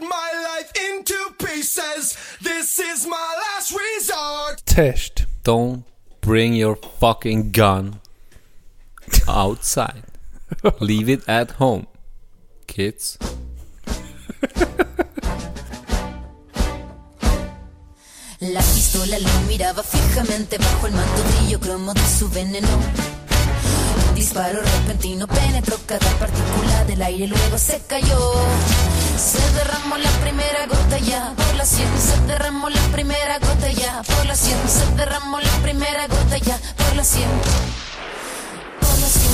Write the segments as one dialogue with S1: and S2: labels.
S1: my life into pieces. This is my last resort.
S2: Test.
S3: Don't bring your fucking gun outside. Leave it at home, kids.
S4: La pistola lo miraba fijamente bajo el manto brillo cromo de su veneno. Un disparo repentino penetró cada partícula del aire, luego se cayó. Se derramó la primera gota ya, población, se derramó la primera gota ya, población, se derramó la primera gota ya, población, población.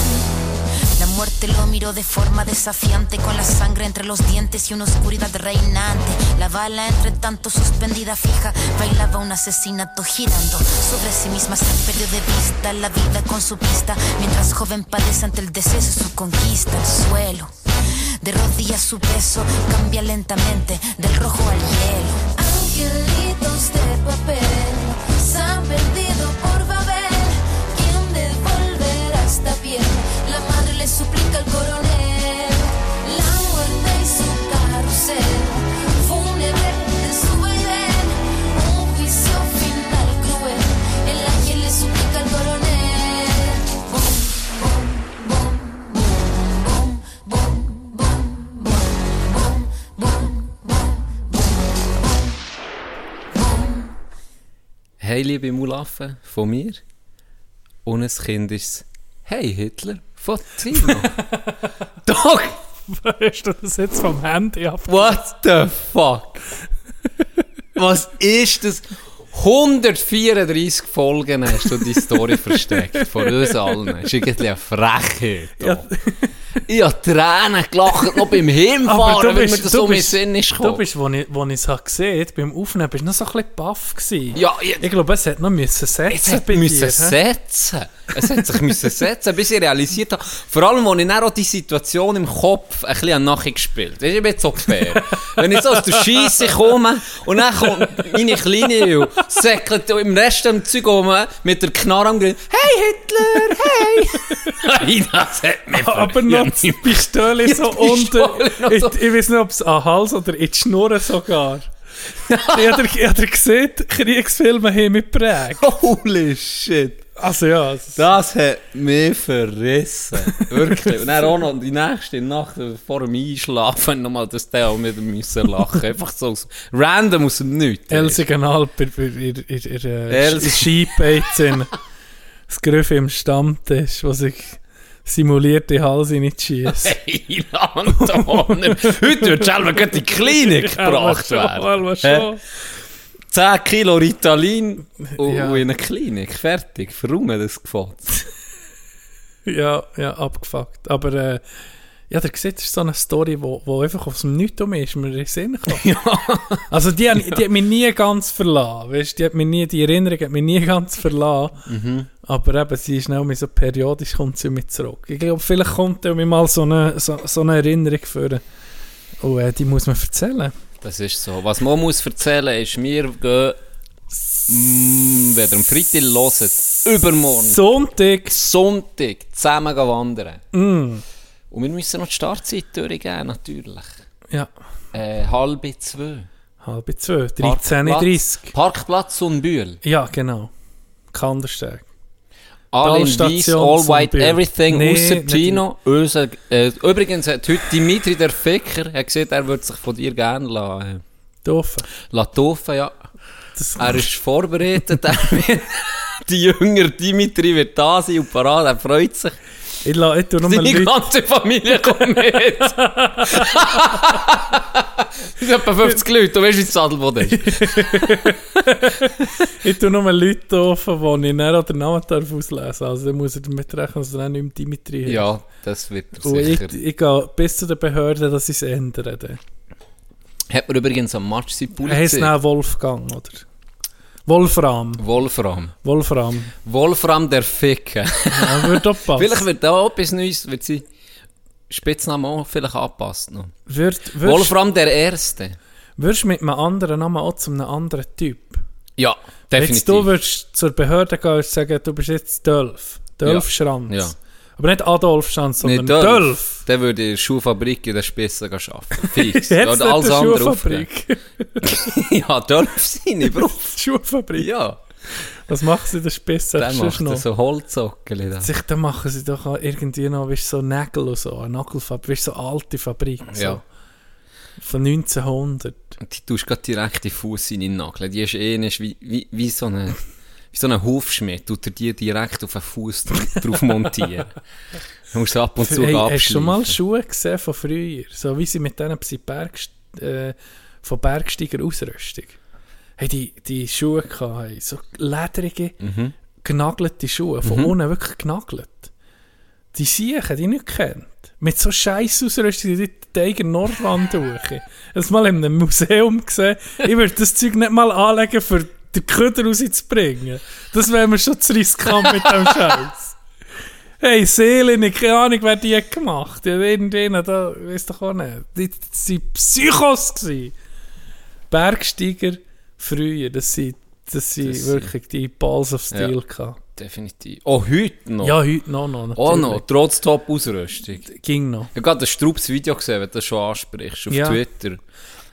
S4: La muerte lo miró de forma desafiante, con la sangre entre los dientes y una oscuridad reinante. La bala, entre tanto suspendida fija, bailaba un asesinato girando. Sobre sí misma se perdió de vista la vida con su pista, mientras joven padece ante el deceso y su conquista. El suelo, de rodillas su peso cambia lentamente del rojo al hielo. Angelitos de papel se han perdido por Babel. ¿Quién devolverá esta piel? La madre le suplica al coronel. La muerte y su carrusel. Fúnebre en su vaivén. Un juicio final cruel. El ángel le suplica al coronel. Bom, bom, bom, bom, bom, bom, bom, bom, bom, bom, bom.
S3: Hey, liebe Mulaffen von mir. Und ein Kind ist Hey, Hitler von Tino. Doch!
S2: Hast du das jetzt vom Handy ab?
S3: What the fuck? Was ist das? 134 Folgen hast du die Story versteckt vor uns allen. Das ist irgendwie eine Frechheit. Ja. Ich habe Tränen gelacht, noch beim Hinfahren, wenn mir das um den Sinn ist
S2: du
S3: gekommen.
S2: bist, wo ich, wo ich's hab gesehen habe, beim Aufnehmen, bist du noch so ein bisschen baff gewesen.
S3: Ja, ich-
S2: ich glaube, es hätte noch müssen setzen
S3: Es hat müssen
S2: hä?
S3: setzen. Es hat sich müssen setzen, bis ich realisiert habe. Vor allem, als ich dann auch die Situation im Kopf ein bisschen nachgespielt habe. Weisst du, Ich bin jetzt so fair. Wenn ich so aus der Scheisse komme und dann kommt meine Kleine und säckelt im Rest des Zeug um mit der Knarre am Grill. Hey Hitler, hey! Nein, das hat mich
S2: Aber noch
S3: verwirrt.
S2: die Pistole so
S3: die Pistole
S2: unten.
S3: noch
S2: Ich,
S3: so.
S2: ich weiß nicht, ob es an den Hals oder in die Schnur sogar. ich habe ich hab gesehen, Kriegsfilme haben mich geprägt.
S3: Holy shit.
S2: Also ja, es ist
S3: Das hat mich verrissen. Wirklich. Und dann auch noch die nächste Nacht vor dem Einschlafen nochmal das Teil mit dem müssen lachen. Einfach so aus, random aus dem Nichts.
S2: Elsigen Alp in in- in- in- in- in
S3: Els-
S2: Skibeizen. Das Griff im Stammtisch, wo sich simulierte Hals nicht schießt.
S3: Hey, Antoner. Heute wird selber gerade in die Klinik gebracht werden.
S2: Aber schon.
S3: 10 Kilo Ritalin und,
S2: Ja.
S3: und in eine Klinik. Fertig. Verrungen das Gefotz.
S2: Ja, ja, abgefuckt. Aber äh, ja, der sieht, das ist so eine Story, wo, wo einfach aus dem Nichts um ist, mir in den Sinn kommt. Also die, haben- die hat mich nie ganz verlassen, weißt? Die, hat mich nie, die Erinnerung hat mich nie ganz verlassen. Aber eben, sie ist schnell so periodisch, kommt sie mit zurück. Ich glaube, vielleicht kommt irgendwie mal so eine, so, so eine Erinnerung führen. Und äh, die muss man erzählen.
S3: Das ist so. Was man muss erzählen ist, wir gehen, mm, wenn ihr am Freitag hört, übermorgen.
S2: Sonntag!
S3: Sonntag zusammen gehen wandern.
S2: Mm.
S3: Und wir müssen noch die Startzeit durchgeben, natürlich.
S2: Ja,
S3: Äh, halbe zwei.
S2: halb zwei,
S3: Parkplatz-
S2: 13.30
S3: Parkplatz Sonnenbühl.
S2: Ja, genau. Kandersteg.
S3: Alle in
S2: Talstation
S3: weiss, all white,
S2: Sonnenbühl.
S3: everything,
S2: Nee,
S3: außer
S2: nicht
S3: Tino. Unser, äh, übrigens hat heute Dimitri, der Ficker, hat gesagt, er würde sich von dir gerne lassen,
S2: Doof.
S3: äh, lassen taufen, ja.
S2: Das
S3: Er ist vorbereitet, er wird, die jüngere Dimitri wird da sein und parat, er freut sich.
S2: Ich lasse ich tu nur
S3: Seine
S2: Leute...
S3: ganze Familie kommt mit. Es sind etwa 50 Leute, du weißt, wie das Sadelboden ist.
S2: Ich tue nur Leute offen, die ich dann auch den Namen darf auslesen darf. Also dann muss ich damit rechnen, dass er auch nicht mehr Dimitri hat.
S3: Ja, das wird er
S2: Und Oh, ich,
S3: sicher.
S2: ich gehe bis zu der Behörde, dass sie es ändern. dann.
S3: Hat man übrigens am Match sein Pulli
S2: Er heisst
S3: gesehen?
S2: dann Wolfgang, oder? Wolfram.
S3: Wolfram.
S2: Wolfram.
S3: Wolfram der Ficker.
S2: Ja, würde auch passen.
S3: vielleicht wird da auch etwas Neues, wird sein Spitzname auch vielleicht angepasst noch.
S2: Würd, würdest,
S3: Wolfram der Erste.
S2: würdest mit einem anderen Namen auch zu einem anderen Typ.
S3: Ja,
S2: Jetzt du
S3: definitiv.
S2: würdest zur Behörde gehen und sagen, du bist jetzt Dölf. Dölf
S3: Ja.
S2: Schranz.
S3: Ja.
S2: Aber nicht Adolf Schanz, sondern
S3: Nicht Dölf.
S2: Dölf.
S3: Dann würde ich in der Schuhfabrik in den Spissen gehen arbeiten. Fix.
S2: Jetzt
S3: Oder
S2: nicht
S3: alles
S2: die
S3: andere aufnehmen.
S2: Schuhfabrik.
S3: Ja, Dölf seine, Bro.
S2: Die Schuhfabrik.
S3: Ja.
S2: Was machen sie in der Spitze?
S3: Dann macht
S2: sonst
S3: er
S2: noch?
S3: so Holzockel. da.
S2: Sich, dann machen sie doch auch irgendwie noch weißt, so Nägel und so, eine Nagelfabrik, weißt, so alte Fabrik.
S3: Ja.
S2: So, von 1900.
S3: Und die tust grad direkt in den Fuss in den Nagel. Die ist eh nicht wie, wie, wie so eine... Wie so ein Hufschmied, tut er die direkt auf den Fuß drauf montieren. Du musst ab und zu
S2: hey,
S3: abschleifen.
S2: hast du schon mal Schuhe gesehen von früher? So wie sie mit denen sind Bergst äh, von Bergsteiger Ausrüstung. Hey, die, die Schuhe gehabt, haben, so lederige,
S3: Mhm.
S2: genagelte Schuhe, von unten wirklich genagelt. Die Siechen, die nicht kennt. Mit so scheiß Ausrüstung, die die eigene Nordwand durch. Das mal in einem Museum gesehen. Ich würde das Zeug nicht mal anlegen, für den Köder rauszubringen. Das wäre mir schon zu riskant mit dem Scheiß. Hey, Seelen, keine Ahnung, wer die hat gemacht hat. Irgendjemand, da, weiss doch auch nicht. Die waren Psychos. Gewesen. Bergsteiger früher, das sind, das sind
S3: Das sind-
S2: wirklich die Balls of Steel. Ja,
S3: Definitiv. Oh, heute noch.
S2: ja heute noch, noch.
S3: oh,
S2: natürlich.
S3: noch. Trotz Top-Ausrüstung.
S2: Ging noch.
S3: Ich habe gerade ein Strups Video gesehen, wenn du das schon ansprichst, auf
S2: Ja.
S3: Twitter.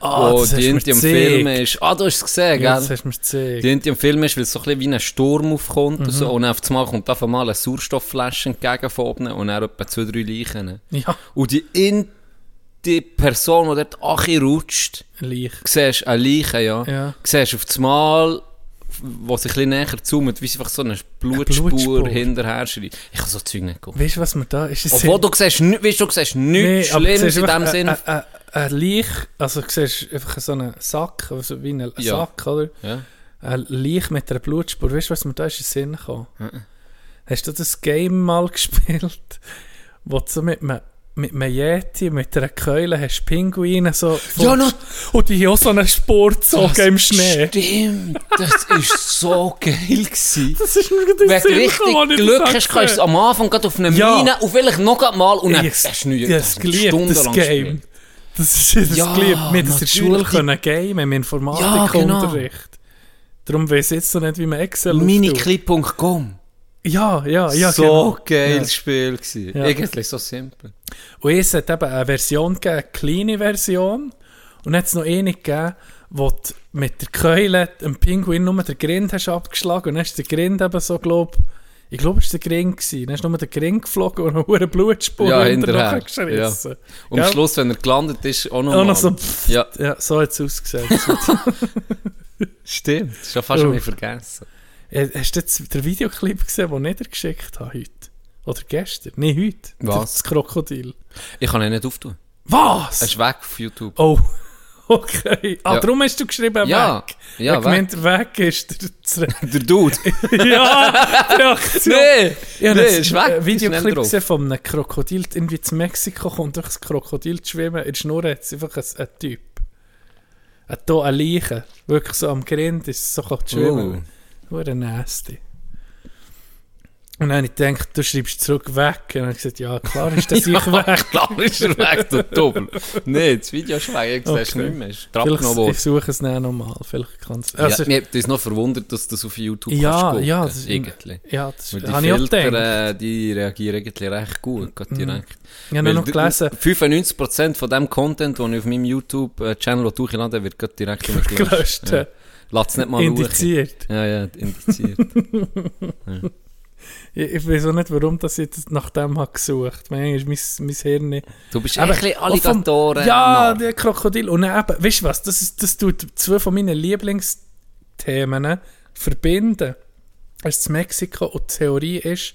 S2: Ah,
S3: wo
S2: das hast
S3: die
S2: du mir
S3: Inti am
S2: gezeigt.
S3: Film ist. Ah, du hast es gesehen,
S2: Ja, das
S3: gell?
S2: hast du Mhm. mir gezeigt.
S3: Die Inti am Film ist, weil es so ein bisschen wie ein Sturm aufkommt und so. Und dann auf einmal kommt auf einmal eine Sauerstoffflasche entgegen von oben und dann etwa zwei, drei Leichen.
S2: Ja,
S3: Und die Inti, Person, die dort Achi rutscht,
S2: leicht.
S3: siehst eine Leiche, ja.
S2: Ja.
S3: Siehst auf einmal, wo sich ein bisschen näher zoomt, wie sie einfach so eine Blutspur,
S2: Blutspur.
S3: hinterher schreit. Ich kann so Zeug nicht gucken.
S2: Weißt du, was mir da ist? Es
S3: Obwohl du siehst, ni- weißt, du siehst nichts
S2: aber
S3: Schlimmes
S2: siehst
S3: in
S2: einfach
S3: dem Sinne.
S2: Ein, ein, ein Leich, also du siehst einfach so einen Sack, also wie einen
S3: Ja.
S2: Sack, oder?
S3: Ja.
S2: Ein Leich mit einer Blutspur. Weißt du, was mir da ist in den Sinn kam?
S3: Mhm.
S2: Hast du das Game mal gespielt, wo du so mit einem mit einem Yeti, mit einer Keule hast du Pinguine so...
S3: Ja, na-
S2: Und die haben auch so einen Spur gezogen
S3: Das
S2: im Schnee.
S3: Stimmt, das ist so geil gewesen.
S2: Das ist mir gerade in den
S3: Wenn du
S2: Sinn gekommen,
S3: richtig
S2: als ich das
S3: Glück hast,
S2: habe
S3: kannst du es
S2: gesehen.
S3: am Anfang gerade auf eine
S2: Ja.
S3: Mine und vielleicht noch grad mal und dann
S2: Ich-
S3: hast du nichts.
S2: ich
S3: Das
S2: hab's
S3: hast du
S2: geliebt, das
S3: stundenlang
S2: Game.
S3: gespielt.
S2: Das ist das
S3: Ja,
S2: geliebt. Wir haben das in der
S3: natürlich.
S2: Schule können gamen, im Informatikunterricht. Darum weiss ich jetzt noch nicht, wie man Excel aufbaut.
S3: Miniclip.com.
S2: Ja, ja, ja,
S3: so
S2: genau.
S3: geiles Spiel gewesen.
S2: Ja.
S3: Irgendwie so simpel.
S2: Und es hat eben eine Version gegeben, eine kleine Version. Und dann hat es noch eine gegeben, wo du mit der Keule dem Pinguin nur den Grind hast abgeschlagen und dann ist der Grind eben so, glaub, ich glaube, es war der Grind. gewesen. Dann ist nur der Grind geflogen und eine hohe Blutspur
S3: Ja,
S2: hinterher
S3: hinterher.
S2: geschrissen.
S3: Und am
S2: Gell?
S3: Schluss, wenn er gelandet ist, auch noch
S2: Auch
S3: mal.
S2: Oh, noch so, pfft.
S3: Oh Ja,
S2: Ja, so hat es ausgesehen.
S3: stimmt. Das ist ja fast
S2: Oh.
S3: schon wieder vergessen.
S2: Ja, Hast du jetzt den Videoclip gesehen, den ich dir geschickt habe heute? Oder gestern? Nein, heute.
S3: Was?
S2: Das Krokodil.
S3: Ich kann ihn nicht auftun.
S2: Was?
S3: Er ist weg auf YouTube.
S2: Oh, okay. Ah,
S3: Ja.
S2: darum hast du geschrieben,
S3: Ja,
S2: weg.
S3: ja,
S2: ich meinte, weg ist der Zre-
S3: Der Dude.
S2: Ja, die Reaktion.
S3: nee,
S2: Ich habe
S3: nee,
S2: einen
S3: ist weg.
S2: äh,
S3: Ist nicht
S2: Videoclip
S3: drauf.
S2: gesehen von einem Krokodil, der irgendwie zu Mexiko kommt, durch das Krokodil zu schwimmen. In der Schnur hat es einfach ein, ein Typ. Hat hier eine Leiche. Wirklich so am Grind ist es so kann schwimmen. Hure nasty. Und dann habe ich gedacht, du schreibst zurück weg. Und dann habe ich gesagt, ja, klar ist das ich weg.
S3: Klar ist er weg, der Doppel. Nein, das Video ist weg, ich sehe es
S2: Okay.
S3: nicht mehr. Es ist
S2: Vielleicht,
S3: abgenommen
S2: ich suche es dann nochmal. Vielleicht kannst du. Also,
S3: ja, mir hat das noch verwundert, dass du das auf YouTube kannst
S2: ja,
S3: gucken.
S2: ja, das
S3: irgendwie.
S2: Ja, das
S3: Weil die
S2: habe ich auch
S3: Filter,
S2: gedacht. Mhm.
S3: äh, die reagieren eigentlich recht gut, gerade direkt.
S2: Ich habe
S3: Weil
S2: nur noch
S3: d-
S2: gelesen.
S3: 95% von dem Content, den ich auf meinem YouTube-Channel durchladen wird gerade direkt immer
S2: Gelöscht.
S3: Ja. Lass es nicht mal ruhen.
S2: Indiziert.
S3: Ja, ja, indiziert.
S2: Ich, ich weiß auch nicht, warum dass ich das nach dem habe gesucht habe. Manchmal ist mein, mein Hirn nicht.
S3: Du bist
S2: Aber-
S3: echt ein bisschen
S2: auch vom-
S3: Alligatoren.
S2: Ja,
S3: Narr.
S2: der Krokodil. Und dann eben, weißt du was, das, ist, das tut zwei von meinen Lieblingsthemen ne, verbinden. Das ist Mexiko und die Theorie ist,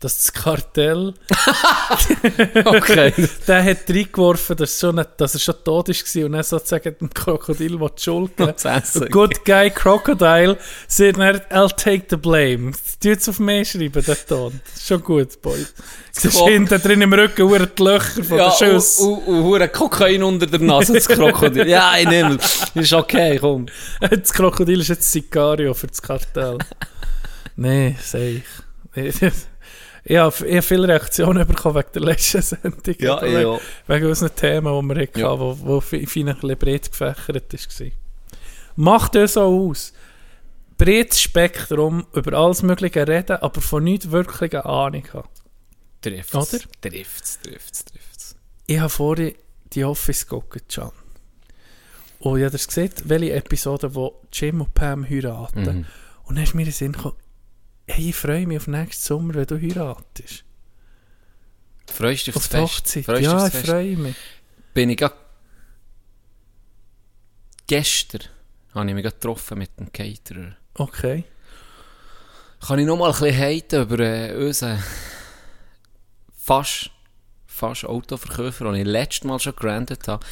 S2: dass das Kartell,
S3: okay.
S2: der hat reingeworfen, dass, schon nicht, dass er schon tot ist und dann sozusagen dem Krokodil will die Schuld geben.
S3: Das Essen.
S2: A Good guy Crocodile sagt dann, I'll take the blame. Du jetzt auf mich schreiben, den Ton. Schon gut, Boy. Siehst
S3: Krok-
S2: hinten drin im Rücken hure die Löcher von
S3: Ja,
S2: der Schuss.
S3: und- und- und hure Kokain unter der Nase, das Krokodil. ja, ich nehme es. Ist okay, komm.
S2: Das Krokodil ist jetzt Sicario für das Kartell. Nein, sehe ich. Ich habe, ich habe viele Reaktionen bekommen wegen der letzten Sendung.
S3: Ja,
S2: Oder
S3: ja.
S2: Wegen unseren Themen, die wir hatten,
S3: Ja.
S2: wo, wo fi- fein ein bisschen breit gefächert war. Macht das so aus. Breites Spektrum, über alles Mögliche reden, aber von nichts wirklich eine Ahnung haben.
S3: Trifft's.
S2: Oder?
S3: Trifft's, trifft's, trifft's.
S2: Ich habe vorhin die Office geguckt, Can. Und ich habe das gesehen, welche Episode, wo Jim und Pam heiraten.
S3: Mhm.
S2: Und dann ist mir in den Sinn gekommen, hey, ich freue mich auf nächsten Sommer, wenn du heiratest.
S3: Freust du
S2: Auf
S3: aufs
S2: die
S3: Fest?
S2: Hochzeit.
S3: Freust du
S2: ja,
S3: aufs
S2: ich
S3: Fest?
S2: freue mich.
S3: Bin ich grad... Gestern habe ich mich grad getroffen mit dem Caterer.
S2: Okay.
S3: Kann ich noch mal ein bisschen haten über äh, unseren fast, fast Autoverkäufer, den ich letztes Mal schon gerantet habe.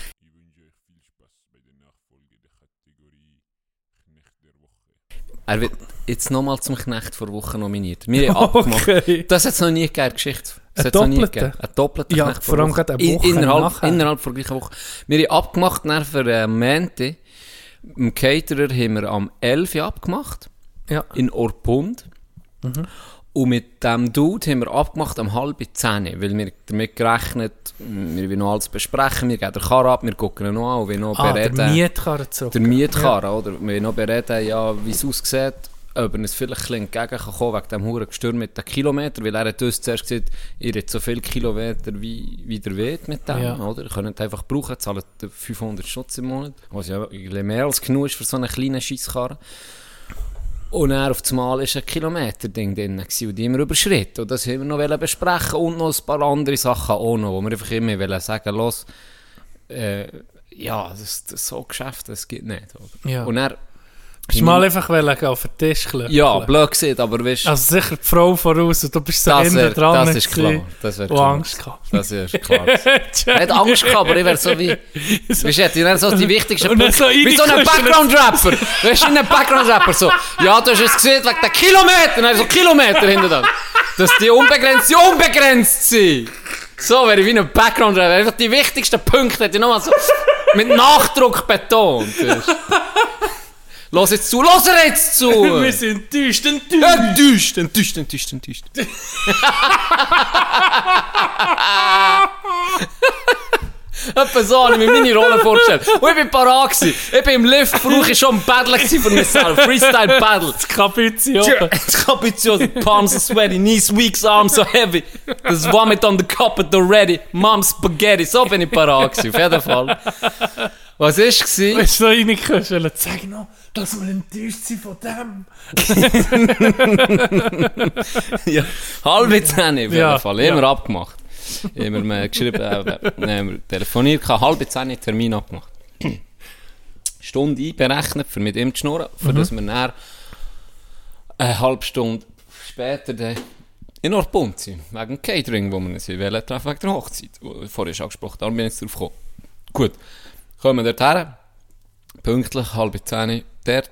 S3: Er wird jetzt nochmal zum Knecht vor Wochen nominiert. Wir haben abgemacht.
S2: Okay.
S3: Das hat es noch nie gegeben, in der Geschichte. Das
S2: Ein
S3: hat's noch nie
S2: doppelter?
S3: gegeben. Ein doppelter
S2: Ja,
S3: Knecht
S2: vor allem gerade eine
S3: In-
S2: Woche
S3: innerhalb,
S2: nachher.
S3: innerhalb von der gleichen Woche. Wir haben abgemacht, dann für äh, Mente. Im Caterer haben wir am 11. Uhr abgemacht
S2: Ja.
S3: in Orpund.
S2: Mhm.
S3: Und mit dem Dude haben wir abgemacht am halb zehn, weil wir damit gerechnet, mm, wir wollen noch alles besprechen, wir geben den Karre ab, wir gucken ihn noch an und wir noch
S2: Ah,
S3: bereden.
S2: der Mietkarren zurück.
S3: Der Mietkarre, oder? Wir wollen noch bereden, ja, wie es aussieht, ob er uns vielleicht ein bisschen entgegen kann kommen wegen dem huren Gestürm mit den Kilometern, weil er hat uns zuerst gesagt, ihr habt so viele Kilometer, wie, wie ihr wollt mit dem,
S2: Ja.
S3: oder? Ihr könnt einfach brauchen, zahlt 500 Stutz im Monat, was ja ein bisschen mehr als genug ist für so einen kleinen Scheisskarren. Und dann auf einmal ist ein Kilometer-Ding drin, gewesen, und die haben wir überschritten. Und das haben wir noch wollen besprechen und noch ein paar andere Sachen auch noch, wo wir einfach immer wollen sagen, los, äh, ja, das, das so Geschäft, das geht nicht. Oder?
S2: Ja.
S3: Und er
S2: Hast du mal einfach wollen gehen, auf den Tisch klopfen?
S3: ja, blöd gesehen, aber weißt du,
S2: Also sicher die Frau voraus und du bist so
S3: das,
S2: hinten
S3: wär,
S2: dran.
S3: das ist
S2: gewesen
S3: klar. Das wär
S2: Und
S3: klar.
S2: Angst gehabt.
S3: Das ist klar. Er hat Angst gehabt, aber ich wäre so wie. Weißt du, ich hätte dann so die wichtigsten
S2: Und dann so
S3: Wie so ein
S2: reingeschlüsselt.
S3: Background-Rapper. Weißt du, in einem Background-Rapper so. Ja, du hast es gesehen, wegen den Kilometern. Er hat so Kilometer hinter dir. Dass die unbegrenzt, die unbegrenzt sind. So wäre ich wie ein Background-Rapper. Einfach die wichtigsten Punkte hätte ich nochmal so mit Nachdruck betont. weißt du. Los jetzt zu, los er jetzt zu!
S2: Wir sind enttäuscht,
S3: Enttäuscht,
S2: enttäuscht.
S3: enttäuscht, enttäuscht, enttäuscht. Etwa so habe ich mir meine Rolle vorgestellt. Und ich bin parat gewesen. Ich bin im Lift, brauche ich schon ein Battle gewesen für mich selber. Freestyle Battle.
S2: Das Kapizio.
S3: It's capitioso. Palms are sweaty, knees weak, arms so heavy. There's vomit on the carpet already. Mom's spaghetti. So bin ich parat gewesen, auf jeden Fall. Was ist gewesen?
S2: Hast du noch reingekommen? Sag noch, dass wir enttäuscht sind von dem.
S3: ja. Halbe zehn auf
S2: Ja,
S3: jeden Fall. Immer
S2: ja.
S3: abgemacht. Immer mir geschrieben, äh, nein, wir telefoniert, gehabt, halbe zehn Termin abgemacht. Stunde einberechnet, für mit ihm zu schnurren,
S2: Mhm.
S3: für dass wir dann eine halbe Stunde später dann in Nordbund sind. Wegen dem Catering, wo wir uns hier wollen treffen wegen der Hochzeit. wo ich Vorher ist angesprochen, darum bin ich jetzt drauf gekommen. Gut, kommen wir dorthin. Pünktlich, halbe zehn, dort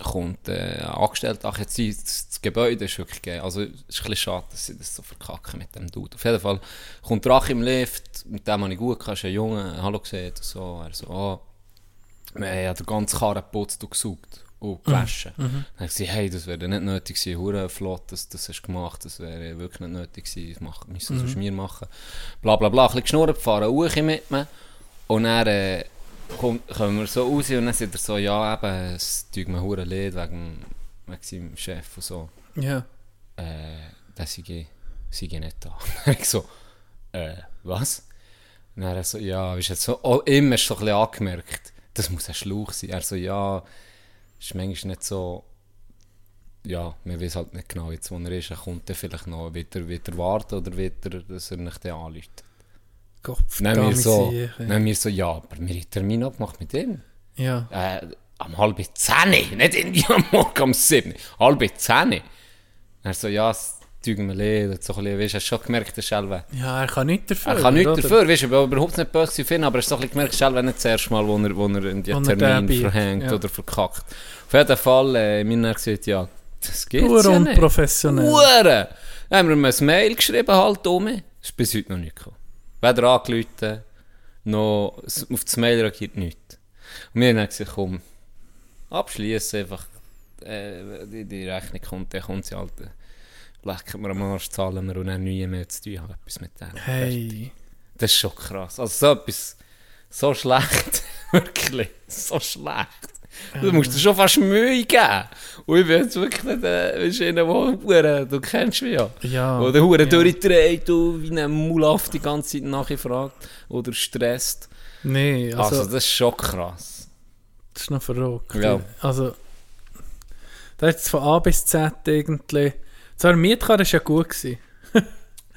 S3: kommt äh, angestellt, ach jetzt sein, das, das Gebäude ist wirklich geil. Also es ist ein bisschen schade, dass sie das so verkacken mit dem Dude. Auf jeden Fall kommt Rach im Lift, mit dem habe ich gut gehabt, ist ein Junge, hallo gesehen und so. Er so, ah, wir haben ja den ganzen Karren geputzt und gesaugt und gewaschen. Dann habe ich gesagt, hey, das wäre nicht nötig gewesen, hure flott, das, das hast du gemacht, das wäre wirklich nicht nötig gewesen, das mach- müssen wir sonst mir machen. Bla bla bla, ein bisschen geschnurrt, fahren auch mit mir. Und dann äh, kommt, kommen wir so raus und dann sind er so, ja eben, es tut mir hure leid wegen, wegen seinem Chef und so.
S2: Ja.
S3: Äh, der sei, sei nicht da. Und ich so, äh, was? Und er so, ja, ist jetzt so, oh, immer so ein bisschen angemerkt, das muss ein Schlauch sein. Er so, ja, ist manchmal nicht so, ja, man weiß halt nicht genau jetzt, wo er ist, er kommt dann vielleicht noch, wird er, wird er warten oder wird er, dass er nicht dann anruft.
S2: Kopf,
S3: Nein, wir so,
S2: Ja.
S3: nein, wir so, ja, aber wir haben einen Termin abgemacht mit ihm.
S2: ja.
S3: Äh, am halb zehn, nicht irgendwie am Morgen um sieben, halb zehn. Er so, ja, es tut mir leid, und so ein bisschen, weißt, hast du schon gemerkt, dass Schelwe,
S2: Ja, er kann nichts dafür.
S3: er kann nichts
S2: oder?
S3: dafür, weißt, ich war überhaupt nicht böse gewesen, für ihn, aber hast du so ein bisschen gemerkt, Schelwe nicht das erste Mal, wo er, wo er in die
S2: Wo er
S3: Termin
S2: den bietet,
S3: verhängt
S2: ja.
S3: oder verkackt. Auf jeden Fall, äh, mein Herr gesagt, ja, das geht's
S2: Pur
S3: ja nicht.
S2: unprofessionell.
S3: Huren! Dann haben wir ihm ein Mail geschrieben, halt um. Ist bis heute noch nicht gekommen. Weder angerufen, noch s- auf das Mail reagiert nichts. Und wir haben dann gesagt, komm, abschließen einfach. Äh, die, die Rechnung kommt, dann kommt sie halt. äh, Lecken wir am Arsch, zahlen wir und dann nie mehr zu tun haben. Etwas mit dem.
S2: Hey.
S3: Das ist schon krass. Also so etwas, so schlecht, wirklich, so schlecht. Du musst dir schon fast Mühe geben. Und ich bin jetzt wirklich nicht, äh, weisst du, einer, der Hure- du kennst mich ja.
S2: Ja,
S3: Oder Huren
S2: Ah, ja.
S3: durchdreht und wie ein Mulaff die ganze Zeit nachfragt oder stresst.
S2: Nee, also,
S3: Also, das ist schon krass.
S2: das ist noch verrückt.
S3: Ja.
S2: Also, da jetzt von A bis Z irgendwie. Zwar Mietkarre war ja gut. Gewesen.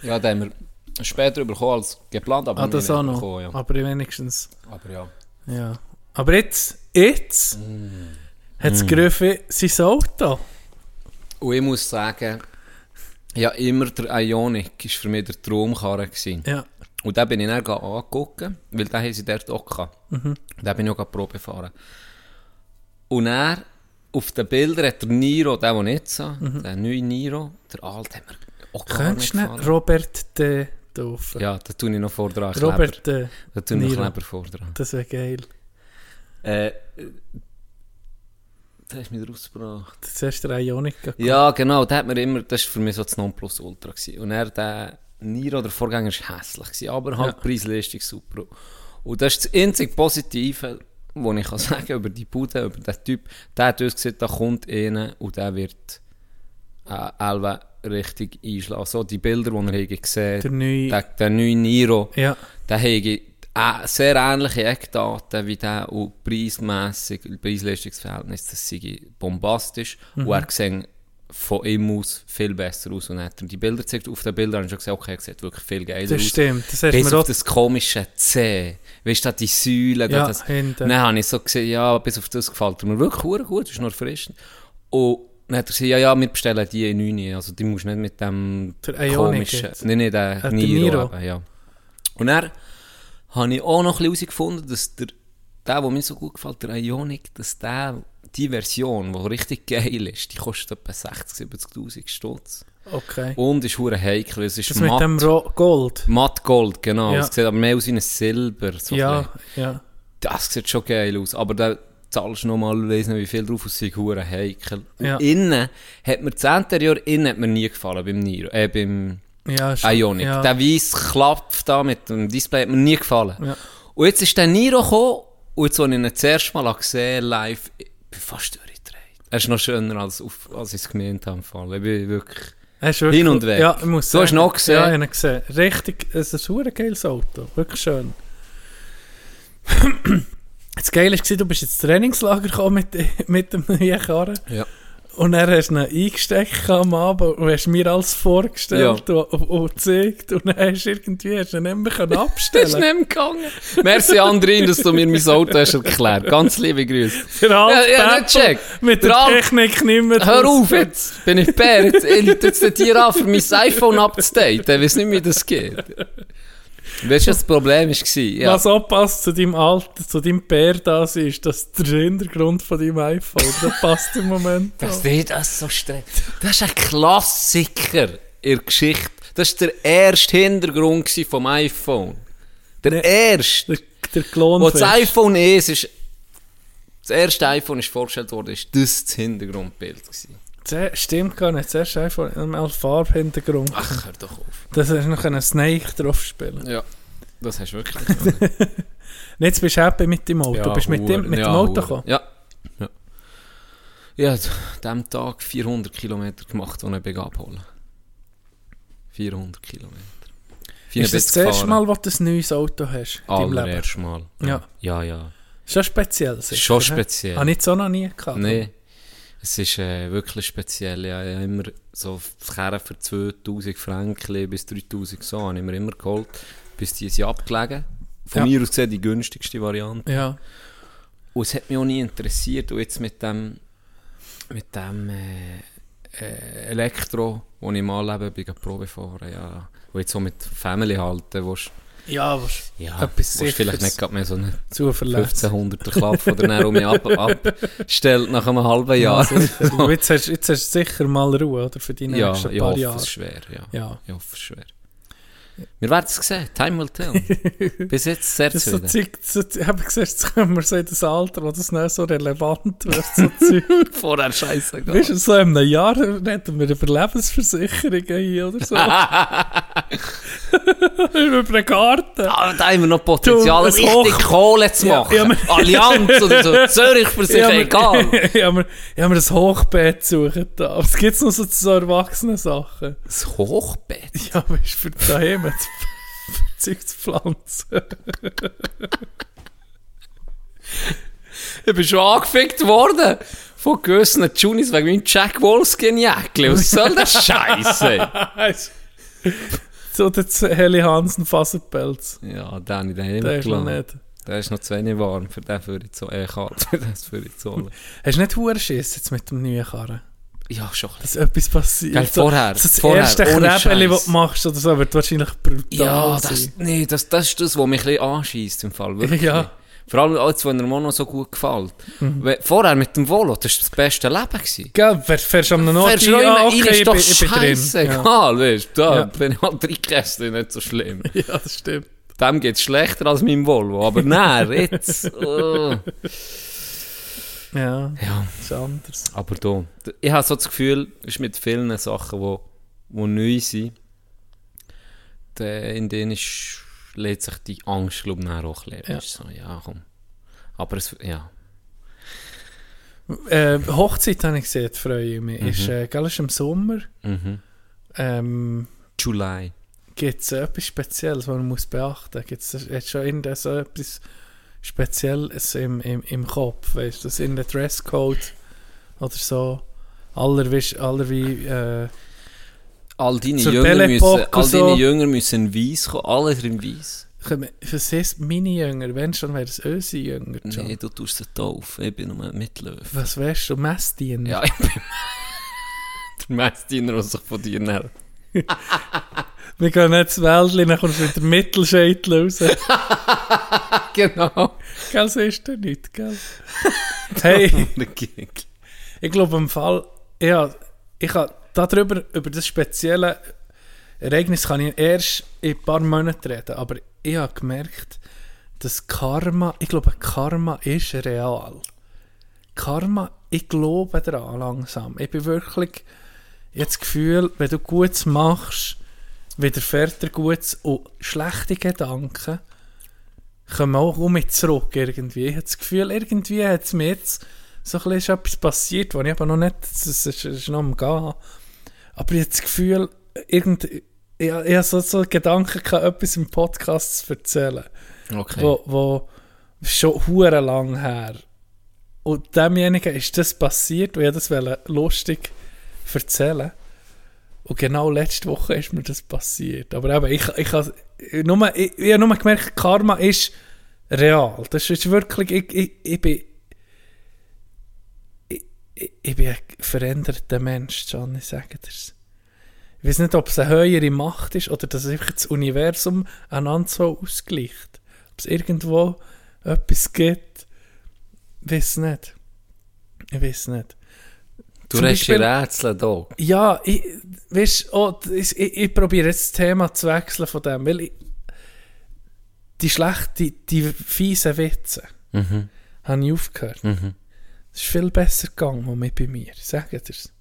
S3: Ja, den haben wir später bekommen als geplant, aber
S2: Ah, das auch noch. Ah.
S3: bekommen, ja.
S2: Aber wenigstens.
S3: Aber ja.
S2: Ja. Aber jetzt, jetzt,
S3: Mm.
S2: hat es gerufen, sein Auto.
S3: Und ich muss sagen, ja, immer der Ionic war für mich der Traumkarren. gewesen.
S2: Ja.
S3: Und den bin ich dann angeguckt, weil den haben sie dort auch gehabt.
S2: Mhm.
S3: Den bin ich auch Probe gefahren. Und er, auf den Bildern hat der Niro, den, den ich jetzt habe, der neue Niro, der alte, haben wir auch gar
S2: Mhm. Könntest du
S3: nicht
S2: nicht
S3: gefahren.
S2: Robert de Dofen?
S3: Ja, da tue ich noch vor dran.
S2: Robert eh,
S3: Kleber.
S2: de
S3: Da tue ich noch
S2: Niro.
S3: Kleber vor dran.
S2: Das wäre geil.
S3: Äh, äh, da hast du mich rausgebracht.
S2: Zuerst der Ionica.
S3: Ja, genau, der hat mir immer, das war für mich so das Nonplusultra. Gewesen. Und er, der Niro, der Vorgänger, war hässlich, gewesen, aber halt Preis-Leistung super. Und das ist das einzige Positive, was ich kann sagen über die Bude, über den Typ. Der hat uns gesagt, da kommt einer und der wird äh, Elva richtig einschlagen. So die Bilder, die er hat gesehen
S2: Der neue-
S3: der, der neue Niro,
S2: Ja.
S3: der hat äh, sehr ähnliche Eckdaten wie der und preismässig, Preis-Leistungsverhältnis, das sei bombastisch
S2: Mhm.
S3: und er sieht von ihm aus viel besser aus und hat er die Bilder gezeigt, auf den Bildern habe ich schon gesagt, okay, er sieht wirklich viel geiler
S2: Das
S3: aus.
S2: stimmt, das hast du
S3: Bis
S2: mir
S3: auf
S2: auch-
S3: das komische C, weißt du, die Säulen,
S2: Ja,
S3: das,
S2: hinten.
S3: Dann habe ich so gesehen, ja, bis auf das gefällt er mir wirklich verdammt gut, das ist nur frisch. Und dann hat er gesagt, ja, ja, wir bestellen die in 9, also die musst du nicht mit dem
S2: Der Ioniq
S3: komischen,
S2: jetzt.
S3: nein, nein, der
S2: Ah, der
S3: Niro,
S2: Niro.
S3: Eben, ja. Und dann habe ich auch noch ein bisschen herausgefunden, dass der, der, der mir so gut gefällt, der Ionic, dass der, die Version, die richtig geil ist, die kostet etwa 60.000, 70.000 Stutz.
S2: Okay.
S3: Und ist hure heikel, es ist
S2: das mit
S3: Oh, matt,
S2: dem Ro Gold.
S3: matt Gold, genau.
S2: Ja.
S3: Es sieht aber mehr aus wie ein Silber. So ein
S2: ja,
S3: bisschen.
S2: ja.
S3: Das sieht schon geil aus, aber da zahlst du nochmal, weiss nicht wie viel drauf, aus sich hure heikel. Und
S2: Ja.
S3: innen hat mir, das Interieur innen hat mir nie gefallen, beim Niro, äh, beim...
S2: Ja, ist-
S3: Ionic.
S2: Ja.
S3: Der weiße Klapf da mit dem Display hat mir nie gefallen.
S2: Ja.
S3: Und jetzt ist der Niro gekommen und jetzt, als ich ihn das erste Mal gesehen habe, live, ich bin fast durchgedreht. Er ist noch schöner, als, auf, als ich es gemeint habe. im Fall. Ich bin wirklich...
S2: Er ist wirklich-
S3: Hin und weg.
S2: Ja, ich muss
S3: Du hast
S2: sagen-
S3: noch gesehen.
S2: Ja, ich habe ihn gesehen. Richtig, es ist ein super geiles Auto. Wirklich schön. Das Geile war, du bist ins Trainingslager gekommen mit, mit dem neuen Karren.
S3: Ja.
S2: Und dann hast du ihn eingesteckt am Abend und hast mir alles vorgestellt und, und, und gezeigt. Und dann hast du irgendwie hast du ihn nicht mehr
S3: Das ist
S2: abstellen
S3: nicht mehr gegangen. Merci, Andrin, dass du mir mein Auto hast erklärt. Ganz liebe Grüße.
S2: Der alte
S3: Ja, ja, nicht
S2: Peppel
S3: gecheckt.
S2: Genau, Mit
S3: Der
S2: der,
S3: alte-
S2: Technik nicht mehr
S3: Hör
S2: draus.
S3: auf jetzt! Bin ich bär? Jetzt liegt jetzt nicht hier an, für mein iPhone abzudaten. Ich weiß nicht, wie das geht. Weißt du, was das Problem war? Ja.
S2: Was auch passt zu deinem Alter, zu deinem Bär das ist, dass der Hintergrund von deinem iPhone, das passt im Moment
S3: Dass
S2: auch.
S3: dich das so stresst. Das ist ein Klassiker in der Geschichte. Das war der erste Hintergrund gsi vom iPhone. Der erste.
S2: Der, der
S3: Wo das
S2: Klonfest.
S3: iPhone ist, ist das erste iPhone ist vorgestellt worden, ist das das Hintergrundbild. gsi.
S2: Ze- Stimmt gar nicht, zuerst iPhone, einmal Farbhintergrund.
S3: Ach, hör doch auf.
S2: Dass er noch einen Snake drauf spielen
S3: Ja, das hast du wirklich.
S2: Und Jetzt bist du happy mit dem Auto.
S3: Ja,
S2: bist mit dem,
S3: hure.
S2: mit
S3: ja,
S2: dem Auto
S3: hure.
S2: gekommen.
S3: Ja. ja. Ja, d- dem Tag 400 Kilometer gemacht, ohne ich abholen. 400 Kilometer.
S2: Ist das das erste Mal, wo du ein neues Auto hast in deinem Leben?
S3: Allererst Mal.
S2: Ja.
S3: Ja, ja.
S2: Schon speziell sicher,
S3: Schon
S2: ne?
S3: speziell.
S2: Habe ich es auch noch nie gehabt.
S3: Nein. Es ist äh, wirklich speziell. Ja, ich habe immer so Kerne für 2000 Franken bis 3000 so habe ich mir immer geholt, bis die sind abgelegen. Von
S2: Ja.
S3: mir aus gesehen die günstigste Variante.
S2: Ja.
S3: Und es hat mich auch nie interessiert. Und jetzt mit dem, mit dem äh, äh, Elektro, wo ich im Anleben bin, Probe fahren, ja. Und jetzt so mit Family halten, wo es
S2: Ja, was
S3: ja,
S2: Etwas
S3: wo es vielleicht
S2: Sicheres.
S3: nicht gerade mehr so eine
S2: zuverlässig.
S3: 1500er Klapp oder dann um mich ab, abstellt nach einem halben Jahr.
S2: Ja, sicher. Und jetzt, hast, jetzt hast du sicher mal Ruhe oder, für die
S3: Ja,
S2: nächsten
S3: ich
S2: paar
S3: hoffe
S2: Jahre.
S3: es schwer. Ja.
S2: Ja.
S3: Ich hoffe es schwer. Wir werden es sehen. Time will tell. Bis jetzt sehr
S2: Das ist so
S3: zufrieden.
S2: Zeug, so, ich habe gesehen, jetzt kommen wir so in das Alter, wo das nicht so relevant wird, so Zeug.
S3: Vorher scheiße.
S2: Weißt du, so in einem Ah. Jahr reden wir über Lebensversicherungen hier oder so. Über eine Karte.
S3: Ah, da haben wir noch Potenzial,
S2: Du, ein
S3: richtig
S2: Hoch-
S3: Kohle zu
S2: Ja,
S3: machen.
S2: ja, wir-
S3: Allianz oder so, Zürich für sich,
S2: mir-
S3: egal.
S2: ich habe mir, ich hab mir ein Hochbett suchen da. Aber es gibt noch so, so erwachsene Sachen.
S3: Das Hochbett.
S2: Ja, aber ist für daheim das Zeug zu pflanzen.
S3: Ich bin schon angefickt worden von gewissen Junis wegen meinem Jack Wolfskin-Jäckchen. Was soll das Scheiße?
S2: so der Z- Heli Hansen Faserpelz.
S3: Ja, Danny, den habe ich
S2: Der
S3: nicht
S2: ist noch
S3: gelangt.
S2: nicht.
S3: Der ist noch zu wenig warm für den für die Zolle. Äh, kalt für das für die Zolle.
S2: Hast du nicht Hurschiss jetzt mit dem neuen Karren?
S3: Ja, schon ein bisschen.
S2: Dass etwas passiert?
S3: Gell, vorher,
S2: So, so das
S3: vorher,
S2: erste
S3: ohne
S2: Krebeli,
S3: Scheiss.
S2: das du machst oder so, wird wahrscheinlich brutal
S3: Ja, das,
S2: sein.
S3: nee, das, das ist das, was mich ein bisschen anschießt im Fall. Wirklich.
S2: Ja. Mhm.
S3: Vor allem, als wenn er Mono so gut gefällt. Weil Vorher mit dem Volo, das war das beste Leben. Gewesen.
S2: Gell, fährst- fährst du am Nord?
S3: Fährst du noch immer
S2: ja,
S3: rein,
S2: okay,
S3: ist
S2: ich bin,
S3: doch
S2: ich bin drin. Ja.
S3: scheißegal, weißt du. Da
S2: Ja.
S3: bin ich halt drei Kästen, nicht so schlimm.
S2: ja, das stimmt.
S3: Dem geht es schlechter als meinem Volvo, aber nein, jetzt. oh.
S2: Ja,
S3: Ja.
S2: ist anders.
S3: Aber da, d- ich habe so das Gefühl, es ist mit vielen Sachen, die wo, wo neu sind, der, in denen ist, lädt sich die Angst, glaube ich, nachher auch ein bisschen.
S2: Ja.
S3: Ist So, ja, komm. Aber es, ja.
S2: Äh, Hochzeit habe ich gesehen, freue ich mich.
S3: Mhm.
S2: Ist, äh, gell, ist im Sommer. Ähm,
S3: July.
S2: Gibt es etwas Spezielles, was man muss beachten muss? Gibt es schon irgendein so etwas Spezielles im, im, im Kopf? Weißt du, das in der Dresscode oder so? Aller, wisch- aller wie. Äh,
S3: All deine,
S2: Zur
S3: Jünger
S2: Belle
S3: müssen, all
S2: Epoque
S3: deine
S2: so.
S3: Jünger müssen in Weiss kommen, alle in Weiss.
S2: können wir- was heißt meine Jünger? Wenn schon, wäre es unsere Jünger. John.
S3: Nein, du tust sie doof, ich bin nur ein Mitlöw.
S2: Was wärst du? Messdiener?
S3: Ja, ich bin der Messdiener, der sich von dir nährt.
S2: Wir gehen nicht ins Wäldchen, dann kommst du mit dem Mittelscheitel raus.
S3: Genau.
S2: gell, so ist der nicht, gell? hey! Ich glaube im Fall, ja, ich habe darüber, über das spezielle Ereignis kann ich erst in ein paar Monaten reden, aber ich habe gemerkt, dass Karma, ich glaube Karma ist real. Karma, ich glaube daran langsam. Ich bin wirklich, ich habe das Gefühl, wenn du Gutes machst, widerfährt dir Gutes und schlechte Gedanken kommen auch um mich zurück irgendwie. Ich habe das Gefühl, irgendwie hat es mir jetzt so ein bisschen ist etwas passiert, was ich aber noch nicht, es ist, es ist noch am Gehen. Aber ich habe das Gefühl, irgend, ich, ich habe so, so Gedanken gehabt, etwas im Podcast zu erzählen
S3: Okay.
S2: wo, wo schon hure lang her. Und demjenigen ist das passiert, und ich das wollte lustig erzählen. Und genau letzte Woche ist mir das passiert. Aber eben, ich, ich, has- ich, nur, ich, ich habe nur gemerkt, Karma ist real. Das ist wirklich, ich, ich, ich bin... Ich, ich, ich bin ein veränderter Mensch, John, ich sage dir's. Ich weiß nicht, ob es eine höhere Macht ist oder dass einfach das Universum einander so ausgleicht. Ob es irgendwo etwas gibt, weiß nicht. Ich weiß nicht.
S3: Du
S2: Zum
S3: hast die
S2: Beispiel-
S3: Rätsel hier.
S2: Ja, ich, weißt, oh, d- ich, ich, ich probiere jetzt das Thema zu wechseln von dem, weil ich, die schlechten, die, die fiesen Witze habe ich aufgehört. Es ist viel besser gegangen als mit bei mir, sagt ihr es.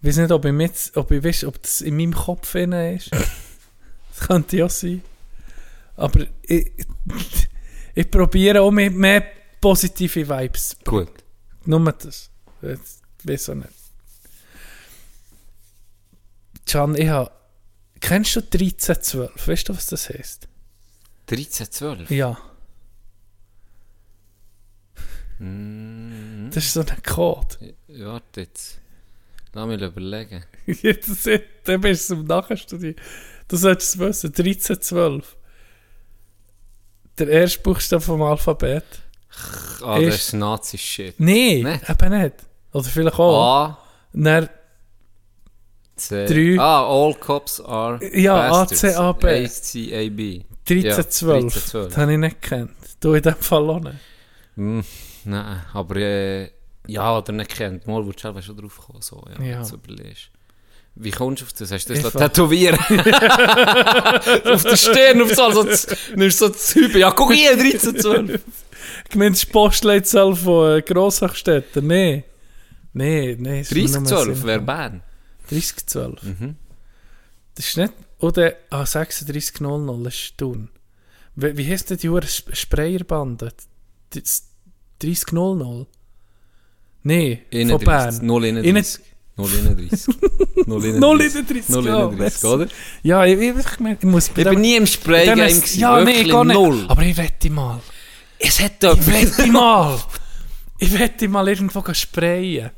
S2: Ich weiß nicht, ob ich, mit, ob ich weiß, ob das in meinem Kopf drin ist. das könnte ja sein. Aber ich, ich probiere auch mit mehr positive Vibes zu
S3: Gut.
S2: nur das. Jetzt weiß ich nicht. Can, ich habe. Kennst du 1312? Weißt du, was das heisst?
S3: 13, 12.
S2: Ja. Das ist so ein Code.
S3: Ja, warte jetzt. Lass mich überlegen.
S2: Jetzt dann bist du im Nachstudium. Du solltest es wissen. 1312. Der erste Buchstabe vom Alphabet.
S3: Ah, das
S2: Ist-
S3: ist Nazi-Shit.
S2: Nein,
S3: Nicht?
S2: eben nicht. Oder vielleicht auch.
S3: A,
S2: Dann
S3: C.
S2: Drei.
S3: Ah, all cops are
S2: Ja, A,
S3: bastards.
S2: C, A, B.
S3: A, C, A, B.
S2: 1312.
S3: 13, 12.
S2: Das habe ich nicht gekannt. Du in dem Fall auch nicht.
S3: Hm, nein, aber äh, ja, oder nicht kennt. Mal würdest du selber schon drauf kommen, so, ja,
S2: Ja.
S3: ja. du überlegst. Wie kommst du auf das? Hast du das
S2: Einfach.
S3: lassen tätowieren Auf der Stirn, auf so, also, das- nimmst so das Hübe. Ja, guck hier, 13, 12.
S2: Ich meine, das Postleitzahl von äh, Grossachstädten. Nein. Nein, nein.
S3: 30, 12 wäre Bern. Mhm.
S2: 3012. Das ist nicht... Oder ah, 36.00 ist Thun. Wie, wie heisst denn die Hure Sp- Spreierbande? Die- das 30.00? Nein, von
S3: 31,
S2: Bern.
S3: 031. 031.
S2: 031, ja,
S3: 031, oder?
S2: Ja, ich, ich, ich, ich muss...
S3: Ich bin nie im Spray
S2: Dem
S3: Game
S2: ist-
S3: gewesen.
S2: Ja, nee,
S3: wirklich
S2: gar nicht.
S3: null.
S2: Aber ich wette mal.
S3: es hat jemand...
S2: Ich wette mal. ich wette mal irgendwo gehen sprayen.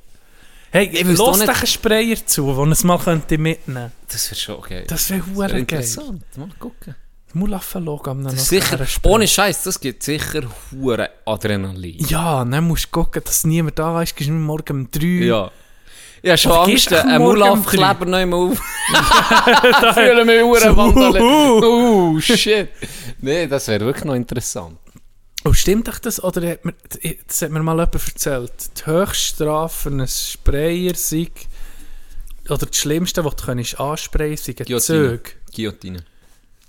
S2: Hey,
S3: Ich wüsste
S2: los
S3: auch nicht-
S2: den Sprayer zu, den es mal könnte mitnehmen
S3: Das wäre schon okay.
S2: Das wäre
S3: wär
S2: hure geil.
S3: interessant. Mal gucken.
S2: Mulaffen schauen am
S3: Das ist sicher, ohne Scheiß, das gibt sicher hure Adrenalin.
S2: Ja, dann musst du gucken, dass niemand da ist. Gehst du morgen um 3
S3: Ja. Ich habe schon
S2: Oder
S3: Angst,
S2: gehst du
S3: einen
S2: morgen um
S3: Mulaffkleber noch einmal auf. Ich fühle mich
S2: So,
S3: hure Wandale.
S2: uh,
S3: Oh, shit. Nee, das wäre wirklich noch interessant.
S2: Oh, stimmt doch das? Oder hat mir, das hat mir mal jemand erzählt. Die Höchststrafe eines Sprayer sei, oder das Schlimmste, was du könntest ansprayen, sei ein
S3: Guillotine.
S2: Zug.
S3: Guillotine.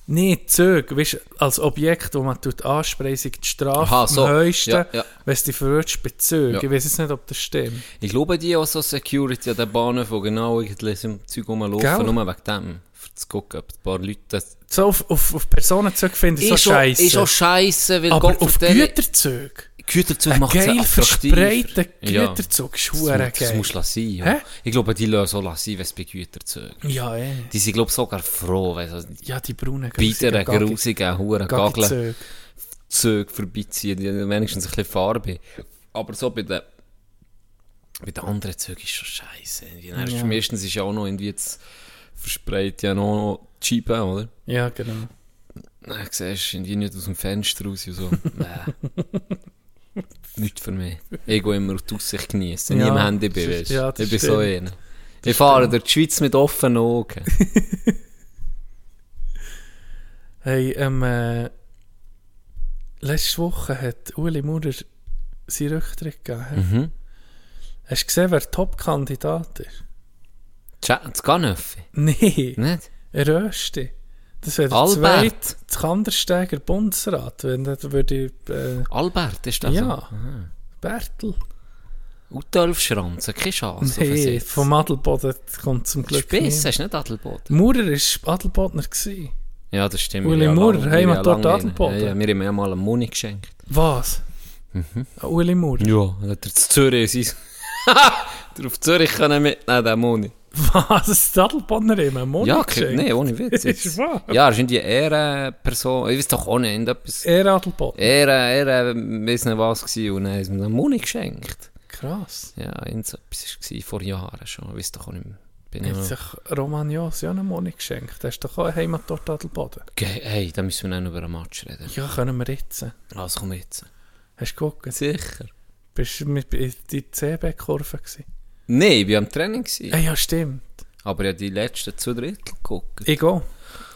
S2: Nee, Zug, weißt, als Objekt, das man tut ansprechen, sei die Strafe
S3: Aha, so.
S2: am höchsten,
S3: Ja, ja.
S2: wenn es dich verwirrt bei Zug.
S3: Ja.
S2: Ich weiß jetzt nicht, ob das stimmt.
S3: Ich glaube, die auch so Security an den Bahnen, die genau irgendwie so im Zeug rumlaufen,
S2: Gell?
S3: nur wegen dem. Für zu gucken, ob ein paar Leute das...
S2: So auf, auf, auf Personenzug finde ich so
S3: auch- Ist
S2: scheiße.
S3: auch scheisse, weil
S2: Aber
S3: Gott
S2: auf
S3: vertelle-
S2: Güterzug.
S3: Güterzug
S2: Ein
S3: macht es
S2: geil
S3: attraktiv.
S2: verspreiter
S3: Ja.
S2: Güterzug ist
S3: Das,
S2: hure
S3: mu- das
S2: geil.
S3: musst du lassen, ja.
S2: Hä?
S3: Ich glaube, die lassen auch lassen, wenn es bei Güterzügen
S2: Ja, eh.
S3: Die sind, glaube ich, sogar froh, wenn so
S2: Ja, die braunen
S3: biederen,
S2: Gaggi-
S3: grusigen, huren Gagelzüge
S2: Gaggi-Züge.
S3: vorbeiziehen, die haben wenigstens ein bisschen Farbe. Aber so bei den, bei den anderen Zügen ist schon scheiße. Die nervst
S2: Ja.
S3: du. Meistens ist ja auch noch irgendwie jetzt verspreit ja noch Cheapen, oder?
S2: Ja, genau.
S3: Dann siehst du irgendwie nicht aus dem Fenster raus und so. Nein. nicht für mich. Ich gehe immer auf die Aussicht genießen. Nie
S2: Ja,
S3: im Handy bin,
S2: das ist-
S3: weißt
S2: ja,
S3: du.
S2: das genau.
S3: Ich bin so einer. Ich fahre durch die Schweiz mit offenen Augen.
S2: Hey, ähm, äh, letzte Woche hat Uli Maurer seinen Rücktritt gegeben. hä?
S3: mhm.
S2: Hast du gesehen, wer Top-Kandidat ist?
S3: Tja, Das kann nicht.
S2: Nein,
S3: Nicht?
S2: er Rösti. Das wäre der
S3: Albert.
S2: zweite Kandersteiger Bundesrat. Wenn nicht, würde ich... Äh,
S3: Albert ist das
S2: Ja.
S3: so? Aha.
S2: Bertel.
S3: Udolf Schranzen, keine Chance. auf einen
S2: Nee,
S3: Sitz.
S2: vom Adelboden kommt zum Glück
S3: Spiss,
S2: niemand.
S3: hast du nicht Adelboden?
S2: Maurer war Adelbodner. gewesen.
S3: Ja, das stimmt.
S2: Uli
S3: Wir haben
S2: Maurer,
S3: lange-
S2: Heimat
S3: wir haben
S2: dort
S3: lange-
S2: Adelboden.
S3: Ja, ja, wir haben ihm mal einen Muni geschenkt.
S2: Was? Mhm. Uli Maurer?
S3: Ja, dann hat er zu Zürich sein. Hat er auf Zürich können mitnehmen, den Muni.
S2: Was? Das ist Adelbodner immer? Moni
S3: Ja,
S2: geschenkt?
S3: nee, oh. ohne Witz.
S2: Ist
S3: Jetzt.
S2: wahr.
S3: Ja, ist irgendwie Ehrenperson. Ich weiß doch auch nicht, irgendetwas.
S2: Er Adelbodner.
S3: Ehre, Ehre, weiß nicht was gewesen. Und dann haben sie mir einen Muni geschenkt.
S2: Krass.
S3: Ja, irgendetwas war vor Jahren schon. Ich weiß doch auch nicht mehr. Bin
S2: Hat
S3: ich
S2: sich Roman Jos ja einen Moni geschenkt. Hast du doch auch eine Heimat dort Adelboden?
S3: okay, hey, da müssen wir dann über einen Match reden.
S2: Ja, können wir jetzt.
S3: Also komm jetzt.
S2: Hast du geguckt?
S3: Sicher.
S2: Bist du mit in die CB-Kurve gewesen?
S3: Nein, ich war am Training. Gewesen.
S2: Ah, ja, stimmt.
S3: Aber ich habe die letzten zwei Drittel geguckt.
S2: Ich auch.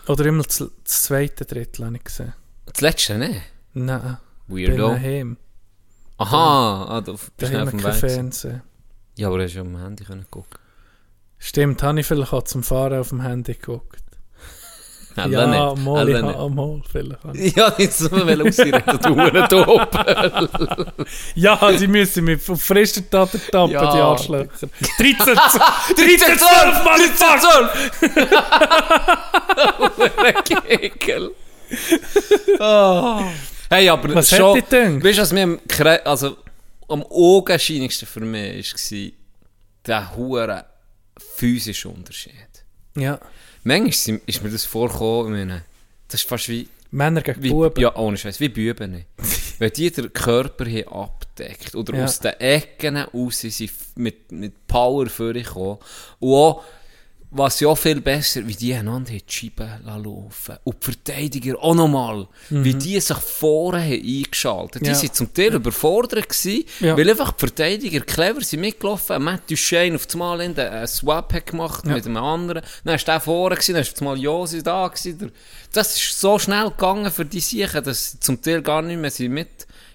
S2: Oder immer das, das zweite Drittel habe ich gesehen.
S3: Das letzte nicht.
S2: Nein, bin
S3: Weirdo.
S2: daheim.
S3: Aha, ah, du bist nicht
S2: Daheim
S3: auf
S2: kein
S3: dem Weg. gewesen.
S2: Fernsehen.
S3: Ja, aber du hast ja am Handy können gucken.
S2: Stimmt, habe ich vielleicht auch zum Fahren auf dem Handy geguckt.
S3: Alle
S2: ja,
S3: nicht.
S2: mal,
S3: Alle
S2: ich
S3: nicht.
S2: habe mal vielleicht. habe ich-
S3: Ja, jetzt wollen wir ausreden, du Hurendope.
S2: Ja, die müssen mich auf frischer Tat ertappen,
S3: Ja.
S2: die Arschlöcher. 13 12, 13 12, Motherfucker!
S3: Ekel. Oh. Hey, aber
S2: Was
S3: schon...
S2: hätte ich gedacht?
S3: Weißt du, was mir am, kre- also, am augenscheinigsten für mich war, der hure physische Unterschied.
S2: Ja,
S3: Manchmal sind- ist mir das vorgekommen, ich meine, das ist fast wie...
S2: Männer gegen
S3: wie
S2: Buben.
S3: Ja, ohne Scheiß, wie Buben. nicht. Wenn die den Körper hier abdeckt oder
S2: Ja.
S3: aus den Ecken raus sind f- mit, mit Power vorgekommen und auch, was ja auch viel besser, wie die einander haben die Scheiben lassen laufen und die Verteidiger auch nochmal, wie die sich vorne haben eingeschaltet
S2: Mhm. Ja.
S3: Die waren zum Teil überfordert, gewesen,
S2: Ja.
S3: weil einfach die Verteidiger clever sind mitgelaufen, Matthew Shane auf einmal einen äh, Swap hat gemacht mit einem anderen, dann ist der vorne, gewesen, dann ist auf einmal Josi da. Gewesen, der, das ist so schnell gegangen für die Siechen, dass sie zum Teil gar nicht mehr sind mit...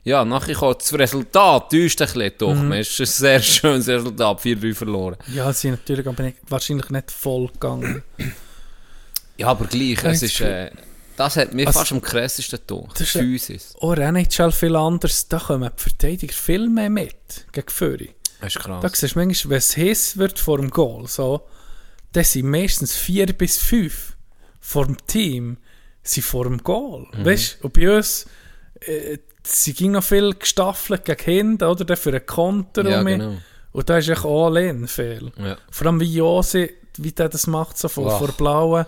S3: Ja, nachher kommt das Resultat, täuscht ein bisschen doch,
S2: Mhm.
S3: man ist ein sehr schönes Resultat, 4-3 verloren.
S2: Ja, sie sind natürlich aber nicht, wahrscheinlich nicht voll gegangen.
S3: Ja, aber gleich, es
S2: Echt?
S3: ist, äh, das hat mir
S2: Also-
S3: fast am krassesten gedacht.
S2: Das ist ja-
S3: Physis.
S2: Oh, NHL viel anders, da kommen die Verteidiger viel mehr mit gegen Führer.
S3: Das ist krass.
S2: Da siehst du manchmal, wenn es heiß wird vor dem Goal, so, dann sind meistens 4 bis 5 vor dem Team sind vor dem Goal.
S3: Mhm.
S2: Weißt du, und bei uns äh, sie ging noch viel gestaffelt gegen hinten, oder? Dann für einen Konter
S3: Ja,
S2: und mehr.
S3: genau.
S2: Und da ist echt all in viel.
S3: Ja.
S2: Vor allem wie Jose, wie der das macht, so vor,
S3: Ach.
S2: vor blauen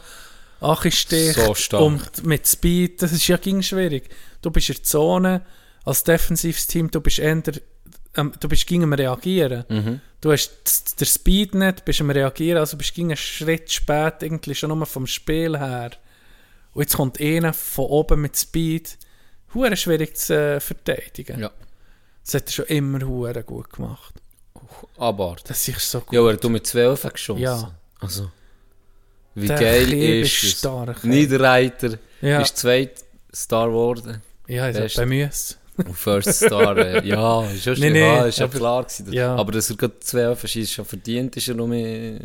S2: Achenstich
S3: So stark.
S2: und mit Speed, das ist ja ging schwierig. Du bist in der Zone, als defensives Team, du bist eher, ähm, du bist gegen Reagieren.
S3: Mhm.
S2: Du hast z- der Speed nicht, bist am Reagieren, also bist gegen einen Schritt spät, irgendwie schon nur vom Spiel her. Und jetzt kommt einer von oben mit Speed. Hure schwierig zu äh, verteidigen.
S3: Ja.
S2: Das hat er schon immer hure gut gemacht.
S3: Abart.
S2: Das ist so gut.
S3: Ja, aber du mit 12 geschossen.
S2: Ja.
S3: Also. Wie
S2: Der
S3: geil
S2: Kieb
S3: ist,
S2: ist
S3: es?
S2: stark, ey.
S3: Niederreiter
S2: Ja.
S3: ist zweit Star geworden.
S2: Ja, ich
S3: Best.
S2: habe bemüht.
S3: Und First Star, äh, ja, ist ja,
S2: Nee,
S3: nee,
S2: nee,
S3: ist ja
S2: aber-
S3: klar gewesen.
S2: ja.
S3: Aber dass er gerade 12 ist, ist schon verdient, ist er noch mehr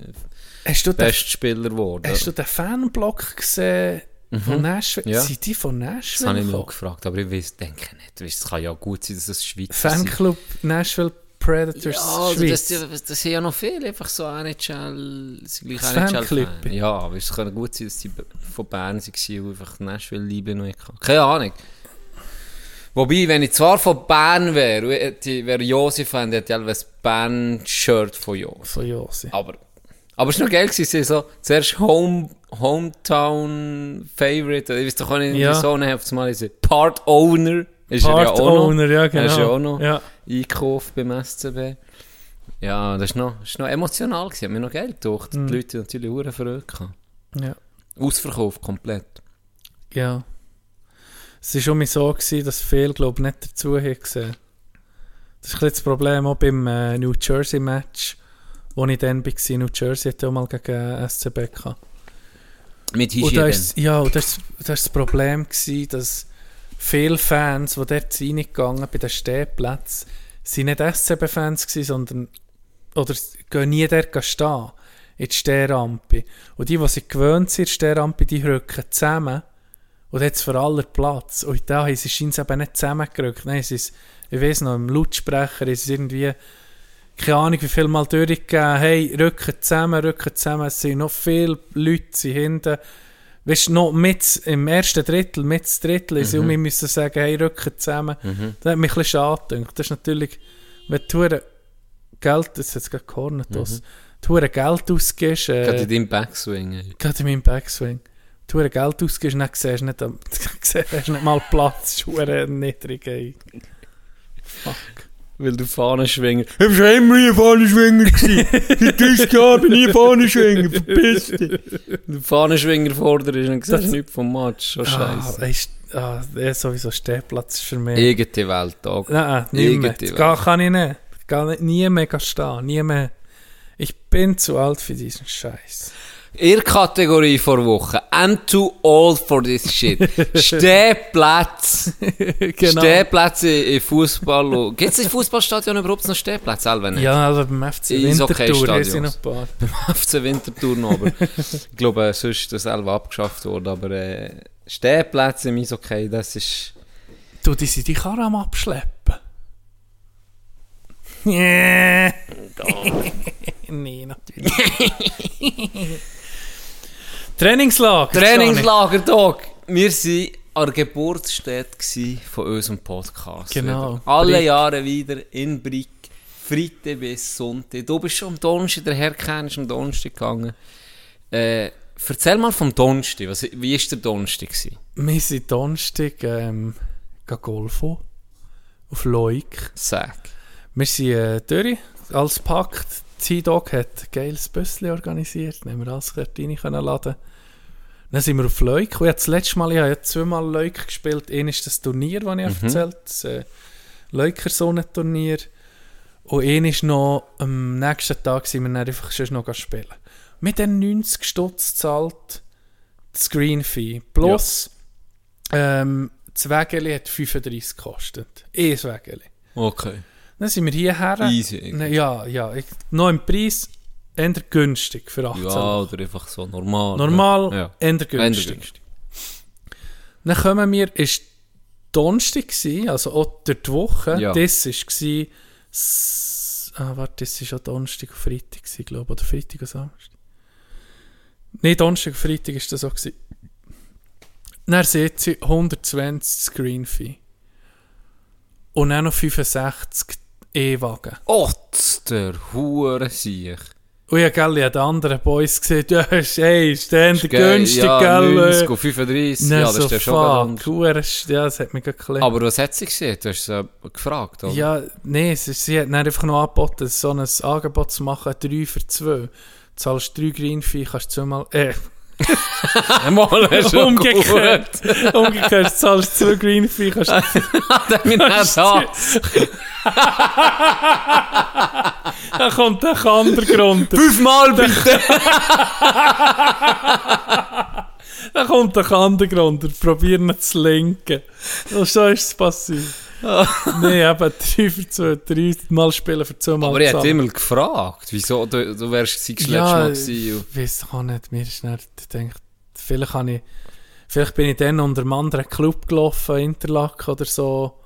S2: Hast du den,
S3: Bestspieler geworden.
S2: hast du den Fanblock gesehen von Nashville?
S3: Mhm. Ja.
S2: Sind die von
S3: Das habe
S2: Nashville
S3: ich mich auch
S2: gekommen?
S3: gefragt, aber ich weiß, denke nicht. Weißt, es kann ja gut sein, dass es Schweizer sind.
S2: Fanclub Nashville Predators Schweiz.
S3: also das, das sind ja noch viele, einfach so NHL, sind gleich
S2: Das
S3: NHL
S2: Fanclub.
S3: -Fan. Ja, aber es kann gut sein, dass die von Bern waren und einfach Nashville lieben noch hatten. Keine Ahnung. Wobei, wenn ich zwar von Bern wäre, hätte- wäre Josef, Fan, hätte ich halt ein Bern-Shirt von Josef.
S2: Von Jose.
S3: Aber, aber es war noch geil, gewesen, sie so, zuerst Home, Hometown Favorite, ich weiß doch auch nicht,
S2: Ja.
S3: wieso, dann auf einmal ist Part Owner, ist er ja
S2: Part
S3: auch noch.
S2: Owner, ja
S3: Er ist ja auch
S2: genau.
S3: noch
S2: Ja.
S3: Einkauf beim SCB. Ja, das war noch, das ist noch emotional, gewesen, hat mir noch geil gedacht, die Leute natürlich hure verrückt.
S2: Ja.
S3: Ausverkauf komplett.
S2: Ja. Es war schon mal so, gewesen, dass viele, glaube ich, nicht dazu haben gesehen. Das ist ein bisschen das Problem auch beim äh, New Jersey Match, wo ich dann war. New Jersey hatte auch mal gegen äh, SCB gehabt.
S3: Mit
S2: Und da ist,
S3: Hygiene.
S2: ja, und das, das ist das Problem gewesen, dass viele Fans, die dort reingegangen bei den Stehplätzen, sind nicht SCB-Fans gewesen, sondern, oder s- gehen nie dort stehen, in die Stehrampe. Und die, die sich gewöhnt sind, in die Stehrampe, die rücken zusammen. Und jetzt für aller Platz. Und da haben sie scheinbar eben nicht zusammengerückt. Nein, sie ist, ich weiß noch, im Lautsprecher ist es irgendwie, keine Ahnung, wie viel Mal durchgegeben, hey, rücken zusammen, rücken zusammen. Es sind noch viele Leute sind hinten. Weißt du, noch mit im ersten Drittel, mit dem Drittel, mhm. und wir müssen sagen, hey, rücken zusammen.
S3: Mhm.
S2: Das hat mich ein bisschen schade gedacht. Das ist natürlich, wenn du hure Geld, das hat gerade gehornet, mhm. du hure Geld ausgibst. äh,
S3: Gerade in deinem Backswing. ey.
S2: Gerade in meinem Backswing. Du hast Geld ausgibst, dann siehst du nicht, am- siehst du nicht mal Platz. Das ist niedrig. Ey. Fuck.
S3: Weil du Fahnenschwinger. Ich war schon immer ein Fahnenschwinger. gewesen. Seit 30 Jahren bin ich ein Fahnenschwinger. Verpiss dich. Du Fahnenschwinger forderst und siehst
S2: Das-
S3: nichts vom Match. So scheiße.
S2: Ah, ist, ah, eh, sowieso Stehplatz ist für mich.
S3: Irgendeine Welt. Auch.
S2: Nein, nie mehr.
S3: Irgendwie.
S2: Gar kann ich nicht. Gar nicht. Nie mehr gehen stehen. Nie mehr. Ich bin zu alt für diesen Scheiß.
S3: Ihr Kategorie vor Woche. I'm too old for this shit. Stehplätze. Genau.
S2: Genau.
S3: Stehplätze in Fußball. Gibt es im Fußballstadion überhaupt noch Stehplätze? Selber nicht.
S2: Ja, also beim FC
S3: In
S2: Winterthur
S3: Eishockey-Stadions.
S2: haben sie noch ein paar.
S3: FC Winterthur noch, aber ich glaube, äh, sonst ist das selber abgeschafft worden. Aber äh, Stehplätze im Eishockey, das ist...
S2: Du, die sind die Karre am Abschleppen. Yeah. nee, natürlich. Trainingslager.
S3: Trainingslager, Doc. Wir waren an der Geburtsstätte gsi von unserem Podcast.
S2: Genau.
S3: Wieder. Alle
S2: Brick.
S3: Jahre wieder in Brick. Freitag bis Sonntag. Du bist schon am Donnerstag, der Herr Kern ist am Donnerstag gegangen. Äh, erzähl mal vom Donnerstag. Was, wie war der Donnerstag? gsi?
S2: Wir sind Donnerstag ähm, gehen golfen. Auf Leuk.
S3: Sag.
S2: Wir sind äh, durch, als Pakt. T-Dog hat ein geiles Büssli organisiert, dann haben wir alles dort rein können laden. Dann sind wir auf Leuk. Und ich habe das letzte Mal, ich habe ja zweimal Leuk gespielt. Eines ist das Turnier, das ich mhm. erzählt habe, das äh, Leukersonnenturnier. Und eines ist noch, am nächsten Tag sind wir dann einfach sonst noch gegangen spielen. Mit den 90 Stutz zahlt die Screen-Fee. Plus, ähm, das Wägeli hat 35 gekostet. Eh das Wägeli.
S3: Okay.
S2: Dann sind wir hierher.
S3: Easy,
S2: Na, ja, ja. Ich, noch im Preis, eher günstig für 18.
S3: Ja, oder einfach so normal.
S2: Normal,
S3: Ja.
S2: eher
S3: Eher
S2: günstig.
S3: günstig.
S2: Dann kommen wir, ist Donnerstag gewesen, also auch durch die Woche.
S3: Ja.
S2: Das war, gewesen, s- ah, warte, das war auch Donnerstag und Freitag, gewesen, glaube ich, oder Freitag und Samstag. Nein, Donnerstag und Freitag war das auch. Gewesen. Dann sieht sie 120 Screenfee. Und dann noch 65 E-Wagen.
S3: Oster, Hure sich.
S2: Und ja, gell, ich habe den anderen Boys gesehen, du hast, ey, ständig günstig,
S3: ja,
S2: gell.
S3: 90
S2: äh.
S3: und 35,
S2: Dann
S3: ja, das
S2: so,
S3: ist ja schon ganz
S2: fuck, huere- ja, das hat mich gerade geklemmt.
S3: Aber was hat sie gesehen? Du hast sie äh, gefragt, oder?
S2: Ja, nee, sie, sie hat dann einfach noch angeboten, so ein Angebot zu machen, 3 für 2. Du zahlst 3 Greenfee, kannst zweimal, äh,
S3: Einmal hast du Umgekehrt.
S2: umgekehrt, umgekehrt, du zahlst 2 Greenfee, kannst
S3: Hat mich nicht da.
S2: Dann kommt der Kandergrund.
S3: Fünfmal bitte.
S2: Dann kommt der Kandergrund. Wir probieren ihn zu linken. Und so ist es passiert.
S3: Ah.
S2: Nein, eben 3 für 2, 3 Mal spielen für 2 Mal
S3: Aber ich hat
S2: zahlen.
S3: immer gefragt, wieso du, du wärst das letzte
S2: ja,
S3: Mal
S2: ich
S3: gewesen.
S2: weiß auch nicht. Mir ist nicht gedacht, vielleicht, habe ich, vielleicht bin ich dann unter einem anderen Club gelaufen, Interlaken oder so.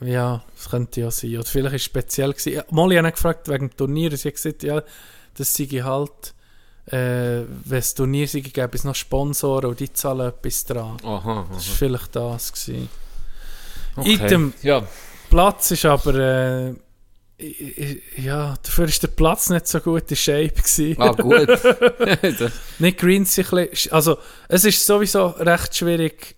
S2: Ja, das könnte ja sein. Oder vielleicht war es speziell. Gewesen. Ja, Molly hat ihn gefragt wegen dem Turnier. Sie hat gesagt, ja, das sei halt, äh, wenn es Turnier sei, gäbe es noch Sponsoren und die zahlen etwas dran.
S3: und- Aha.
S2: Das war vielleicht das. Gewesen.
S3: Okay.
S2: Item.
S3: Ja,
S2: Platz ist aber... Äh, i- i- ja, dafür war der Platz nicht so gut in Shape. Gewesen.
S3: ah, gut. Da-
S2: Nicht Greens sind ein bisschen- Also, es ist sowieso recht schwierig.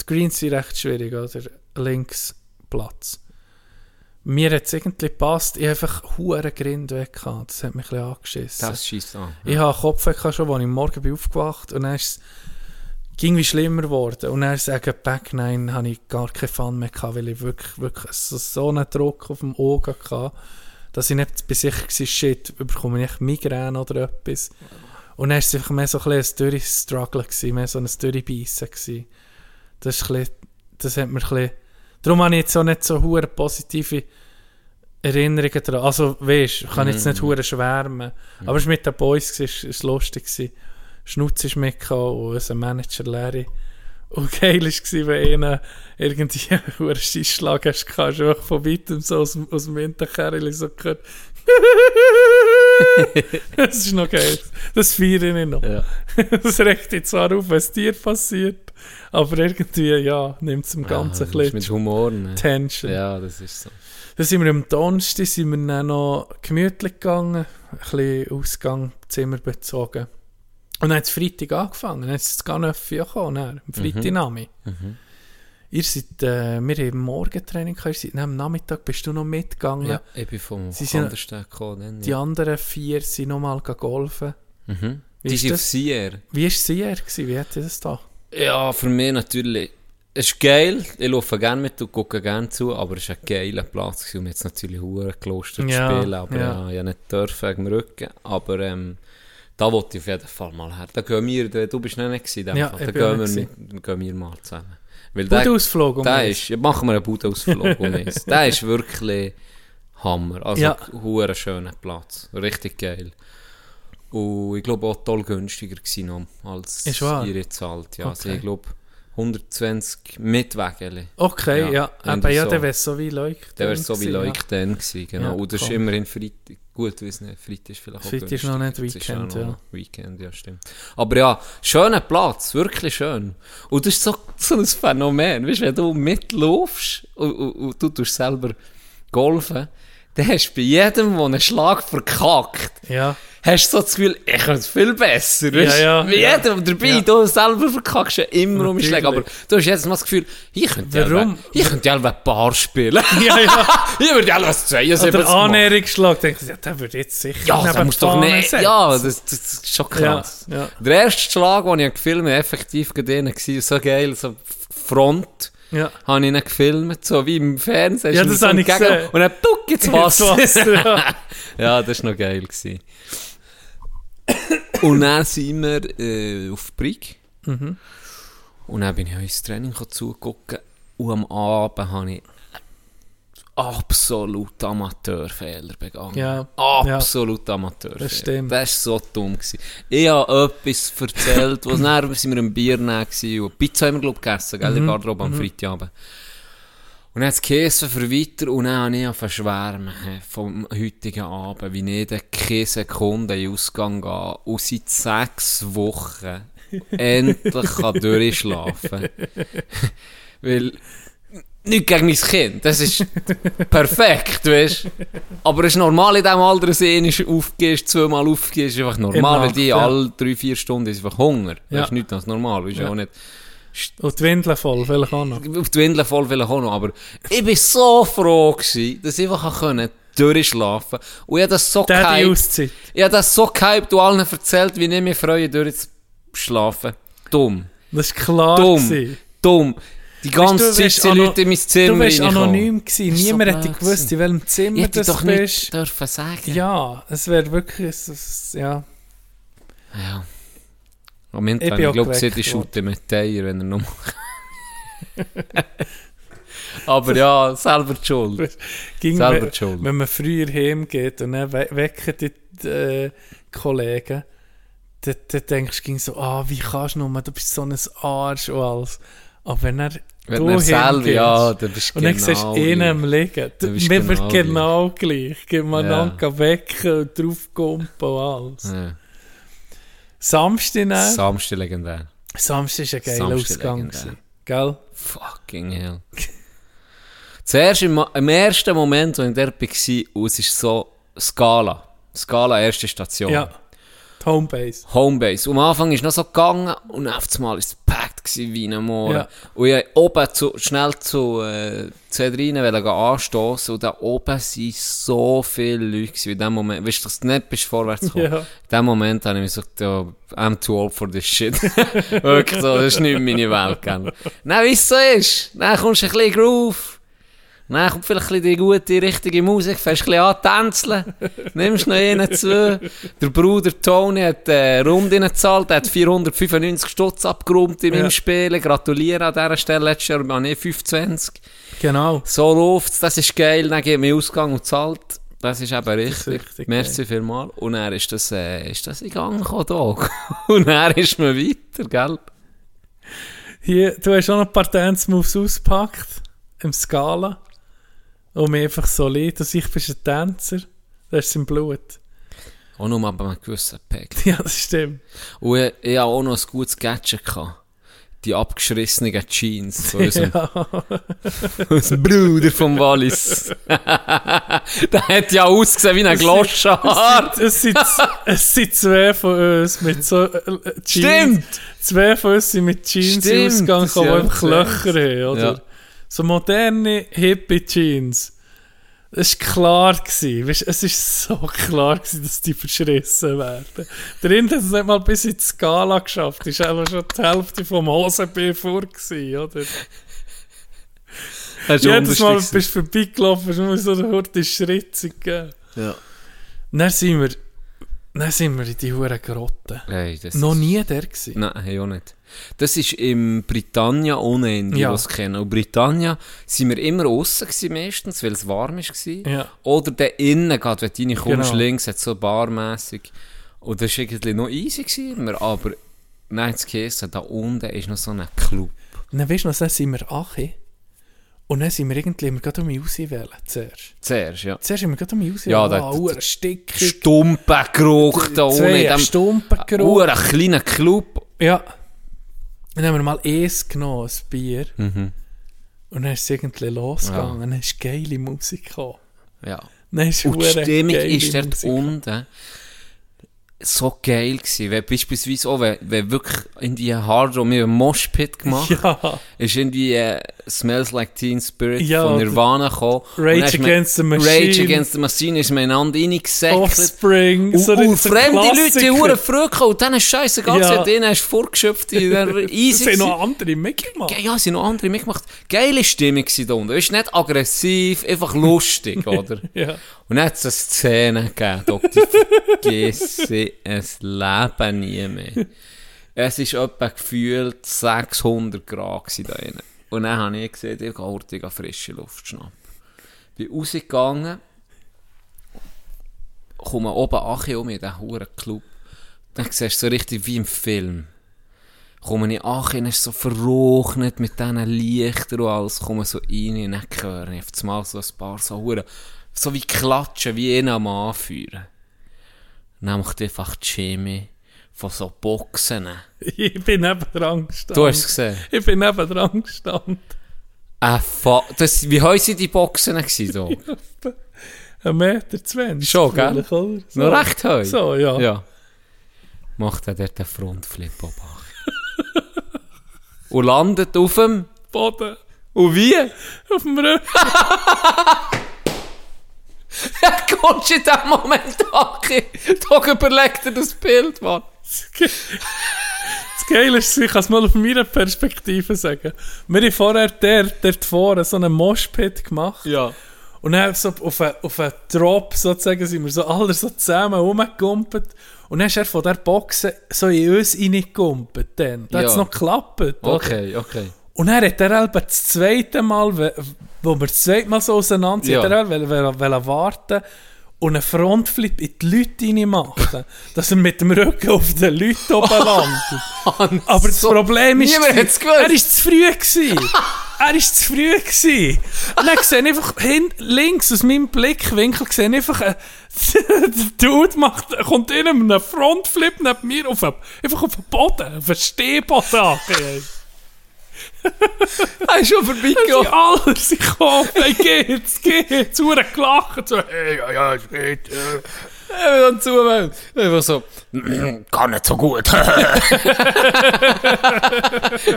S2: Die Greens sind recht schwierig, oder? Links Platz. Mir hat es irgendwie gepasst. Ich hatte einfach hohen Grind weg. gehabt. Das hat mich ein bisschen angeschissen.
S3: das schießt an.
S2: Ich hatte Kopf schon, als ich am morgen bin aufgewacht und dann ist es ging wie schlimmer geworden. Und dann sagen Back 9 hatte ich gar keinen Fun mehr, gehabt, weil ich wirklich, wirklich so, so einen Druck auf dem Auge hatte, dass ich nicht bei sich war, shit, bekomme ich Migräne oder etwas. Und dann war es einfach mehr so ein bisschen ein Durchstruggle, gewesen, mehr so ein Durchbeissen. gewesen. Das, ist ein bisschen, das hat mir ein bisschen... Darum habe ich jetzt auch nicht so hure positive Erinnerungen daran. Also, weißt du, ich kann jetzt nicht
S3: Mhm.
S2: hure schwärmen. Aber es war mit den Boys, gewesen, es es war lustig. Gewesen. Schnutz ist mitgekommen und unser Manager Larry. Und geil war, wenn einer irgendwie einen Scheissschlag hast, gehabt, hast du einfach von weitem so aus, dem- aus dem Winterkerl so gehört. das ist noch geil. Das feiere ich noch.
S3: Ja.
S2: Das regt dich zwar auf, was dir passiert, aber irgendwie, ja, nimmt es dem Ganzen
S3: ja,
S2: ein
S3: Ah, Mit
S2: bisschen
S3: Humor, ne?
S2: Tension.
S3: Ja, das ist so.
S2: Dann sind wir am Donnerstag sind wir dann noch gemütlich gegangen, ein bisschen Ausgang, Zimmer bezogen. Und dann hat es Freitag angefangen, dann ist es gar nicht viel gekommen, dann,
S3: Mhm.
S2: am Freitagnami. Ihr seid, äh, wir haben Morgentraining gehabt, ihr seid, dann am Nachmittag bist du noch mitgegangen.
S3: Ja, ich bin vom
S2: Sie sind-
S3: Kandersteg gekommen. dann,
S2: Die
S3: Ja.
S2: anderen vier sind noch mal golfen.
S3: Mhm.
S2: Wie
S3: Die
S2: ist
S3: sind auf
S2: das?
S3: Sier.
S2: Wie war sie er? gewesen? Wie hat ihr das da?
S3: Ja, für mich natürlich. Es ist geil, ich laufe gerne mit und gucke gerne zu, aber es war ein geiler Platz. gewesen. Und jetzt natürlich Huren gelostet
S2: Ja,
S3: zu spielen, aber
S2: ja.
S3: ja. ich ja nicht dürfen wegen dem Rücken. Aber ähm, da wollte ich auf jeden Fall mal her. Da gehen wir, du- du bist noch nicht gewesen, in dem
S2: Ja,
S3: Fall.
S2: ich
S3: da
S2: bin auch
S3: gehen wir,
S2: nicht
S3: mit, dann gehen wir mal zusammen. Weil der,
S2: Budausflug um
S3: der
S2: uns.
S3: ist, ja, machen wir einen Budausflug um uns. Der ist wirklich Hammer. Also,
S2: Ja.
S3: huere schöner Platz. Richtig geil. Und ich glaube auch toll günstiger gewesen noch als
S2: Ist wahr?
S3: ihr jetzt halt. Ja, also
S2: Okay.
S3: ich glaube 120 mit Wägeli.
S2: Okay,
S3: Ja,
S2: ja.
S3: wenn
S2: Aber
S3: du
S2: ja,
S3: so-
S2: der wäre so wie Leuk.
S3: Der wäre so wie
S2: gewesen, ja.
S3: Leuk dann gewesen, genau.
S2: Ja,
S3: Und das ist
S2: komm.
S3: immerhin Freitag. Gut, weiß nicht, Freitag ist vielleicht auch
S2: Freitag ist noch
S3: günstiger.
S2: nicht
S3: Jetzt ist auch
S2: Weekend,
S3: noch
S2: ja.
S3: Weekend, ja, stimmt. Aber ja, schöner Platz, wirklich schön. Und das ist so, so ein Phänomen, weißt du, wenn du mitlaufst und, und, und du tust selber golfen, dann hast du bei jedem, der einen Schlag verkackt,
S2: Ja.
S3: hast du so das Gefühl, ich könnte es viel besser. Weißt?
S2: ja,
S3: Bei
S2: ja.
S3: jedem dabei,
S2: Ja.
S3: du selber verkackst ja immer um die Schläge, aber
S2: Natürlich.
S3: du hast jedes Mal das Gefühl, ich könnte ja
S2: Warum?
S3: wel- ich könnte ja wel ein paar spielen.
S2: Ja, ja.
S3: ich würde ja was 72
S2: Oder
S3: machen.
S2: Annäherungsschlag, denkst du, ja, der würde jetzt sicher
S3: Ja,
S2: neben
S3: das muss
S2: die
S3: doch
S2: Fahne
S3: nicht.
S2: setzen.
S3: Ja, das, das ist schon krass.
S2: Ja, ja.
S3: Der erste Schlag, den ich gefilmt habe, effektiv gerade war, so geil, so Front.
S2: Ja.
S3: Habe ich ihn gefilmt, so wie im Fernsehen.
S2: Ja,
S3: Ist
S2: das
S3: mir so
S2: habe ich
S3: entgegen-
S2: gesehen.
S3: Und dann tuck ins Wasser.
S2: Jetzt Wasser, ja.
S3: ja, das war noch geil. Gewesen. Und dann sind wir äh, auf die Brig.
S2: Mhm.
S3: Und dann bin ich ins Training gekommen zugucken. Und am Abend habe ich absolut Amateurfehler begangen.
S2: Ja,
S3: Absolut Amateurfehler.
S2: Das stimmt.
S3: Das war so dumm. Gewesen. Ich habe etwas erzählt, was dann sind wir im Bier nehmen gewesen und Pizza haben wir, glaube ich, gegessen, gell,
S2: Mhm.
S3: in der Garderobe am Freitagabend. Und dann hat es Käse für weiter und dann habe ich angefangen zu schwärmen hä, vom heutigen Abend, wie ich dann keine Sekunde in den Ausgang gehe und seit sechs Wochen endlich kann durchschlafen kann. Weil, nichts gegen mein Kind, das ist perfekt, weißt Aber es ist normal in diesem Alter, dass du einmal aufgehst, zweimal aufgehst, ist einfach normal, weil
S2: Nacht,
S3: die
S2: ja.
S3: alle drei, vier Stunden ist einfach Hunger.
S2: Ja.
S3: Das ist nichts als normal, weißt du
S2: Ja.
S3: auch nicht.
S2: Und die Windeln voll, vielleicht auch noch.
S3: Auf die Windeln voll vielleicht auch noch, aber ich war so froh, gewesen, dass ich einfach können durchschlafen konnte. Und ich habe das so
S2: Daddy
S3: gehypt.
S2: Auszeit.
S3: Ich habe das so gehypt und allen erzählt, wie ich mich freue, durchzuschlafen. Dumm.
S2: Das ist klar.
S3: Dumm.
S2: gewesen.
S3: Dumm. Die ganze
S2: Weisst du,
S3: Zeit
S2: wirst
S3: sind
S2: ano-
S3: Leute in mein
S2: Du
S3: Zimmer
S2: warst
S3: reingekommen.
S2: anonym
S3: Das
S2: gewesen.
S3: ist so
S2: Niemand hätte
S3: blöd
S2: gewusst, in welchem Zimmer
S3: Ich hätte
S2: das
S3: doch
S2: bist.
S3: nicht dürfen sagen.
S2: Ja, es wäre wirklich, es, es, ja.
S3: ja. Moment,
S2: Ich
S3: wenn
S2: bin
S3: ich
S2: auch
S3: glaube, sieht, ich
S2: geweckt
S3: shoote mit Teier, wenn er noch Aber ja, selber die Schuld.
S2: Ging,
S3: Selber
S2: wenn-
S3: die Schuld.
S2: Wenn man früher heimgeht und dann we wecken die, die äh, Kollegen, dann, dann denkst du ging so, ah, wie kannst du nur, du bist so ein Arsch und alles. Aber wenn er
S3: Wenn er selber,
S2: heimgehst
S3: ja, dann bist du
S2: und dann siehst
S3: genau
S2: du ihn
S3: gleich.
S2: am Liegen,
S3: Du bist
S2: wir werden
S3: genau
S2: genau gleich, gehen wir
S3: Ja.
S2: dann wecken und draufkumpen und alles.
S3: Ja.
S2: Samstag dann,
S3: Samstag legendär.
S2: Samstag war ein geiler
S3: Samstag
S2: Ausgang.
S3: legendär.
S2: gewesen. Gell?
S3: Fucking hell. Zuerst im, im ersten Moment, als ich dort war, und es ist so Skala. Skala, erste Station.
S2: Ja. Die Homebase.
S3: Homebase. Und am Anfang ist noch so gegangen und auf einmal war es packed gewesen wie ein Moor.
S2: Ja.
S3: Und ich wollte oben zu, schnell zu äh, Zedrine anstoßen und da oben waren so viele Leute gewesen. in dem Moment. Weißt du, dass du nicht bist vorwärts gekommen.
S2: Ja.
S3: In dem Moment habe ich mir gesagt, oh, I'm too old for this shit. Wirklich so, das ist nicht meine Welt. Gell. Dann, wie es so ist, dann kommst du ein bisschen in Groove. Dann kommt vielleicht ein bisschen die gute, richtige Musik, fängst ein bisschen an zu tänzeln, nimmst noch einen, zwei. Der Bruder Tony hat äh, Rund gezahlt, hat 495 Stutz abgeräumt in meinem
S2: Ja.
S3: Spiel. Gratuliere an dieser Stelle, letztes Jahr an ich 25.
S2: Genau.
S3: So läuft's, das ist geil, dann geht mir Ausgang und zahlt. Das ist eben
S2: ist
S3: richtig.
S2: richtig
S3: Merci vielmals. Und dann ist das, äh, ist das in Gang gekommen, Dog. Und dann ist man weiter, gell?
S2: Hier, du hast auch noch ein paar Dance-Moves ausgepackt. Im Skala. Und mir einfach so leid. Und ich bist ein Tänzer. Das ist im Blut.
S3: Auch nur mal bei einem gewissen Peg.
S2: Ja, das stimmt.
S3: Und ich, ich hatte auch noch ein gutes Gadget. Gehabt. Die abgeschrissenen Jeans von unserem, unserem Bruder vom Wallis. der hat ja ausgesehen wie ein Gloschar.
S2: Es sind, es sind zwei von uns mit so äh, äh, Jeans.
S3: Stimmt.
S2: Zwei von uns sind mit Jeans
S3: Stimmt,
S2: ausgegangen,
S3: das
S2: die
S3: ja
S2: einfach
S3: gesehen.
S2: Löcher haben, oder?
S3: Ja.
S2: So moderne, hippie Jeans. Es war klar. Gewesen. Weißt, es war so klar, gewesen, dass die verschrissen werden. Der Rind hat es nicht mal bis in die Skala geschafft. Ist einfach schon die Hälfte vom Hosenbein vor. Gewesen, oder?
S3: Das ist
S2: Jedes Mal
S3: ungünstig.
S2: bist du vorbeigelaufen, hast du nur so einen kurzen Schritt gegeben.
S3: Ja.
S2: Dann sind wir, dann sind wir in die hure Grotte.
S3: Ey, das
S2: Noch
S3: ist-
S2: nie der gewesen.
S3: Nein, ich auch nicht. Das ist im Britannia ohne Ende,
S2: Ja.
S3: ja. was kennen. Und Britannia sind wir immer außen gewesen meistens, weil es warm war.
S2: Ja.
S3: Oder der innen geht, wenn du reinkommst,
S2: Genau.
S3: links, hat so barmässig. Und das war irgendwie noch easy gewesen, immer. aber nein, das Käse, da unten ist noch so ein Club.
S2: Und dann weißt du noch, dann sind wir Achi. Und dann sind wir irgendwie, wir gerade um die auswählen zuerst.
S3: Zuerst, ja.
S2: Zuerst sind wir gerade um die auswählen.
S3: Ja, da-
S2: Ah,
S3: da-
S2: hure stickig.
S3: Stumpengeruch da unten.
S2: Zwei
S3: in dem-
S2: Stumpengeruch.
S3: Hure kleiner Club.
S2: Ja. Dann haben wir mal eins genommen, ein Bier.
S3: Mhm.
S2: Und dann ist es irgendwie losgegangen. Dann ist geile Musik gekommen.
S3: Ja.
S2: Dann ist
S3: Und die
S2: hure
S3: Stimmung
S2: geile
S3: ist dort
S2: Musik.
S3: unten so geil gewesen. Wenn beispielsweise auch, wenn, wenn oh, wirklich irgendwie ein Hardrock mit einem Moshpit gemacht
S2: Ja.
S3: ist irgendwie äh, Smells Like Teen Spirit
S2: Ja,
S3: von
S2: oder
S3: Nirvana gekommen. Und
S2: Rage
S3: dann ist man-
S2: Against the Machine. Oh,
S3: Rage Against the Machine ist man einander reingesäckelt.
S2: Offspring.
S3: Und,
S2: so
S3: und
S2: richtig
S3: fremde Leute, die oh,
S2: Klassiker.
S3: hure früh gekommen. Und dann ist scheißegal,
S2: Ja.
S3: ja. denen hast du vorgeschöpft, die dann
S2: Es
S3: easy
S2: sind
S3: gewesen.
S2: noch andere mitgemacht.
S3: Ge- Ja, es sind noch andere mitgemacht. Geile Stimmung gewesen da unten. Weißt du, nicht aggressiv, einfach lustig, oder?
S2: Ja.
S3: Und dann hat es eine Szene gegeben, Doc, die vergesse es Leben nie mehr. Es war etwa gefühlt 600 Grad gewesen da drinnen. Und dann habe ich gesehen, ich gehe ordentlich an frische Luft schnappen. Bin rausgegangen, komme oben Achi um in diesen huren Club. Dann siehst du so richtig wie im Film. Komme ich Achi, dann ist so verrochnet mit diesen Lichtern und alles. Komme so rein und dann höre ich auf einmal so ein paar so huren, so wie klatschen, wie ihn am Anführen. Dann macht einfach Jimmy von so Boxen.
S2: Ich bin neben dran gestanden.
S3: Du hast es gesehen.
S2: Ich bin neben dran gestanden.
S3: Äh, fa- das, wie heu sind die Boxen gewesen, da?
S2: Ein Meter zwanzig.
S3: Schon, gell?
S2: vielleicht, oder? So.
S3: Noch recht heu.
S2: So, ja.
S3: Ja. Macht er dort einen Frontflip ab. und landet auf dem.
S2: Boden.
S3: Und wie?
S2: Auf dem Rücken.
S3: Er kommst in dem Moment an. Doch überlegt er das Bild, Mann.
S2: Das Geile ist, ich kann es mal auf meiner Perspektive sagen. Wir haben vorher der, dort vorne so einen Moshpit gemacht.
S3: Ja.
S2: Und dann so auf einen, auf einen Drop sozusagen sind wir so alle so zusammen rumgekumpelt. Und dann ist er von dieser Boxe so in uns reingekumpelt. Dann da
S3: Ja.
S2: hat es noch geklappt. oder?
S3: Okay, okay.
S2: Und dann hat er eben das zweite Mal, we- wo wir das zweite Mal so auseinander sind,
S3: Ja.
S2: hat er eben wollen- wollen- wollen warten und einen Frontflip in die Leute reinmachen, dass er mit dem Rücken auf den Leuten oben landet. Aber das
S3: so-
S2: Problem ist,
S3: Niemand hat's gewusst.
S2: er ist zu früh gewesen. Er ist zu früh gewesen. Und dann sehe ich einfach hin, links dus aus meinem Blickwinkel sehe ich einfach, äh, der Dude macht, kommt in einem Frontflip neben mir auf den, einfach auf den Boden, auf den Stehboden angegangen.
S3: Er ist schon
S2: Ja.
S3: vorbeigegangen.
S2: Alle sind gekommen, oh, hey, geht's, geht's, Huren gelacht, so, hey, ja, ja, es geht. ja.
S3: Ja. Und zuwählen. Einfach so. "Mm, Gar nicht so gut.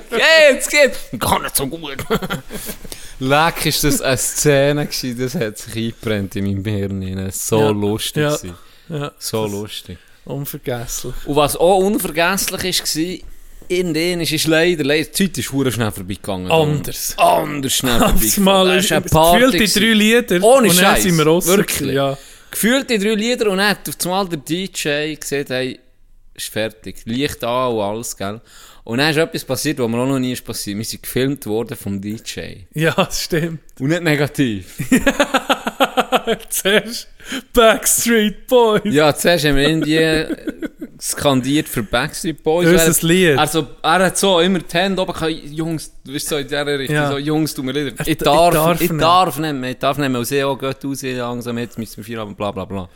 S3: Geht's, geht's. Gar nicht so gut. Leck, ist das eine Szene gewesen. Das hat sich eingebrennt in meinem Hirn. rein. So
S2: Ja.
S3: lustig.
S2: Ja.
S3: gewesen.
S2: Ja,
S3: So lustig.
S2: unvergesslich.
S3: Und was auch unvergesslich war, in denen ist, ist leider, leider, die Zeit ist hure schnell vorbeigegangen.
S2: Anders.
S3: Anders schnell
S2: Das
S3: vorbeigegangen.
S2: Mal ist gefühlt in drei Lieder.
S3: Ohne
S2: und dann
S3: Scheiß,
S2: sind wir raus.
S3: wirklich.
S2: Ja.
S3: Gefühlt in drei Lieder und dann hat auf einmal der DJ gesagt, hey, ist fertig. Licht an und alles, gell. Und dann ist etwas passiert, was mir auch noch nie ist passiert. Wir sind gefilmt worden vom DJ.
S2: ja, das stimmt.
S3: Und nicht negativ.
S2: Zuerst Backstreet Boys.
S3: ja, zuerst haben wir irgendwie skandiert für Backstreet Boys.
S2: Unser Lied.
S3: Also, er hat so immer die Hände oben gehabt, Jungs, du bist so in dieser Richtung,
S2: Ja.
S3: so, Jungs, tu mir Lieder. Ich
S2: d-
S3: darf,
S2: ich darf
S3: ich
S2: nicht.
S3: darf nicht mehr, ich darf nicht mehr, aus EO geht aus, langsam, jetzt müssen wir vier haben, bla, bla, bla.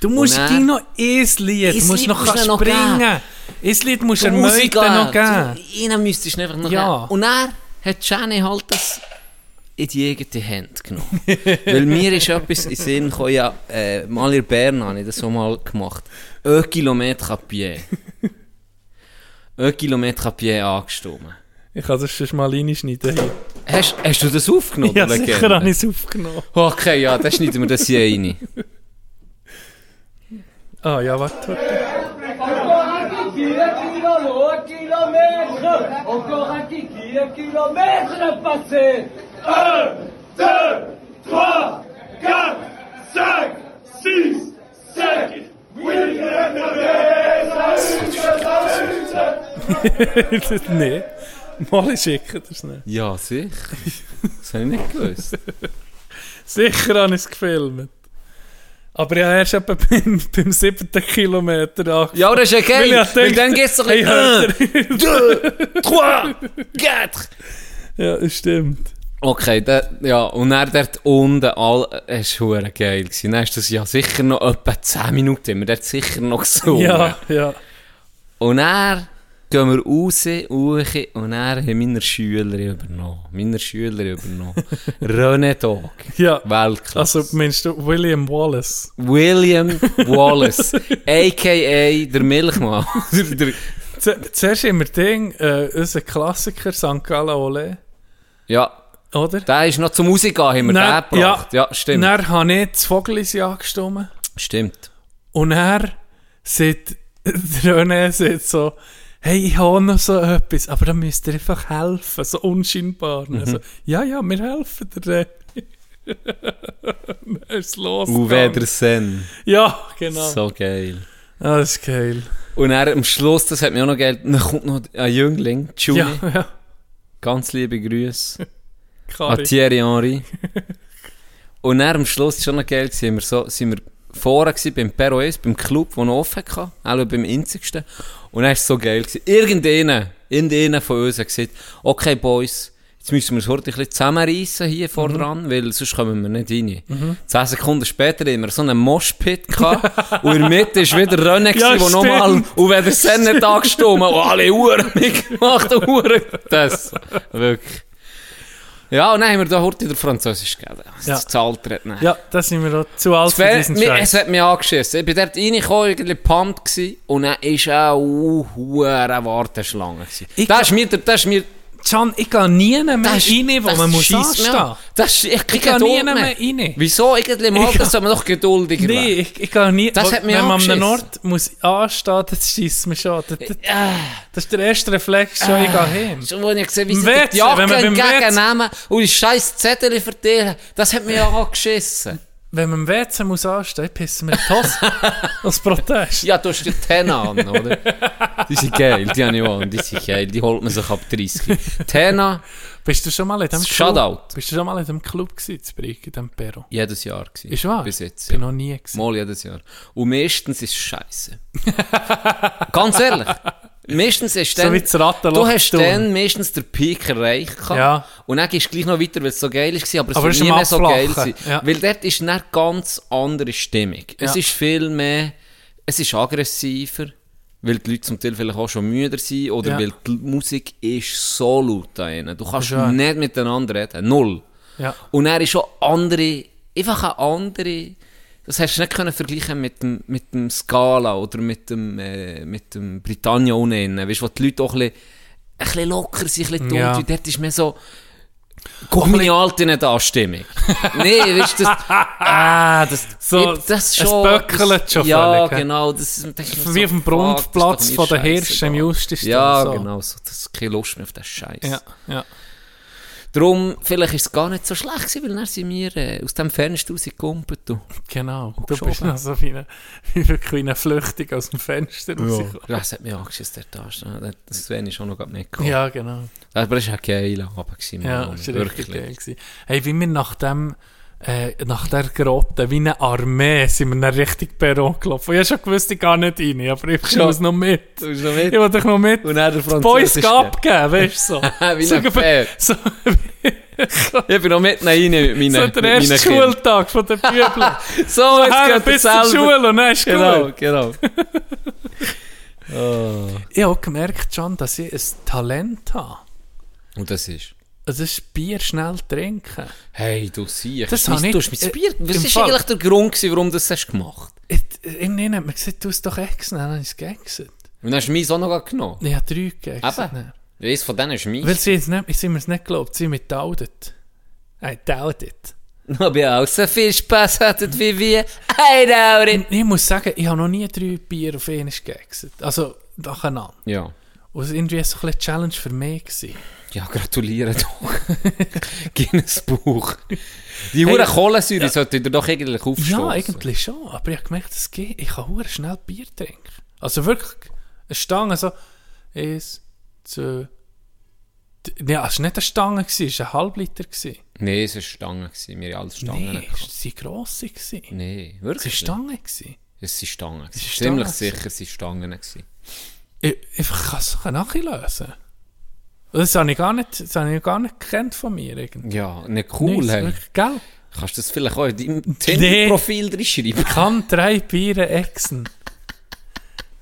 S2: Du musst
S3: Und
S2: dir
S3: dann-
S2: noch ein Lied,
S3: Ein
S2: du musst
S3: Lied
S2: noch
S3: musst du
S2: kannst
S3: noch
S2: springen. Ein Lied musst du dem Mäuten noch geben.
S3: Ihnen müsstest du einfach noch
S2: Ja.
S3: geben. Und er hat Jenny halt das in die eigene Hand genommen. Weil mir ist etwas in den Sinn gekommen, ja, äh, mal in Bern habe ich das so mal gemacht. Ein Kilometer à pied. Ein Kilometer à pied angestimmt.
S2: Ich kann das sonst mal reinschneiden. hier.
S3: Hast, hast du das aufgenommen?
S2: Ja,
S3: Legende?
S2: sicher habe ich es aufgenommen.
S3: Okay, ja, dann schneiden wir das hier rein.
S2: Ah, ja, warte, warte.
S5: kilomètres Encore un qui dit un kilomètre de passer 1, 2, 3, 4, 5, 6, 7, 8, 9, 10, 11,
S2: Nein. Mal schicken das nicht.
S3: Ja, sicher. Das habe ich nicht gewusst.
S2: Sicher habe ich es gefilmt. Aber ja, erst etwa beim, beim siebten Kilometer angefangen.
S3: Ja, aber das ist ja geil.
S2: Weil ich
S3: Weil
S2: dachte,
S3: dann geht's doch
S2: hey,
S3: ein-
S2: hört ihr?
S3: 3, 4.
S2: Ja, das stimmt.
S3: Okay, da, ja, und er dort unten, all, es war verdammt geil. gewesen. Dann ist das ja sicher noch etwa 10 Minuten, haben wir dort sicher noch gesungen.
S2: Ja, ja.
S3: Und er gehen wir raus, raus und er hat meine Schüler übernommen. Meine Schüler übernommen. René Dog.
S2: Ja.
S3: Weltklasse.
S2: Also meinst du William Wallace?
S3: William Wallace, a.k.a. der Milchmann. der, der,
S2: Z zuerst immer Ding, äh, unser Klassiker St. Gallen Ole,
S3: ja,
S2: oder?
S3: der ist noch zum Musiker, haben wir
S2: Dann-
S3: den gebracht. Ja, stimmt.
S2: Dann habe ich das Vogelis angestimmt.
S3: Stimmt.
S2: Und er sagt, der René sagt so, hey, ich habe noch so etwas, aber da müsst ihr einfach helfen, so unscheinbar. Mhm. Also, ja, ja, wir helfen dir. René.» Dann ist es los.
S3: Uwe Dersen.
S2: Ja, genau.
S3: So geil.
S2: Ah, das ist geil.
S3: Und dann am Schluss, das hat mir auch noch Geld, dann kommt noch ein Jüngling, Juni,
S2: Ja, ja.
S3: ganz liebe Grüße an
S2: Kari.
S3: Thierry Henry. Und dann am Schluss ist schon noch Geld, sind wir, so, sind wir vorher gewesen, beim Peroes, beim Club, der noch offen hatte, auch beim einzigsten. Und dann war es so geil. Gewesen. Irgendeiner, irgendeiner von uns hat gesagt, okay Boys, Jetzt müssen wir es heute ein bisschen zusammenreißen
S2: Mhm.
S3: hier vorne dran, weil sonst kommen wir nicht rein. Zehn Sekunden später hatten wir so einen Moshpit gehabt, und in der Mitte war wieder René,
S2: Ja,
S3: ja, der nochmal,
S2: stimmt.
S3: und wenn der Sen nicht angestimmt hat, und alle Uhren mitgemacht und Uhren das. Wirklich. Ja, und dann haben wir da heute wieder Französisch gegeben.
S2: Ja.
S3: Das Alter hat nicht.
S2: Ja, das sind wir auch zu alt
S3: Es,
S2: für
S3: wär,
S2: diesen
S3: mi-
S2: Scheiß.
S3: es hat mich angeschissen. Ich bin dort reingekommen, irgendwie pumped gsi und dann war auch eine hohe Warteschlange. gsi.
S2: Ich
S3: Das ist mir, der- das ist mir,
S2: Can, ich gehe nie mehr rein,
S3: das
S2: wo
S3: das
S2: man muss
S3: schiesst mich
S2: anstehen.
S3: an. Das ist, ich kriege
S2: gehe nie
S3: Geduld
S2: mehr
S3: mehr.
S2: rein.
S3: Wieso irgendwie mal,
S2: Ich-
S3: das soll man doch geduldiger
S2: Nee,
S3: werden.
S2: ich, ich gehe nie.
S3: Das hat mich
S2: wenn man an einem
S3: angeschissen.
S2: Ort muss anstehen, das schießt mich schon. an. Das, das,
S3: Ah.
S2: das ist der erste Reflex, schon ich gehe hin.
S3: Schon, wo ich gesehen wie
S2: Im
S3: sie
S2: WC,
S3: die Jacke
S2: wenn wir beim
S3: entgegennehmen und die scheiß Zettel verteilen, das hat mich angeschissen.
S2: Wenn man im WC muss anstehen, ich pisse mir die Hose als Protest.
S3: Ja, du hast die Tena an, oder? Die sind geil, die habe ich auch an, die sind geil, die holt man sich ab 30. Tena,
S2: Bist du schon mal in dem
S3: Shoutout.
S2: Club? Bist du schon mal in dem Club gewesen, zu Brieg, in dem Peru?
S3: jedes Jahr gewesen.
S2: Ist wahr?
S3: Bis jetzt,
S2: Bin
S3: ja.
S2: noch nie gewesen.
S3: Mal jedes Jahr. Und meistens ist es scheiße. Ganz ehrlich. Meistens ist
S2: So
S3: dann,
S2: wie das Rattenloch
S3: du hast
S2: tun.
S3: dann meistens den Peak erreicht gehabt.
S2: Ja.
S3: und dann gehst du gleich noch weiter, weil es so geil war, aber es
S2: Aber
S3: wird
S2: es ist
S3: nie
S2: am
S3: mehr so geil sein.
S2: Abflachen, ja.
S3: Weil dort ist eine ganz andere Stimmung. Es
S2: Ja.
S3: ist viel mehr, es ist aggressiver, weil die Leute zum Teil vielleicht auch schon müder sind oder
S2: Ja.
S3: weil die Musik ist so laut da drinnen. Du kannst
S2: Ja.
S3: nicht miteinander reden, null.
S2: Ja.
S3: Und er ist schon andere, einfach eine andere, das hast du nicht können vergleichen mit dem, mit dem Scala oder mit dem, äh, mit dem Britannia unten. Weißt du, wo die Leute auch ein bisschen, ein bisschen locker sind, ein bisschen tot.
S2: Ja.
S3: Und dort ist mehr so, guck meine Alte nicht an, Stimmung. nee, weißt du, das, ah, das,
S2: So,
S3: ich- das
S2: es
S3: schon.
S2: böckelt
S3: das,
S2: schon
S3: Ja,
S2: völlig, hä?
S3: genau. Das ist, denke ich mir
S2: Wie auf dem
S3: fuck, das ist doch
S2: Brunftplatz
S3: mir
S2: von den Hirschen
S3: scheissegal.
S2: im Justisstall,
S3: Ja,
S2: so.
S3: genau. So, das ist keine Lust mehr auf den Scheiß.
S2: Ja, ja.
S3: Darum, vielleicht ist es gar nicht so schlecht gewesen, weil dann sind wir äh, aus dem Fenster rausgekommen. du.
S2: Genau. Du
S3: geschoben.
S2: bist noch so wie eine, wie wirklich eine Flüchtig aus dem Fenster rausgekommen.
S3: Das hat mich angeschissen, der Tasch. Das Sven ist auch noch grad nicht gekommen.
S2: Ja, genau.
S3: Aber es war ein geiler Abend. gewesen,
S2: Ja,
S3: Mann.
S2: das war richtig geil. gewesen. Hey, wie wir nach dem, äh, nach der Grotte, wie eine Armee, sind wir dann richtig Perron gelaufen. Ich hab schon gewusst, ich gehe nicht rein, aber ich
S3: Schon.
S2: muss noch mit.
S3: Du bist noch mit.
S2: Ich will dich noch mit.
S3: Und dann der
S2: Die Boys
S3: Französisch.
S2: abgeben, weißt du so.
S3: Wie
S2: so
S3: ein Pferd.
S2: so, so,
S3: Ich bin noch mit rein mit meinen
S2: so
S3: mit
S2: der
S3: meinen
S2: erste
S3: Kindern.
S2: Schultag von den Bübeln.
S3: So, jetzt
S2: Her
S3: geht er
S2: bis zur
S3: selber.
S2: Schule und dann ist
S3: Genau,
S2: gut.
S3: genau.
S2: Ich habe gemerkt, John, dass ich ein Talent habe.
S3: Und das ist...
S2: Es ist Bier schnell trinken.
S3: Hey, du siehst.
S2: Das
S3: du
S2: habe ich-
S3: tust mit
S2: äh,
S3: Bier. Was
S2: im
S3: ist
S2: Fall-
S3: eigentlich der Grund, gewesen, warum du das hast gemacht hast?
S2: Ich- Irgendwie hat man gesagt, du hast doch Echsen, dann habe ich es gegessen.
S3: Und dann hast du meins auch noch grad genommen.
S2: Ich habe drei gegessen.
S3: Eben. Weiss, von denen ist meins.
S2: Weil sie, jetzt nicht, sie mir es nicht glaubt, sie haben mich geoutet. I doubt it.
S3: Ob ihr auch so viel Spass hattet wie wir? I doubt it.
S2: Ich muss sagen, ich habe noch nie drei Bier auf einmal gegessen. Also, nacheinander.
S3: Ja.
S2: Und es war irgendwie so ein bisschen eine Challenge für mich. Gewesen.
S3: Ja, gratuliere doch. Guinness Buch. Die hure Kohlensäure sollte ihr doch eigentlich aufstoßen.
S2: Ja, eigentlich schon. Aber ich habe gemerkt, es geht. Ich kann hure schnell Bier trinken. Also wirklich, eine Stange so. Eins, zwei. d- Ja, es war nicht eine Stange, gewesen, es war ein Halbliter. gewesen.
S3: Nee, es war Stangen. gewesen. Wir haben alles Stangen.
S2: Nein,
S3: gehabt. Hm.
S2: es waren grosse. gewesen.
S3: Nee,
S2: Es waren
S3: wirklich. nicht.
S2: Stangen. gewesen.
S3: Es sind Stangen. gewesen.
S2: ist
S3: Ziemlich
S2: Stangen.
S3: sicher, es sind Stangen. gewesen.
S2: Ich, ich kann es doch nachlösen. Das habe ich gar nicht, das habe ich gar nicht gekannt von mir. Irgendwie.
S3: Ja, nicht cool,
S2: Nichts,
S3: hey.
S2: wirklich, Gell?
S3: Kannst du das vielleicht auch in deinem Tinder-Profil reinschreiben?
S2: Kann drei Biere exen.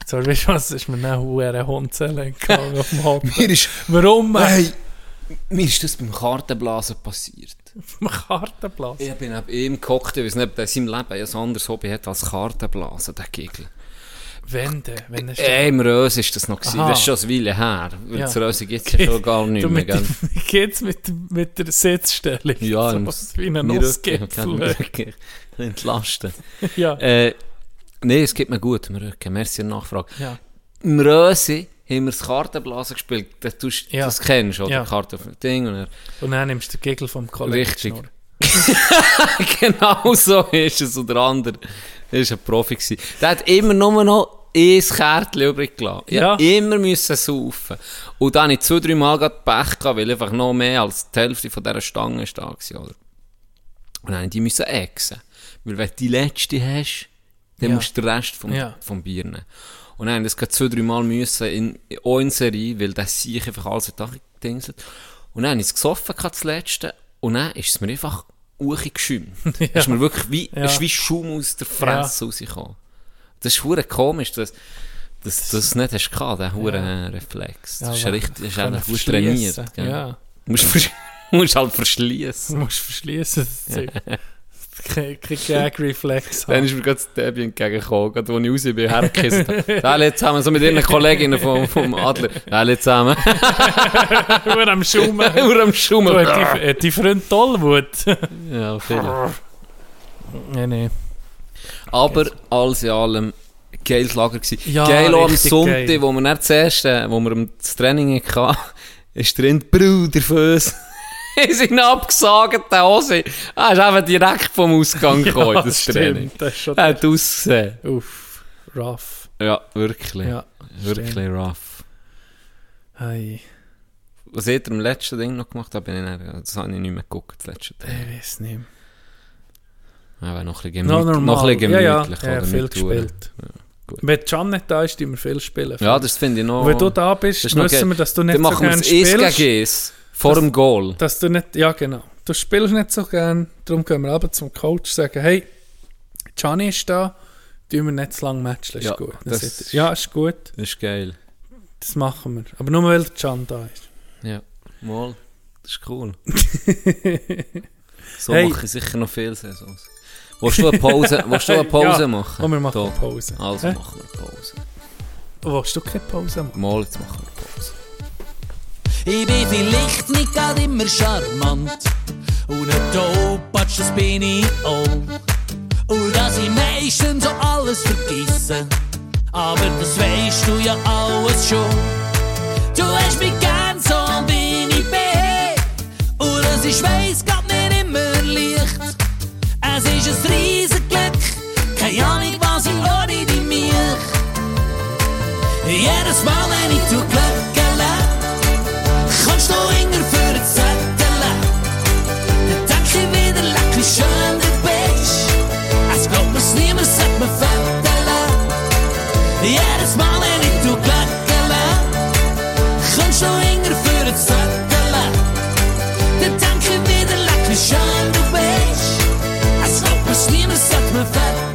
S2: So, weißt du was, ist mir dann ein Hundzellen gegangen auf dem Hoppen.
S3: Mir ist,
S2: Warum?
S3: hey, mir ist das beim Kartenblasen passiert.
S2: Auf dem Kartenplatz.
S3: Ich bin neben ihm gehockt, ich weiß nicht, ob der in seinem Leben ein anderes Hobby hat als Kartenblasen, der Gegel.
S2: Wenn du, wenn du
S3: Ey, im Rös ist das noch gewesen.
S2: Aha.
S3: Das ist schon eine Weile her. Weil
S2: Ja.
S3: das Röse gibt es ja schon gar nicht
S2: Du
S3: mehr,
S2: mit,
S3: gell?
S2: dem- geht's mit, dem- mit der Sitzstellung?
S3: Ja,
S2: so
S3: im-
S2: was wie ein
S3: Mir Rös-
S2: Nussgipfel.
S3: Entlasten.
S2: ja.
S3: Äh, Nein, es geht mir gut im Rücken. Merci für die Nachfrage.
S2: ja.
S3: Im Röse haben wir das Kartenblasen gespielt. Das, du
S2: Ja.
S3: das kennst du, oder?
S2: Ja.
S3: Karten-Ding. Und er-
S2: Und dann nimmst du den Gegel vom Kollegen.
S3: Richtig.
S2: Schnurr.
S3: genau so ist es. Und der andere ist ein Profi. Gewesen. Der hat immer nur noch ein Kärtchen übrig gelassen. Ich
S2: Ja.
S3: hab immer müssen saufen. Und dann hatte ich zwei, drei Mal gerade Pech, gehabt, weil einfach noch mehr als die Hälfte von dieser Stange ist da gewesen, oder? Und dann musste ich müssen exen. Weil wenn du die letzte hast, dann
S2: Ja.
S3: musst du den Rest vom,
S2: Ja.
S3: vom Bier nehmen. Und dann haben wir das gerade zwei, drei Mal müssen in, auch in Serie, weil der sich einfach alles hat angedingselt. Und dann habe ich es gesoffen, gehabt, das letzte. Und dann ist es mir einfach uchi geschäumt. Ist mir wirklich wie,
S2: Ja.
S3: ist wie Schaum aus der Fresse rausgekommen. Das ist hure komisch, dass, dass, dass du es nicht hast gehabt, den huren Reflex. Das ist
S2: aber-
S3: richtig, das ist
S2: können
S3: einfach gut
S2: verschliessen,
S3: trainiert. gell?
S2: Ja.
S3: Du musst, versch- musst halt verschließen.
S2: Du musst verschließen, das Zeug. Kein kein Gag-Reflex
S3: Dann
S2: haben.
S3: ist mir gerade das Debbie entgegengekommen, gerade als ich raus bin, hergekisst. Alle zusammen, so mit ihren Kolleginnen vom, vom Adler. Alle zusammen.
S2: Nur am Schummen.
S3: Nur am
S2: Du,
S3: Schummeln.
S2: hat die, hat die Freund Tollwut.
S3: ja, viele.
S2: nee, nee.
S3: Aber alles in allem, geiles Lager gewesen.
S2: Ja,
S3: geil auch am
S2: richtig
S3: Sonntag,
S2: geil.
S3: wo wir dann zuerst, äh, wo wir am- das Training hatten, ist drin die Brüder für uns. Sie sind abgesagt, der Hose. Er ist einfach direkt vom Ausgang gekommen,
S2: Ja,
S3: das
S2: stimmt,
S3: Training.
S2: Das ist schon
S3: Er hat ausgesehen.
S2: Uff, rough.
S3: Ja, wirklich.
S2: Ja,
S3: wirklich
S2: stimmt.
S3: rough.
S2: Hey,
S3: Was hat er im letzten Ding noch gemacht? Da bin ich dann, das habe ich nicht mehr geguckt, das letzte Ding.
S2: ich weiß nicht.
S3: Aber noch ein bisschen
S2: No,
S3: gemüt-
S2: normal.
S3: noch ein bisschen
S2: ja, ja,
S3: gemütlich.
S2: ja,
S3: oder?
S2: viel
S3: Mit Touren.
S2: gespielt.
S3: gut.
S2: Wenn Can nicht da ist, die wir viel spielen.
S3: Ja, das finde ich noch...
S2: Wenn du da bist,
S3: das ist
S2: wissen
S3: noch geil.
S2: wir, dass du nicht
S3: Dann
S2: so
S3: machen wir
S2: gerne
S3: das Eis
S2: spielst.
S3: gegen Eis. Vor
S2: Das-
S3: dem Goal.
S2: Dass du nicht, ja genau. Du spielst nicht so gerne, darum gehen wir aber zum Coach sagen, hey, Can ist da, tun wir nicht zu lange matchen, ist
S3: Ja,
S2: gut. Dann
S3: das-
S2: sagt er, ja, ist gut,
S3: Das ist geil.
S2: das machen wir. Aber nur weil der Can da ist.
S3: Ja. Mal. Das ist cool. so
S2: Hey.
S3: mache ich sicher noch viele Saisons. Willst du eine Pause, willst du eine Pause
S2: Ja,
S3: machen?
S2: Und wir machen
S3: Da.
S2: Pause.
S3: Also
S2: Hä?
S3: machen wir Pause.
S2: Willst du keine Pause machen?
S3: Mal, jetzt machen wir Pause.
S6: Ich bin vielleicht nicht gerade immer charmant. Und ein Taubpatsch, das bin ich auch. Und dass ich meistens so alles vergesse. Aber das weißt du ja alles schon. Du hast mich gern so, wie ich bin. Und dass ich weiss, geht mir immer leicht. Es ist ein Riesenglück. Keine Ahnung, was ich ohne dich mich. Jedes Mal, wenn ich zu Glöcken lebe. Kannst du hinger für das Zettel? Dann denk ich wieder, leck wie schön du bist. Es glaubt mir's niemand, sagt mir Vettel. Jedes Mal, wenn ich du glöckele, kannst du hinger für das Zettel. Dann denk ich wieder, leck wie schön du bist. Es glaubt mir's niemand, sagt mir Vettel.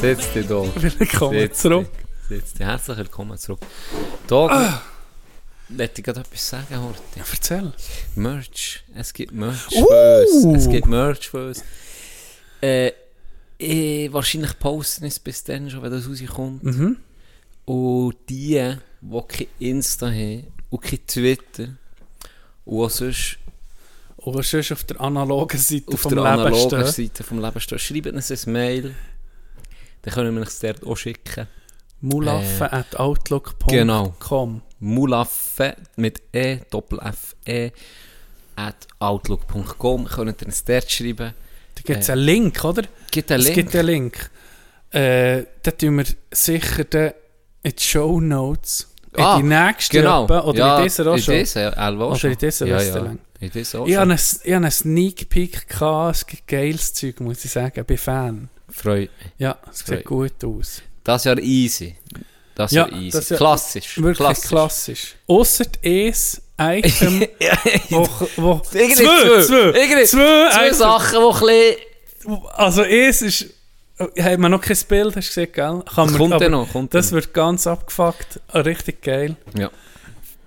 S3: Setz dich da.
S2: Willkommen
S3: Sitz
S2: zurück.
S3: dich. Sitz dich. Herzlich willkommen zurück. Da... Wollte ich gerade etwas sagen, Horti?
S2: Erzähl.
S3: Merch. Es gibt Merch
S2: Uh!
S3: für uns. Es gibt Merch für uns. Äh, eh, wahrscheinlich posten es bis dann schon, wenn das rauskommt.
S2: Mhm.
S3: Und die, die kein Insta haben und kein Twitter und auch sonst
S2: Oder sonst Oh, auf der analogen Seite
S3: auf
S2: vom
S3: der
S2: Leben
S3: analogen
S2: stehen.
S3: Seite vom Leben stehen, schreibt uns ein Mail. Dann können wir es dort auch schicken.
S2: Mulaffen at outlook.com
S3: Äh. Genau.
S2: Com.
S3: mulaffe mit e doppel f e at outlook.com könnt ihr uns dort schreiben
S2: Da gibt es
S3: Äh,
S2: einen Link, oder?
S3: gibt einen
S2: Es
S3: Link
S2: gibt einen Link. Äh, da tun wir sicher den in die Show Notes. In
S3: Ah,
S2: die nächste etwa, oder
S3: ja,
S2: in dieser auch schon.
S3: in dieser Elva auch
S2: Oder
S3: schon.
S2: in dieser
S3: ja,
S2: wisst ihr
S3: ja.
S2: lang.
S3: in dieser auch
S2: Ich
S3: schon
S2: hatte einen, ich hab einen Sneak Peek, gehabt. es gibt geiles Zeug, muss ich sagen. Ich bin Fan.
S3: freut mich
S2: Ja, es
S3: Freu-
S2: sieht gut aus.
S3: das Jahr easy das
S2: Ja,
S3: Jahr easy
S2: das Jahr-
S3: klassisch
S2: Wirklich klassisch. Ausser das Item, wo, wo
S3: Irgendwie zwei.
S2: zwei, zwei,
S3: Irgendwie zwei
S2: Items.
S3: Sachen die ein bisschen
S2: Also es ist... Hat man noch kein Bild, hast du gesehen, gell? Kann man-
S3: kommt
S2: aber
S3: dann noch kommt
S2: Das
S3: dann
S2: wird ganz abgefuckt. Ah, Richtig geil.
S3: noch. ja.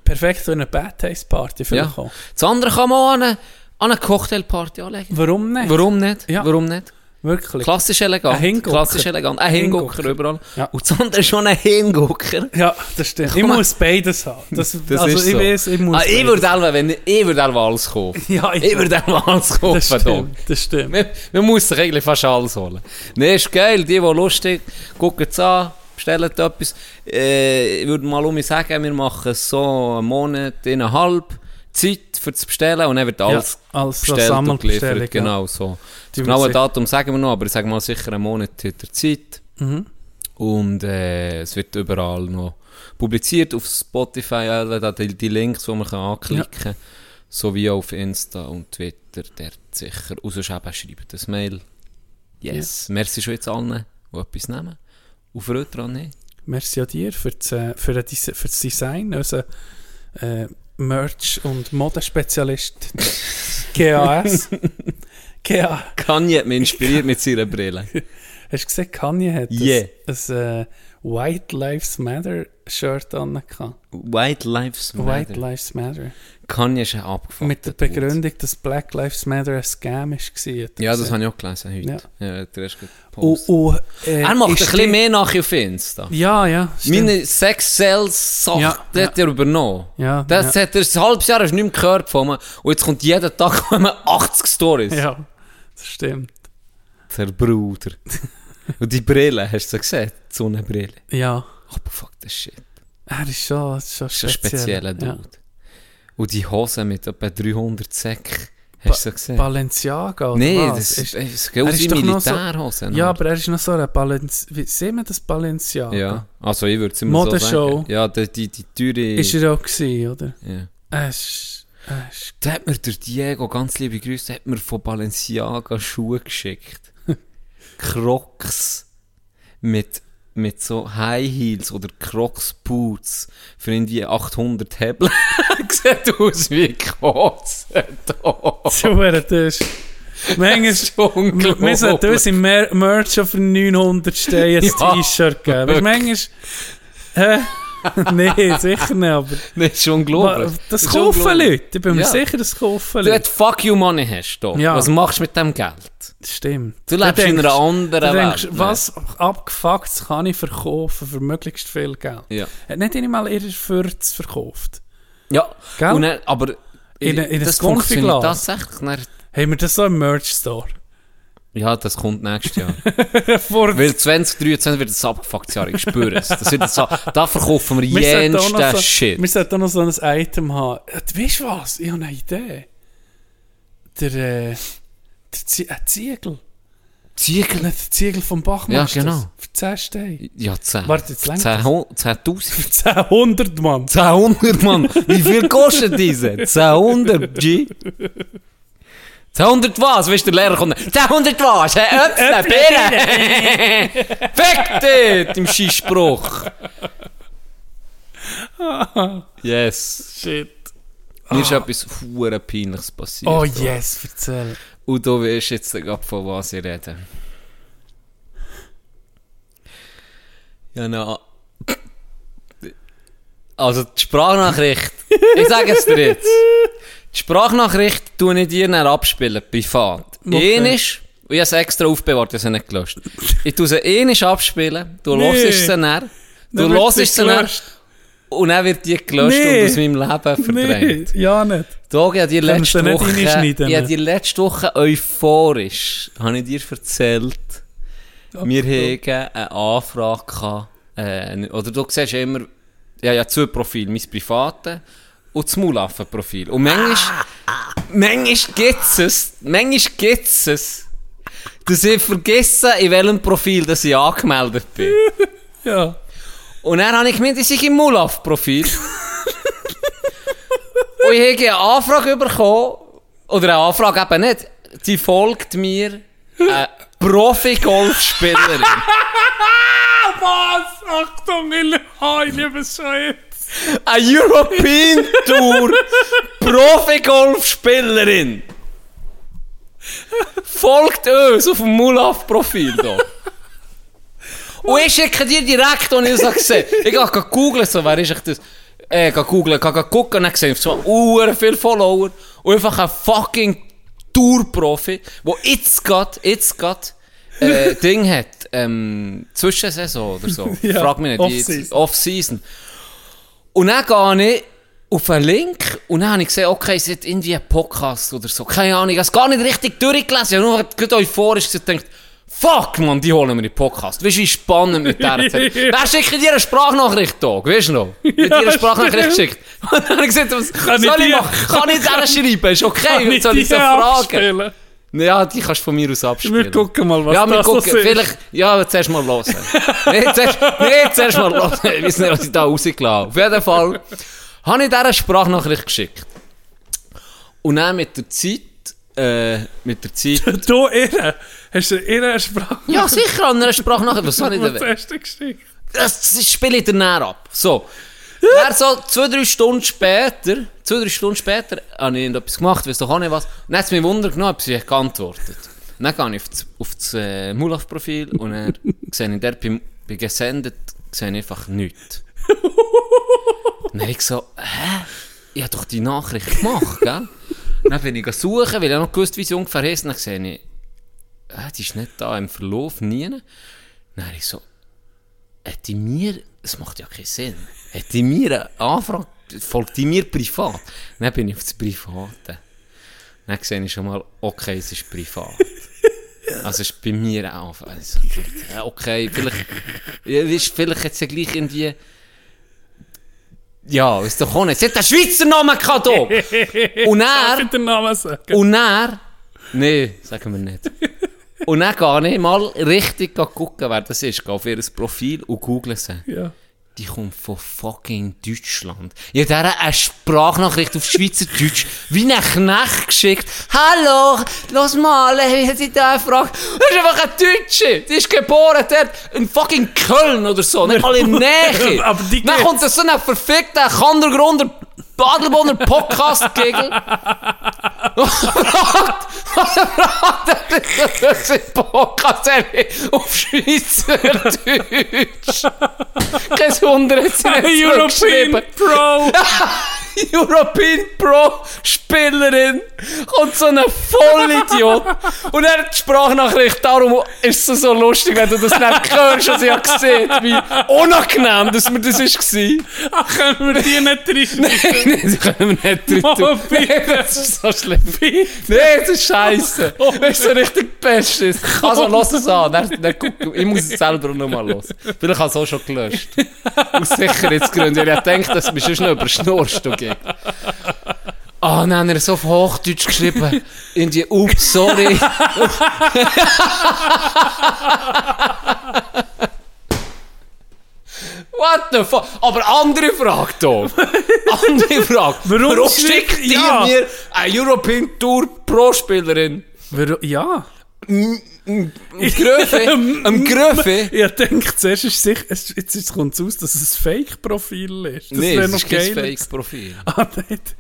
S2: Perfekt für eine Bad Taste Party vielleicht
S3: Ja.
S2: auch.
S3: das andere kann man an eine, an eine Cocktailparty anlegen
S2: Warum nicht?
S3: warum nicht
S2: Ja.
S3: warum nicht
S2: Wirklich.
S3: Klassisch elegant.
S2: Ein Hingucker.
S3: Klassisch elegant. Ein Hingucker,
S2: Hingucker.
S3: überall.
S2: Ja.
S3: Und das andere ist schon ein Hingucker.
S2: Ja, das stimmt. Ich
S3: Komm mal.
S2: muss beides haben. Das, also
S3: ist
S2: ich
S3: so.
S2: weiß, ich muss
S3: ah, ich
S2: beides.
S3: würde auch, wenn ich, ich würde auch alles kaufen.
S2: Ja, ich-
S3: ich würde auch alles
S2: das
S3: kaufen. Tom.
S2: stimmt, das stimmt.
S3: Man, man muss sich eigentlich fast alles holen. Nee, ist geil. Die, die lustig gucken es an, bestellen etwas. Äh, ich würde mal um mich sagen, wir machen so einen Monat, eineinhalb Zeit für das Bestellen und dann wird alles
S2: als so
S3: bestellt und
S2: Sammelbestellung,
S3: geliefert.
S2: ja.
S3: Genau so.
S2: Die
S3: Das genaue
S2: wir sicher-
S3: Datum sagen wir noch, aber ich sage mal sicher einen Monat hat er Zeit.
S2: Mhm.
S3: Und äh, es wird überall noch publiziert auf Spotify, alle da die, die Links, die man kann anklicken kann. Sowie auf Insta und Twitter, der sicher. Und sonst eben schreibt das Mail. Yes. Merci schon jetzt allen, die etwas nehmen. Und freut dran nicht.
S2: Merci an dir für das, äh, für das, Desi- für das Design. Also, äh, Merch- und Modespezialist GAS. GA.
S3: Kanye hat mich inspiriert mit seiner Brille.
S2: Hast du gesehen, Kanye hat
S3: Yeah.
S2: ein, ein äh, White Lives Matter Shirt an. White
S3: White Lives Matter.
S2: Lives Matter.
S3: Kanye ist ein abgefuckter
S2: Mit der
S3: Dude.
S2: Begründung, dass Black Lives Matter ein Scam war.
S3: Ja, das habe ich auch gelesen heute. Ja. du hast
S2: Oh,
S3: gepostet.
S2: oh, äh,
S3: er macht ein
S2: ist
S3: bisschen
S2: die-
S3: mehr nachher auf Insta.
S2: Ja, ja. stimmt.
S3: Meine Sex-Sales-Sache,
S2: Ja,
S3: die hat er übernommen.
S2: Ja,
S3: das hat er ein halbes Jahr hast du nicht mehr gehört von mir. Und jetzt kommt jeden Tag kommen 80 Stories.
S2: Ja, das stimmt.
S3: Der Bruder. Und die Brille, hast du sie gesehen? Die Sonnenbrille.
S2: Ja,
S3: Abgefuckter shit.
S2: er ist schon, ist schon
S3: Das ist ein
S2: speziell.
S3: spezieller
S2: Ja.
S3: Dude. Und die Hose mit etwa 300 Säcken. Hast du sie gesehen?
S2: Balenciaga oder
S3: Nein,
S2: was?
S3: das ist, ist,
S2: er
S3: aus wie
S2: ist doch noch so-
S3: Militärhose.
S2: ja, aber er ist noch so ein Balenci... Wie sehen wir das Balenciaga?
S3: Ja, Ah, also ich würde es immer
S2: Modeshow.
S3: so sagen. Ja, die, die, die teure...
S2: Ist er auch gewesen, oder?
S3: ja.
S2: Er ist... Er ist...
S3: Da hat mir der Diego, ganz liebe Grüße, hat mir von Balenciaga Schuhe geschickt. Crocs. Mit, mit so High Heels oder Crocs Boots. Für irgendwie 800 Hebel. Sieht aus wie Kotz.
S2: Super, das ist... Manchmal...
S3: Das ist unglaublich.
S2: Wir sollten uns im Mer Merch auf 900 Steine ein
S3: Ja,
S2: T-Shirt geben. Weißt du, manchmal... Hä? Nein, sicher nicht, aber...
S3: Das ist unglaublich.
S2: Aber Das
S3: ist
S2: kaufen
S3: unglaublich.
S2: Leute, ich bin mir
S3: Ja.
S2: sicher, das kaufen
S3: Du
S2: Leute.
S3: hast Fuck You Money hast du.
S2: Ja.
S3: Was machst du mit dem Geld?
S2: Das Stimmt.
S3: Du lebst in einer anderen
S2: du
S3: Welt,
S2: denkst,
S3: ne?
S2: was abgefucktes kann ich verkaufen für möglichst viel Geld?
S3: Ja.
S2: Hat nicht einmal ihre Fürze verkauft.
S3: Ja.
S2: Gell?
S3: Und dann, aber
S2: In ein- in ein
S3: das funktioniert
S2: Konfiglas.
S3: tatsächlich. Dann,
S2: Haben wir das so im Merch-Store?
S3: ja, das kommt nächstes Jahr.
S2: Vor
S3: Weil 2023 wird das abgefucktes Jahr, ich spüre es. Das wird das, da verkaufen wir
S2: Wir sollten auch noch
S3: jensten
S2: so,
S3: Shit.
S2: Wir sollten auch noch so ein Item haben. Ja, du Weißt du was? Ich habe eine Idee. Der, äh, der eh, Zie ein Ziegel. Nicht
S3: Ziegel.
S2: der Ziegel vom Bachmann.
S3: Ja,
S2: ist das.
S3: genau.
S2: Für 10 Steine.
S3: Ja, 10.
S2: Warte, jetzt langt das.
S3: 10.000.
S2: 1000, Mann.
S3: 10.100, Mann. Wie viel kostet diese? 10.100, G. 10.100 was? Weißt du, der Lehrer kommt. 10.100 was? Hä? Äpfel, Birnen. Fick dich im Scheissspruch. Yes.
S2: Shit.
S3: Mir ist etwas hure Peinliches passiert.
S2: Oh yes, erzähl.
S3: Und du weißt jetzt gerade, von was ich rede. Ja, na. Also, die Sprachnachricht. ich sage es dir jetzt. Die Sprachnachricht tue ich dir dann abspielen, privat. Okay.
S2: Okay.
S3: Einisch, und ich habe es extra aufbewahrt, ich habe sie nicht gelöscht. Ich tue sie einisch abspielen, du
S2: Nee.
S3: hörst sie dann, du
S2: Dann wird sie
S3: hörst sie dann,
S2: gelöscht.
S3: und dann wird die gelöscht
S2: Nee.
S3: und aus meinem Leben verdrängt.
S2: Nein, ja nicht.
S3: Dogi, ich habe dir
S2: Kannst
S3: letzte
S2: du nicht
S3: Woche,
S2: reinschneiden,
S3: ich habe
S2: ne?
S3: dir letzte Woche euphorisch, habe ich dir erzählt, wir hatten eine Anfrage gehabt, äh, oder du siehst ja immer, ja, ja, zwei Profile, mein privates und das Maulaffen-Profil. Und manchmal, manchmal gibt's es, manchmal gibt's es, dass ich vergesse, in welchem Profil dass ich angemeldet bin.
S2: Ja.
S3: Und dann habe ich gemeint, ich sei im Mulaf-Profil. und ich habe eine Anfrage bekommen, oder eine Anfrage eben nicht, die folgt mir, äh, eine Profi-Golfspielerin.
S2: Was? Achtung, ich, oh, ich liebe es schon jetzt.
S3: eine European Tour Profi-Golfspielerin. Folgt uns auf dem Mulaf-Profil hier. Und ich schicke dir direkt, und ich es gesehen habe. Ich gehe googeln, so, wer ist ich das? Äh, gehe googeln, gehe gehe gucken, und dann sehe ich so uhr viele Follower. Und einfach ein fucking Tour-Profi, der jetzt gerade, jetzt gerade, äh, Ding hat, ähm, Zwischensaison oder so.
S2: Ja,
S3: Frag mich nicht, die-
S2: Off-Season.
S3: Off-Season. Und dann gehe ich auf einen Link und dann habe ich gesehen, okay, es hat irgendwie einen Podcast oder so. Keine Ahnung, ich habe es gar nicht richtig durchgelesen. Ich habe nur gerade euphorisch gesagt, gedacht, fuck man, die holen wir in den Podcast. Weißt du, wie spannend mit der Zeit. Dann schicke ich dir eine Sprachnachricht, Tag, weißt du noch? Ich habe dir eine Sprachnachricht geschickt. Und dann habe ich gesagt, was
S2: Kann ich
S3: soll ich
S2: die-
S3: machen? Kann ich dir schreiben? Ist okay,
S2: Kann
S3: soll ich
S2: die
S3: so fragen?
S2: abspielen?
S3: Ja, die kannst du von mir aus abspielen.
S2: Wir gucken mal, was
S3: Ja, wir
S2: das
S3: gucken,
S2: so ist.
S3: vielleicht, ja, zuerst mal hören. nee, zuerst, nee, zuerst mal hören. Ich weiß nicht, was ich da rausgelassen habe. Auf jeden Fall habe ich dir eine Sprachnachricht geschickt. Und dann mit der Zeit, äh, mit der Zeit,
S2: Du, Irre. Hast du Irre Sprache?
S3: ja, sicher an einer Sprachnachricht, was soll ich
S2: Was
S3: denn?
S2: hast du geschickt?
S3: Das spiele ich dir näher ab. So. Dann so zwei, drei Stunden später, zwei, drei Stunden später, habe ich irgendetwas gemacht, weiß doch auch nicht was. Dann hat es mich Wunder genommen, ob sie hat geantwortet Dann gehe ich auf das, auf das äh, Mulaf-Profil und dann sehe ich dort bei, bei gesendet, sehe ich einfach nichts. Dann habe ich so, hä? Ich habe doch die Nachricht gemacht, gell? Dann bin ich gegangen suchen, weil ich noch gewusst, wie sie ungefähr ist. Dann sehe ich, äh, die ist nicht da, im Verlauf nie. Dann habe ich so, hätte mir, es macht ja keinen Sinn, hätte mir eine Anfrage, folgt die mir privat? Dann bin ich auf das Private. Dann sehe ich schon mal, okay, es ist privat. Also es ist bei mir auch. Also, ja, okay, vielleicht, ja, weisst, vielleicht hat sie gleich irgendwie, ja, ist doch auch nicht. Sie hat den Schweizer Namen gehabt, Dob. Und
S2: Darf
S3: er,
S2: ich den Namen sagen?
S3: und dann. Nein, sagen wir nicht. Und dann gehe ich mal richtig gucken, wer das ist. Gehe auf ihr Profil und google sie.
S2: Ja.
S3: Die kommt von fucking Deutschland. Ich habe ihr eine Sprachnachricht auf Schweizerdeutsch wie einen Knecht geschickt. Hallo, lass mal, wie hat sie da eine Frage? Das ist einfach ein Deutsche. Die ist geboren dort in fucking Köln oder so. Nicht mal in Nähe.
S2: Aber die
S3: Dann
S2: geht-
S3: kommt so ein verfickter Kandergrunder Badelbohner Podcast-Gegel. Das ist Podcast auf Schweizerdeutsch. Kein Wunder, jetzt sind
S2: Hey, European Pro!
S3: European Pro Spielerin kommt so ein Vollidiot und er hat die Sprachnachricht. Darum ist es so lustig, wenn du das nicht hörst, was ich ja gesehen habe, wie unangenehm dass mir das war.
S2: Ach, können wir die nicht reinschneiden?
S3: Nein, das können wir nicht drin
S2: Mama,
S3: tun.
S2: bitte.
S3: Nein, das ist so schlimm. Nein, das ist scheiße. Das ist so richtig best. Also, lass es an. Dann, dann guck, ich muss es selber nochmal los. Vielleicht habe ich es auch schon gelöscht. Aus Sicherheitsgründen. Weil ich denke, dass du mich sonst noch überschnurst. Okay. Ah, dann hat er so auf Hochdeutsch geschrieben. In die Ups, sorry. What the fuck? Aber andere Frage, Tom. Andere Frage.
S2: Warum
S3: schickt
S2: schickt-
S3: ihr
S2: ja.
S3: mir eine European Tour Pro-Spielerin?
S2: Warum- Ja.
S3: Am Gröfe? Am Gröfe?
S2: Ich denke, zuerst ist sicher, es, jetzt ist- kommt es aus, dass es ein Fake-Profil ist. Das
S3: Nein,
S2: wär
S3: das ist kein
S2: geiler.
S3: Fake-Profil.
S2: Ah, nicht?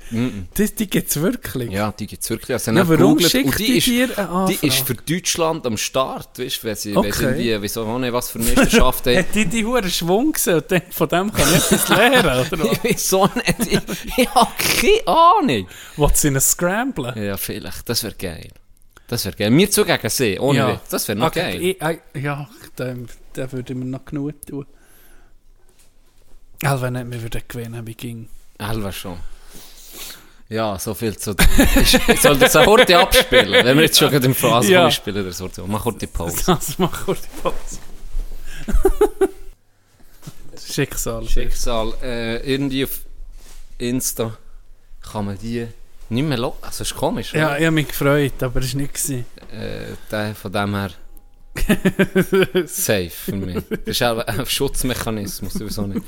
S2: Das, die gibt es wirklich.
S3: Ja, die gibt es wirklich. Also,
S2: Ja,
S3: dann
S2: warum
S3: googelt-
S2: schickt
S3: und
S2: die dir eine
S3: Die ist
S2: Anfrage?
S3: für Deutschland am Start, weißt du, wenn sie, wenn
S2: Okay.
S3: sie irgendwie, wieso auch nicht, was für Meisterschaft haben.
S2: Hat die die Hure Schwung gesehen und denkt, von dem kann ich etwas lernen, oder was?
S3: Ich weiß so nicht, ich, ich habe keine Ahnung.
S2: Will sie ihn scramblen?
S3: Ja, vielleicht, das wäre geil. Das wäre geil. Mir zugegen sehen, ohne
S2: Ja. Ah,
S3: Witz. Das wäre noch
S2: Okay,
S3: geil.
S2: ich- ich- ja, dem, dem würde mir noch genug tun. Also wenn nicht, wir würden gewinnen, wie ging.
S3: Elva schon. Ja, so viel zu dem. Ich soll das auch heute abspielen. Wenn wir jetzt schon gerade im Phrase
S2: Ja.
S3: ja. spielen, das heute. Mach kurz die Pause.
S2: Also mach kurz die Pause. Schicksal.
S3: Schicksal, äh, irgendwie auf Insta kann man die nicht mehr locken. Also, ist komisch.
S2: Ja,
S3: Ja.
S2: ich habe mich gefreut, aber es war nicht. gewesen.
S3: Äh, der- von dem her. Safe für mich. Das ist auch ein Schutzmechanismus, sowieso nicht.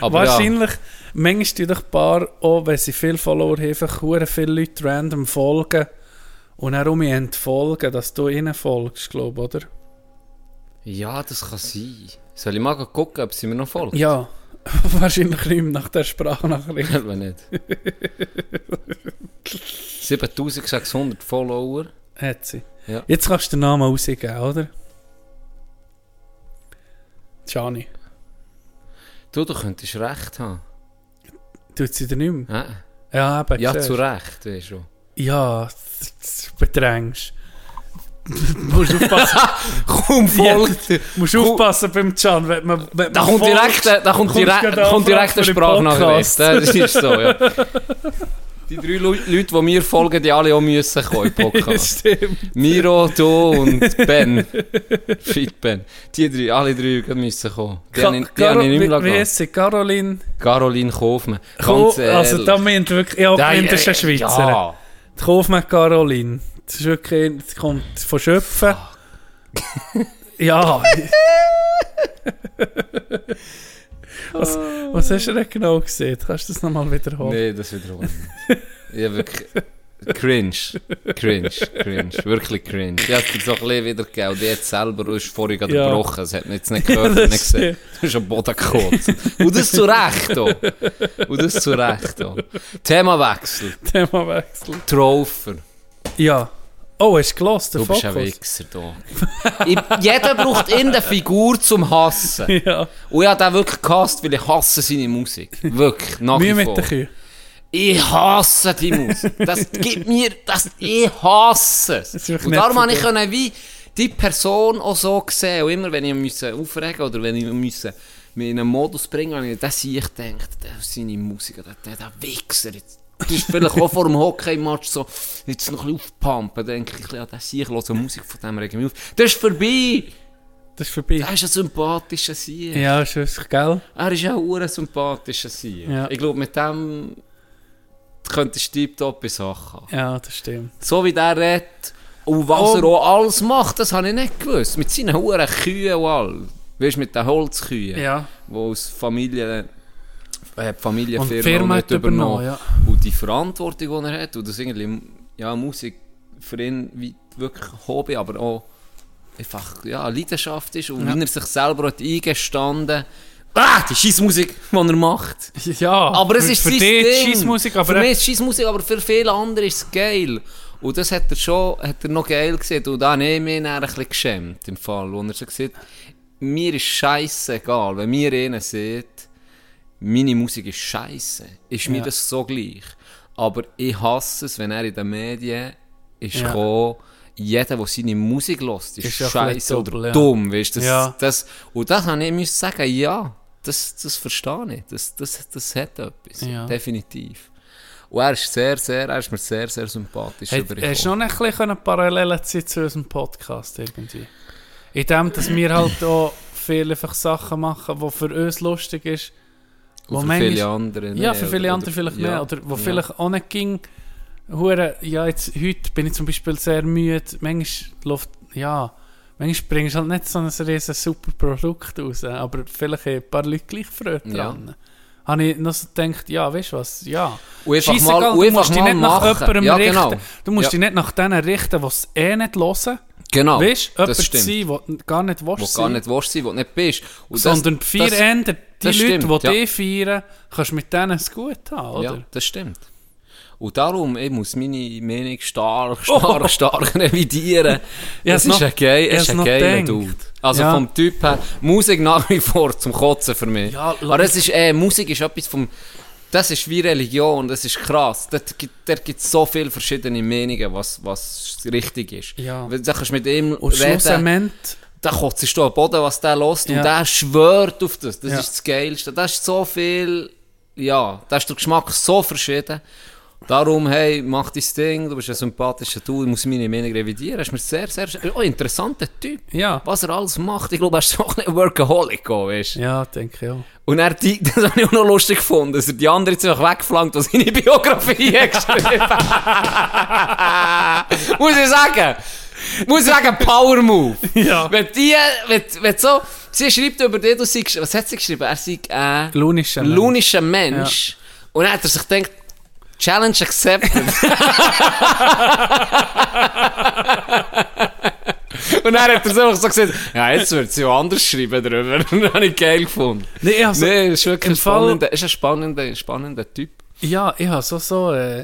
S3: Aber
S2: Wahrscheinlich, manchmal tun doch ein paar, auch wenn sie viele Follower haben, einfach hure viele Leute random folgen und dann um mich entfolgen, dass du ihnen folgst, glaube ich, oder?
S3: Ja. ja, das kann sein. Soll ich mal gucken, ob sie mir noch folgen?
S2: Ja, wahrscheinlich nicht mehr nach der Sprachnachricht.
S3: Wenn nicht. 7600 Follower.
S2: Hat sie.
S3: Ja.
S2: Jetzt kannst du den Namen rausgeben, oder? Gianni.
S3: Du, du könntest recht haben.
S2: Tut sie dir nicht mehr?
S3: Hä?
S2: Ja, eben.
S3: Ja,
S2: siehst.
S3: zu Recht, weißt du.
S2: Ja, das bedrängst. musst aufpassen,
S3: Komm,
S2: Ja, musst aufpassen beim Can, wenn man. Wenn
S3: Da
S2: man
S3: kommt
S2: folgt.
S3: direkt, da kommt
S2: kommst
S3: direkt,
S2: gerade
S3: da kommt
S2: Anfrage
S3: direkt eine
S2: für den
S3: Sprachnachricht.
S2: Podcast.
S3: Das ist so, ja. Die drei Leu- Leute, die mir folgen, die alle auch müssen kommen im Podcast.
S2: Stimmt.
S3: Miro, du und Ben. Fit Ben. Die drei, alle drei müssen kommen. Die
S2: Ka-
S3: habe ich, die habe ich nicht mehr
S2: Wie
S3: gelassen.
S2: heisst sie? Caroline.
S3: Caroline Kaufmann.
S2: Ko
S3: Ganz
S2: also,
S3: ehrlich.
S2: da meint wirklich. eh, Ja,
S3: Da-
S2: gemeint, das ist ein
S3: äh,
S2: Schweizer.
S3: Ja.
S2: Die Kaufmann Caroline. Das ist wirklich. Das kommt von Schöpfen. ja. was, nou was hast du denn genau gesehen? Kannst du das nochmal wiederholen?
S3: Nee, das wiederholen. ich habe wirklich Cringe. Cringe. Cringe. Wirklich cringe. Ich habe es so ein bisschen wiedergegeben. Und jetzt selber ist vorhin gerade
S2: Ja.
S3: gebrochen. Das hat man jetzt nicht gehört,
S2: das
S3: nicht gesehen. Du bist am Boden gekotzt. Und das zu Recht auch. Und das zu Recht auch. Themawechsel.
S2: Themawechsel.
S3: Trofer.
S2: Ja. Oh, hast du gelost, der
S3: Du bist ein
S2: Fokus?
S3: Wichser, da. Ich, jeder braucht irgendeine Figur zum Hassen.
S2: Ja.
S3: Und ich habe den wirklich gehasst, weil ich hasse seine Musik. Wirklich, nach
S2: Mühe
S3: wie
S2: mit
S3: vor.
S2: den Kühen.
S3: Ich hasse die Musik. Das gibt mir, das, ich hasse
S2: ist
S3: es.
S2: wirklich
S3: Und darum
S2: nervig,
S3: habe ich
S2: ja.
S3: können wie die Person auch so sehen. Und immer wenn ich mich aufregen musste oder wenn ich mich mich in einen Modus bringen musste, dann sehe ich, denkt, seine Musik, der, der, der Wichser. Jetzt. Du bist vielleicht auch vor dem Hockey-Match so, jetzt noch ein bisschen aufpumpen, denke ich, ja, das sehe ich, höre Musik von dem regen mich auf. Das ist vorbei!
S2: Das ist vorbei.
S3: Das ist ein sympathischer Sieg.
S2: Ja, ist wirklich, gell?
S3: Er ist Ah, ja auch ein sympathischer Sieg.
S2: Ja.
S3: Ich glaube, mit dem könntest du Top in Sachen haben.
S2: Ja, das stimmt.
S3: So wie der redet und was
S2: Oh.
S3: er auch alles macht, das habe ich nicht gewusst. Mit seinen hohen Kühen und allem. Weißt du, mit den Holzkühen,
S2: Ja.
S3: die aus Familien. Äh, die Familienfirma,
S2: Und die Firma
S3: noch
S2: hat übernommen,
S3: Und die Verantwortung, die er hat, und das irgendwie, ja, Musik für ihn wie wirklich Hobby, aber auch einfach, ja, Leidenschaft ist. Und wie er sich selber hat eingestanden ah, die Scheissmusik, die er macht.
S2: Ja,
S3: Aber es
S2: für-
S3: ist
S2: für
S3: sein
S2: dich
S3: Ding.
S2: Scheissmusik, aber
S3: für mich ist es Scheissmusik, aber für viele andere ist es geil. Und das hat er schon, hat er noch geil gesehen. Und da habe ich mich dann ein bisschen geschämt im Fall, wo er so gesagt mir ist scheißegal, wenn mir einer sieht, meine Musik ist scheiße, ist mir
S2: Ja.
S3: das so gleich. Aber ich hasse es, wenn er in den Medien ist
S2: Ja.
S3: gekommen, jeder, der seine Musik hört, ist,
S2: Ist ja ein
S3: scheiße
S2: bisschen
S3: oder
S2: doppelt, ja.
S3: dumm, weißt du? Das,
S2: Ja.
S3: das, und das habe ich müssen sagen, ja, das, das verstehe ich, das, das, das hat etwas,
S2: Ja.
S3: definitiv. Und er ist sehr, sehr, er ist mir sehr, sehr sympathisch
S2: Hat-
S3: übergekommen.
S2: Hast du noch ein bisschen Parallelen ziehen zu unserem Podcast irgendwie? In dem, dass wir halt auch viele einfach Sachen machen, die für uns lustig ist. wo
S3: Und für
S2: manchmal-
S3: viele andere
S2: ja,
S3: nicht,
S2: für viele
S3: oder-
S2: andere vielleicht
S3: ja,
S2: mehr. Oder wo
S3: ja.
S2: vielleicht auch nicht ging. Hure, ja, jetzt, heute bin ich zum Beispiel sehr müde. Manchmal läuft, ja, manchmal bringst du halt nicht so ein riesen super Produkt raus. Aber vielleicht haben ein paar Leute gleich Freude
S3: Ja.
S2: dran. Habe ich noch so gedacht, ja, weißt du was, ja.
S3: Und einfach
S2: Scheissegal,
S3: mal-
S2: du
S3: und
S2: musst
S3: einfach
S2: dich
S3: mal
S2: nicht nach
S3: machen.
S2: jemandem
S3: Ja,
S2: richten.
S3: genau.
S2: Du musst
S3: Ja.
S2: dich nicht nach denen richten, die es eh nicht hören.
S3: Genau,
S2: weißt
S3: das
S2: du, jemand zu
S3: stimmt.
S2: sein, der gar nicht
S3: Wo
S2: willst
S3: du gar
S2: sein,
S3: nicht willst sein, wo du nicht bist. Und
S2: sondern die vier Ender, die
S3: das
S2: Leute,
S3: stimmt,
S2: die
S3: ja.
S2: dich feiern, kannst du mit denen es gut haben, oder?
S3: Ja, das stimmt. Und darum, ich muss meine Meinung stark, stark, stark revidieren.
S2: Ja,
S3: es
S2: es noch-
S3: ist ein geil,
S2: Oh. ich
S3: es ist
S2: hab's
S3: ein
S2: noch
S3: geiler
S2: gedacht.
S3: Dude. Also
S2: Ja.
S3: vom Typ her, Musik nach wie vor zum Kotzen für mich.
S2: Ja, lo-
S3: Aber es ist, äh, Musik ist etwas vom, das ist wie Religion, das ist krass. Da gibt, da gibt so viele verschiedene Meinungen, was, was richtig ist.
S2: Ja.
S3: Weil Da kannst du mit ihm
S2: Und
S3: reden.
S2: schlussendlich,
S3: Da kotzt du am Boden, was der lost
S2: Ja.
S3: und der schwört auf das. Das
S2: Ja.
S3: ist das Geilste. Das ist so viel, ja, da ist der Geschmack so verschieden. Darum, hey, mach dein Ding, du bist ein sympathischer Dude, ich muss meine Meinung revidieren. Er ist mir sehr, sehr, oh, interessanter Typ.
S2: ja.
S3: Was er alles macht, ich glaube, er ist auch ein Workaholic, auch, weißt du.
S2: Ja, denke ich auch.
S3: Und er, die, das habe ich auch noch lustig gefunden, dass er die andere jetzt einfach wegflankt, was seine Biografie hat geschrieben Muss ich sagen. Muss ich sagen, Power Move.
S2: Ja.
S3: Wenn die, eh, wenn, wenn so, sie schreibt über dich, du sagst, was hat sie geschrieben? Er sei ein
S2: Lunischer Mensch.
S3: lunischer Mensch. Und dann hat er sich gedacht, Challenge accepted. Und dann hat er so einfach so gesagt, ja, jetzt wird sie auch anders schreiben drüber. Und dann habe ich geil gefunden.
S2: Nee, ich habe so,
S3: nee, ist wirklich
S2: Also,
S3: ein
S2: im Fall-
S3: spannender, ist ein spannender, spannender Typ.
S2: ja, ich habe so, so äh,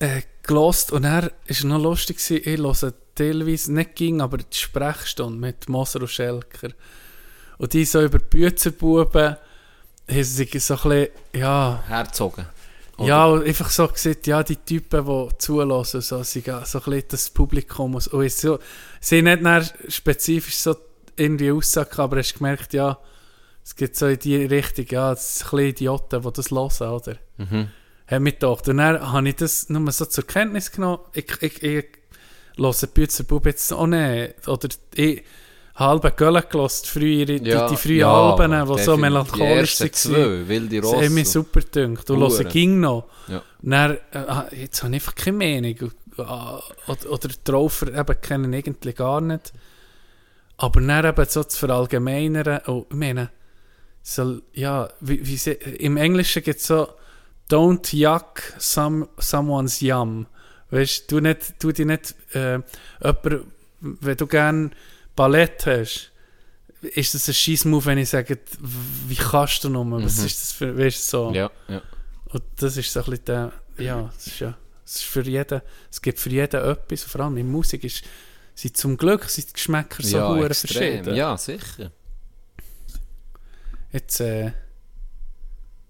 S2: äh, gelost und er ist noch lustig gewesen, ich höre teilweise, nicht ging, aber die Sprechstunde mit Moser und Schelker. Und die so über Büzerbuben, haben sie sich so ein bisschen, ja,
S3: Herzogen.
S2: Ja, und einfach so gesagt, ja, die Typen, die zulassen, so, sie gehen so ein bisschen das Publikum. aus- Und es so, sie haben nicht dann spezifisch so irgendwie Aussagen, gehabt, aber hast gemerkt, ja, es gibt so in die Richtung, ja, es sind ein bisschen Idioten, die das hören, oder? Mhm. Haben mich gedacht. Und dann habe ich das nur so zur Kenntnis genommen. Ich, ich, ich höre Bützerbuben jetzt auch nicht. Oder ich halbe Göllen gelassen, früher, die, die frühen Alben, die so
S3: definitiv.
S2: melancholisch
S3: Die ersten
S2: waren.
S3: zwei, Wilde
S2: Das hat mich
S3: Rosse.
S2: super gedünkt. Und hören
S3: Hure.
S2: ging noch.
S3: Ja.
S2: Dann, äh, ah, jetzt habe ich einfach keine Meinung. Und, ah, Oder, oder die Raufer eben kennen irgendwie gar nicht. Aber dann eben so zu verallgemeinern. Oh, ich meine, soll, ja, wie, wie, se- im Englischen gibt es so Don't yuck some, someone's yum. Weißt du, nicht, tu dich nicht, äh, jemand, wenn du gerne Ballett hast, ist das ein scheiß Move, wenn ich sage, wie kannst du nur? Was ist das für, weißt du, so.
S3: Mhm. Ja, ja.
S2: Und das ist so ein bisschen der, ja, es ist ja, es ist für jeden, es gibt für jeden etwas, vor allem in Musik ist, sind zum Glück sind die Geschmäcker so
S3: ja,
S2: hure
S3: extrem.
S2: verschieden.
S3: Ja, sicher.
S2: Jetzt, äh,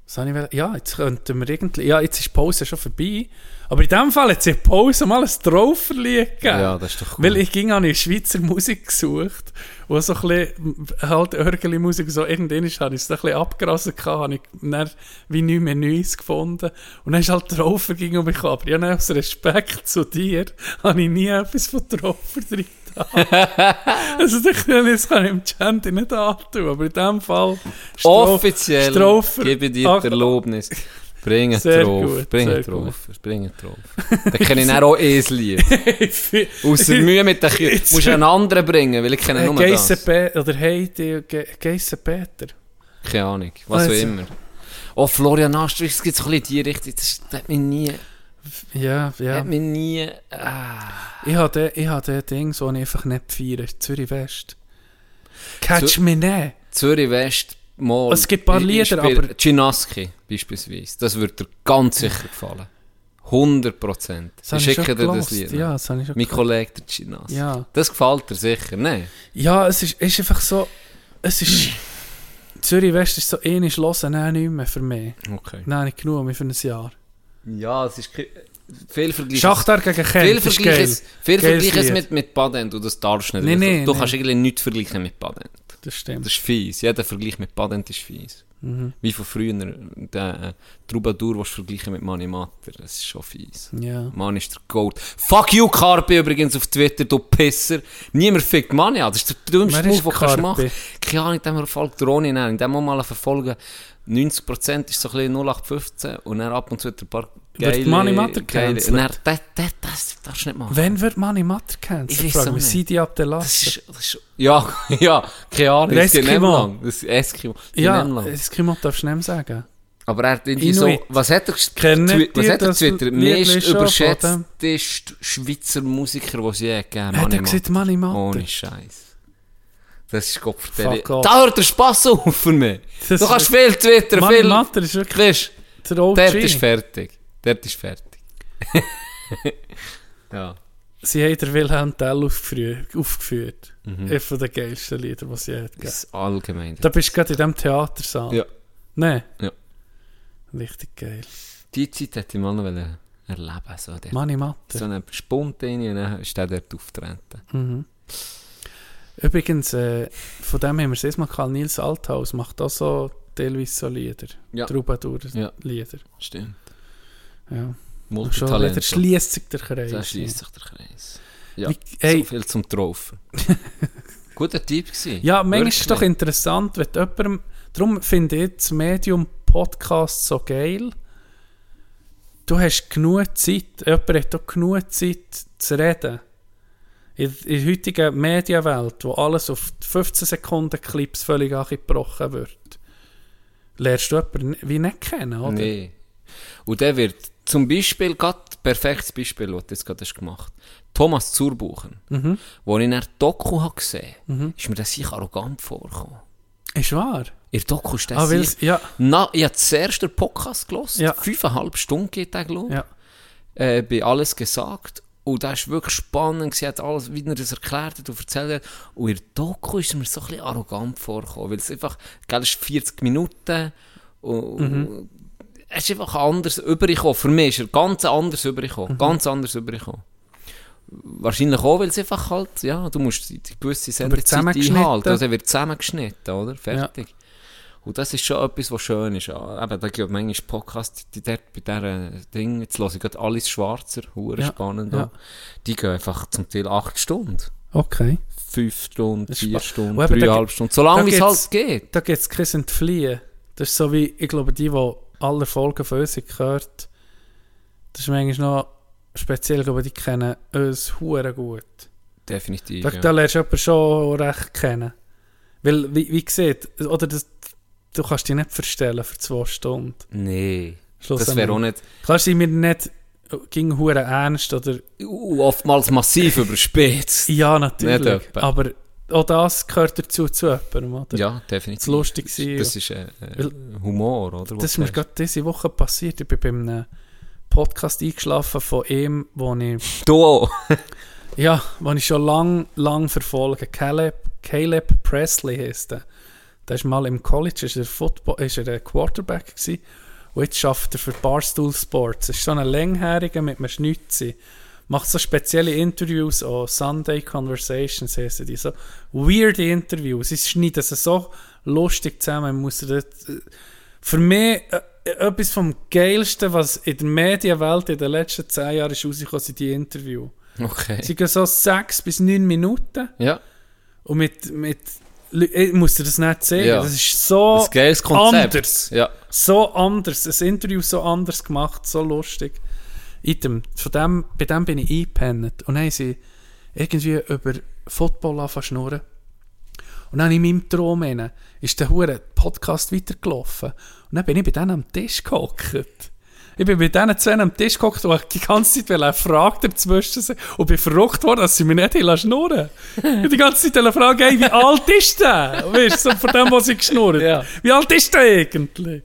S2: was habe ich wollen? Ja, jetzt könnten wir irgendwie, ja, jetzt ist die Pause schon vorbei, aber in dem Fall hat sich die Pause mal ein Trauferlied gegeben.
S3: Ja, das ist doch gut.
S2: Weil ich ging an die Schweizer Musik gesucht, wo so ein bisschen, halt örgeli Musik so irgendwann ist, habe ich es dann ein bisschen abgerassen gehabt, habe ich dann wie nichts mehr Neues gefunden. Und dann ist halt Traufer ging um mich aber ja, dann aus Respekt zu dir, habe ich nie etwas von Traufer drin getan. also ich dachte, das kann ich im Chanty nicht antun, aber in dem Fall ist Trau-
S3: Offiziell
S2: ist Traufer-
S3: gebe dir
S2: Ach,
S3: die Erlaubnis. Bring einen
S2: Sehr
S3: Tropf,
S2: gut,
S3: bring einen
S2: sehr gut.
S3: Tropf, bring einen Tropf. Dann kenne ich dann auch ein Lied. Aus der Mühe mit den Kindern.
S2: Jetzt-
S3: Musst du einen anderen bringen, weil ich kenne nur
S2: Geissen
S3: das.
S2: Peter, oder Heidi, Ge- Geissen Peter.
S3: Keine Ahnung, was auch
S2: Also.
S3: immer. Oh, Florian Asterix, es gibt so ein bisschen die Richtung. Das hat mich nie,
S2: Ja, ja.
S3: hat mich nie... Ah.
S2: Ich habe den, ich habe den Dings, den ich einfach nicht feiere. Zürich West. Catch
S3: Zu-
S2: me nicht.
S3: Zürich West, mal...
S2: Es gibt ein paar
S3: Ich- ich
S2: Lieder,
S3: spiele
S2: aber-
S3: Ginaski beispielsweise, das würde dir ganz sicher gefallen. 100 Prozent.
S2: Das habe
S3: Ich
S2: ich schon
S3: schicke dir das
S2: gehört.
S3: Lied.
S2: Ja, das habe ich schon
S3: Mein
S2: gehört.
S3: Kollege, der Ginaski.
S2: Ja.
S3: Das gefällt dir sicher, ne?
S2: Ja, es ist, ist einfach so... Es ist... Zürich West ist so ähnlich hören, nein, nicht mehr für mich.
S3: Okay.
S2: Nein, nicht genug, mehr für ein Jahr.
S3: Ja, es ist... ke- Viel Vergleich.
S2: Schachtar gegen
S3: Viel
S2: Kent ist geil.
S3: Vergleiches, viel
S2: Geiles
S3: Vergleiches
S2: Lied.
S3: mit, mit Badend und das darfst du nicht.
S2: Nee,
S3: Du-
S2: nee,
S3: du
S2: nee.
S3: kannst eigentlich nichts vergleichen mit Badend.
S2: Das stimmt.
S3: Das ist fies. Jeder Vergleich mit Badent ist fies.
S2: Mhm.
S3: Wie von früher, der äh, Troubadour, was vergleichen mit Mani Matter. Das ist schon fies.
S2: Ja.
S3: Mann ist der Gold. Fuck you, Carpi übrigens auf Twitter, du Pisser. Niemand fickt Manni an. Das ist der dümmste
S2: Wer
S3: Move,
S2: ist
S3: den du kannst
S2: Carpi?
S3: machen Keine Ahnung, dem verfolgt Roni nennen. In dem Moment mal verfolgen, 90% ist so ein bisschen 0815 und dann ab und zu hat er ein paar
S2: Wird
S3: geile...
S2: Mani Matter
S3: geile-
S2: gecancelt?
S3: Und dann, das, das, das darfst du nicht machen.
S2: Wann wird Money Matter gecancelt?
S3: Ich weiß
S2: Frag
S3: auch
S2: mich,
S3: nicht.
S2: sind die ab der
S3: Das
S2: Last?
S3: ist, das ist, ja, ja, keine Ahnung,
S2: Der
S3: das geht nicht mehr
S2: Eskimo.
S3: lang. Das Eskimo. das geht nicht
S2: Ja,
S3: mehr lang.
S2: Eskimo darfst du nicht mehr sagen.
S3: Aber er hat irgendwie so,
S2: Inuit.
S3: was hat er, gest-
S2: Kennt
S3: twi- was
S2: ihr
S3: hat er
S2: das
S3: Twitter?
S2: Lied
S3: Meist
S2: schon von
S3: überschätzt
S2: dem?
S3: ist Schweizer Musiker, den es je gegeben
S2: Hat
S3: Manni
S2: er gesagt, Money
S3: Matter.
S2: Matter?
S3: Ohne Scheiß. Das ist Gott
S2: Fuck off.
S3: Da hört der Spass auf für mich.
S2: Das
S3: du kannst
S2: ist-
S3: viel twittern,
S2: Money
S3: viel.
S2: Matter ist wirklich
S3: Weisst,
S2: der OG.
S3: dort ist fertig. Dort ist fertig. ja.
S2: Sie haben den Wilhelm Tell aufgefrü- aufgeführt. Einer von den geilsten Lieder, die sie hat. gegeben.
S3: Das Mhm. ist allgemein.
S2: Da bist du gerade in diesem Theatersaal.
S3: Ja.
S2: Nein?
S3: Ja.
S2: Richtig geil.
S3: Die Zeit hätte ich mal noch wollen erleben so der
S2: Manni Matter.
S3: so eine Spunte rein und dann ist der dort auftreten.
S2: Übrigens, äh, von dem haben wir es erstmal gehabt. Nils Althaus macht auch so teilweise so Lieder.
S3: Ja. Ja.
S2: Troubadour-Lieder.
S3: Stimmt.
S2: Ja. Und schon wieder
S3: Multitalent.
S2: schließt sich der Kreis.
S3: Da schließt sich der Kreis. Ja,
S2: Wie- hey.
S3: so viel zum Traufen. Guter Typ gewesen.
S2: Ja, manchmal ist es doch
S3: Wirklich.
S2: interessant, wenn du jemandem, darum finde ich das Medium Podcast so geil. Du hast genug Zeit, jemand hat auch genug Zeit zu reden. In, in der heutigen Medienwelt, wo alles auf 15 Sekunden Clips völlig angebrochen wird, lernst du jemanden ni- wie nicht kennen, oder?
S3: Nee. Und der wird zum Beispiel, gerade perfektes Beispiel, was du jetzt gerade hast gemacht Thomas Zurbuchen,
S2: Mhm.
S3: wo ich in der Doku habe gesehen ist mir das sicher arrogant vorgekommen.
S2: Ist wahr.
S3: Ihr Doku ist das
S2: Ah, weil
S3: sicher-
S2: es- ja.
S3: Na, ich habe zuerst den Podcast gelesen.
S2: Ja.
S3: Fünfeinhalb Stunden geht der, glaube ich.
S2: Ja.
S3: äh, bei alles gesagt. Und das war wirklich spannend. Sie hat alles, wie er das erklärt hat und erzählt hat. Und ihr Doku ist mir so ein bisschen arrogant vorgekommen. Weil es einfach, gell, es ist 40 Minuten. Und, und es ist einfach anders übergekommen. Für mich ist er ganz anders übergekommen. Ganz anders übergekommen. Wahrscheinlich auch, weil es einfach halt, ja, du musst die die gewisse Sendezeit
S2: zusammengeschnitten.
S3: einhalten. Also er wird zusammengeschnitten, oder? Fertig. Und das ist schon etwas, was schön ist. Ah, Eben, da gibt es manchmal Podcasts, die dort bei diesen Ding, jetzt höre ich gerade Alice Schwarzer, hure
S2: Ja,
S3: spannend.
S2: ja.
S3: auch. Die gehen einfach zum Teil 8 Stunden,
S2: Okay.
S3: 5 Stunden,
S2: ist
S3: 4
S2: spa-
S3: Stunden,
S2: Und eben, da
S3: 3,5
S2: gi-
S3: Stunden, solange
S2: da
S3: wie es
S2: gibt's-
S3: halt geht.
S2: Da gibt es kein Entfliehen. Das ist so wie, ich glaube, die, die alle Folgen von uns haben gehört das ist manchmal noch speziell, aber die kennen uns hure gut.
S3: Definitiv.
S2: Da, da
S3: ja.
S2: lernst du jemanden schon recht kennen. Weil, wie, wie gesagt, oder das, du kannst dich nicht verstellen für zwei Stunden.
S3: Nee, das
S2: Schlussendlich.
S3: wäre auch nicht.
S2: Kannst du mir nicht ging hure ernst oder
S3: Uh, oftmals massiv überspitzt.
S2: ja natürlich,
S3: etwa.
S2: aber auch das gehört dazu zu jemandem, oder?
S3: Ja, definitiv.
S2: Das lustig war.
S3: Das ist äh, äh, Humor, oder?
S2: Das ist mir gerade diese Woche passiert. Ich bin bei einem Podcast eingeschlafen von ihm, wo ich,
S3: Du!
S2: ja, wo ich schon lang, lang verfolge. Caleb, Caleb Presley heisst er. Der ist mal im College, ist er, Football, ist er ein Quarterback gewesen. Und jetzt arbeitet er für Barstool Sports. Ist so ein Länghäriger mit einem Schnitzi. Macht so spezielle Interviews an Sunday Conversations heissen die. So weirde Interviews. Es schneiden sie so lustig zusammen. Man muss dir das, äh, für mich äh, etwas vom Geilsten, was in der Medienwelt in den letzten zehn Jahren ist rausgekommen, sind die Interviews.
S3: Okay.
S2: Sie gehen so sechs bis neun Minuten.
S3: Ja.
S2: Und mit, mit Leu- ich muss dir das nicht sagen,
S3: Ja.
S2: das ist so
S3: Das geiles Konzept.
S2: anders.
S3: Ja.
S2: So anders, ein Interview so anders gemacht, so lustig. Item, von dem, bei dem bin ich eingepennt. Und dann haben sie irgendwie über Football angefangen zu schnurren. Und dann in meinem Traum hinein ist der hure Podcast weitergelaufen. Und dann bin ich bei denen am Tisch gehockt. Ich bin bei diesen zwei am Tisch gehockt und hab die ganze Zeit eine Frage dazwischen sein und bin verrückt worden, dass sie mich nicht haben schnurren lassen. Ich die ganze Zeit eine Frage, hey, wie alt ist der? Weißt du, so von dem, was ich geschnurrt
S3: Ja.
S2: Wie alt ist der eigentlich?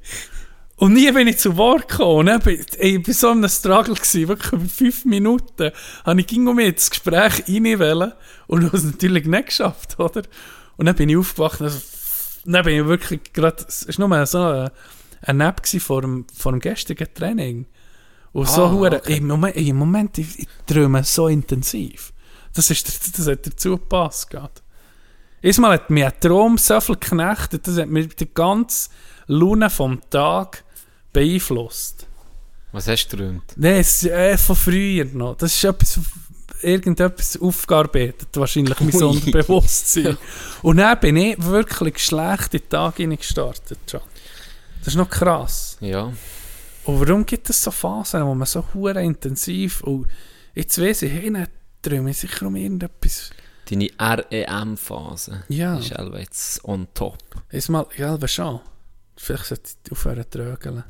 S2: Und nie bin ich zu Wort gekommen. Und dann bin- ey, Ich war so in einem Struggle, gewesen, wirklich über fünf Minuten. Habe ich ging um mich ins Gespräch reinwählen und habe es natürlich nicht geschafft, oder? Und dann bin ich aufgewacht und also, dann bin ich wirklich gerade, es war nur so ein, ein Nap gewesen vor dem, vor dem gestrigen Training. Und so hure im Moment, im Moment ich, ich träume so intensiv. Das, ist, das hat dazu gepasst gerade. Einmal hat mir ein Traum so viel geknechtet, das hat mir die ganze Laune vom Tag beeinflusst.
S3: Was hast du geträumt?
S2: Nein, es ist äh, von früher noch. Das ist etwas, irgendetwas aufgearbeitet, wahrscheinlich mein
S3: Ui.
S2: Unterbewusstsein. Und dann bin ich wirklich schlecht in den Tag hineingestartet, John. Das ist noch krass.
S3: Ja.
S2: Und warum gibt es so Phasen, wo man so hure intensiv und jetzt weiss ich, hey, dann träume ich sicher um irgendetwas.
S3: Deine E REM-Phase
S2: Ja.
S3: ist also jetzt on top.
S2: Ist mal, ja, was schon. Vielleicht sollte ich aufhören zu rögeln.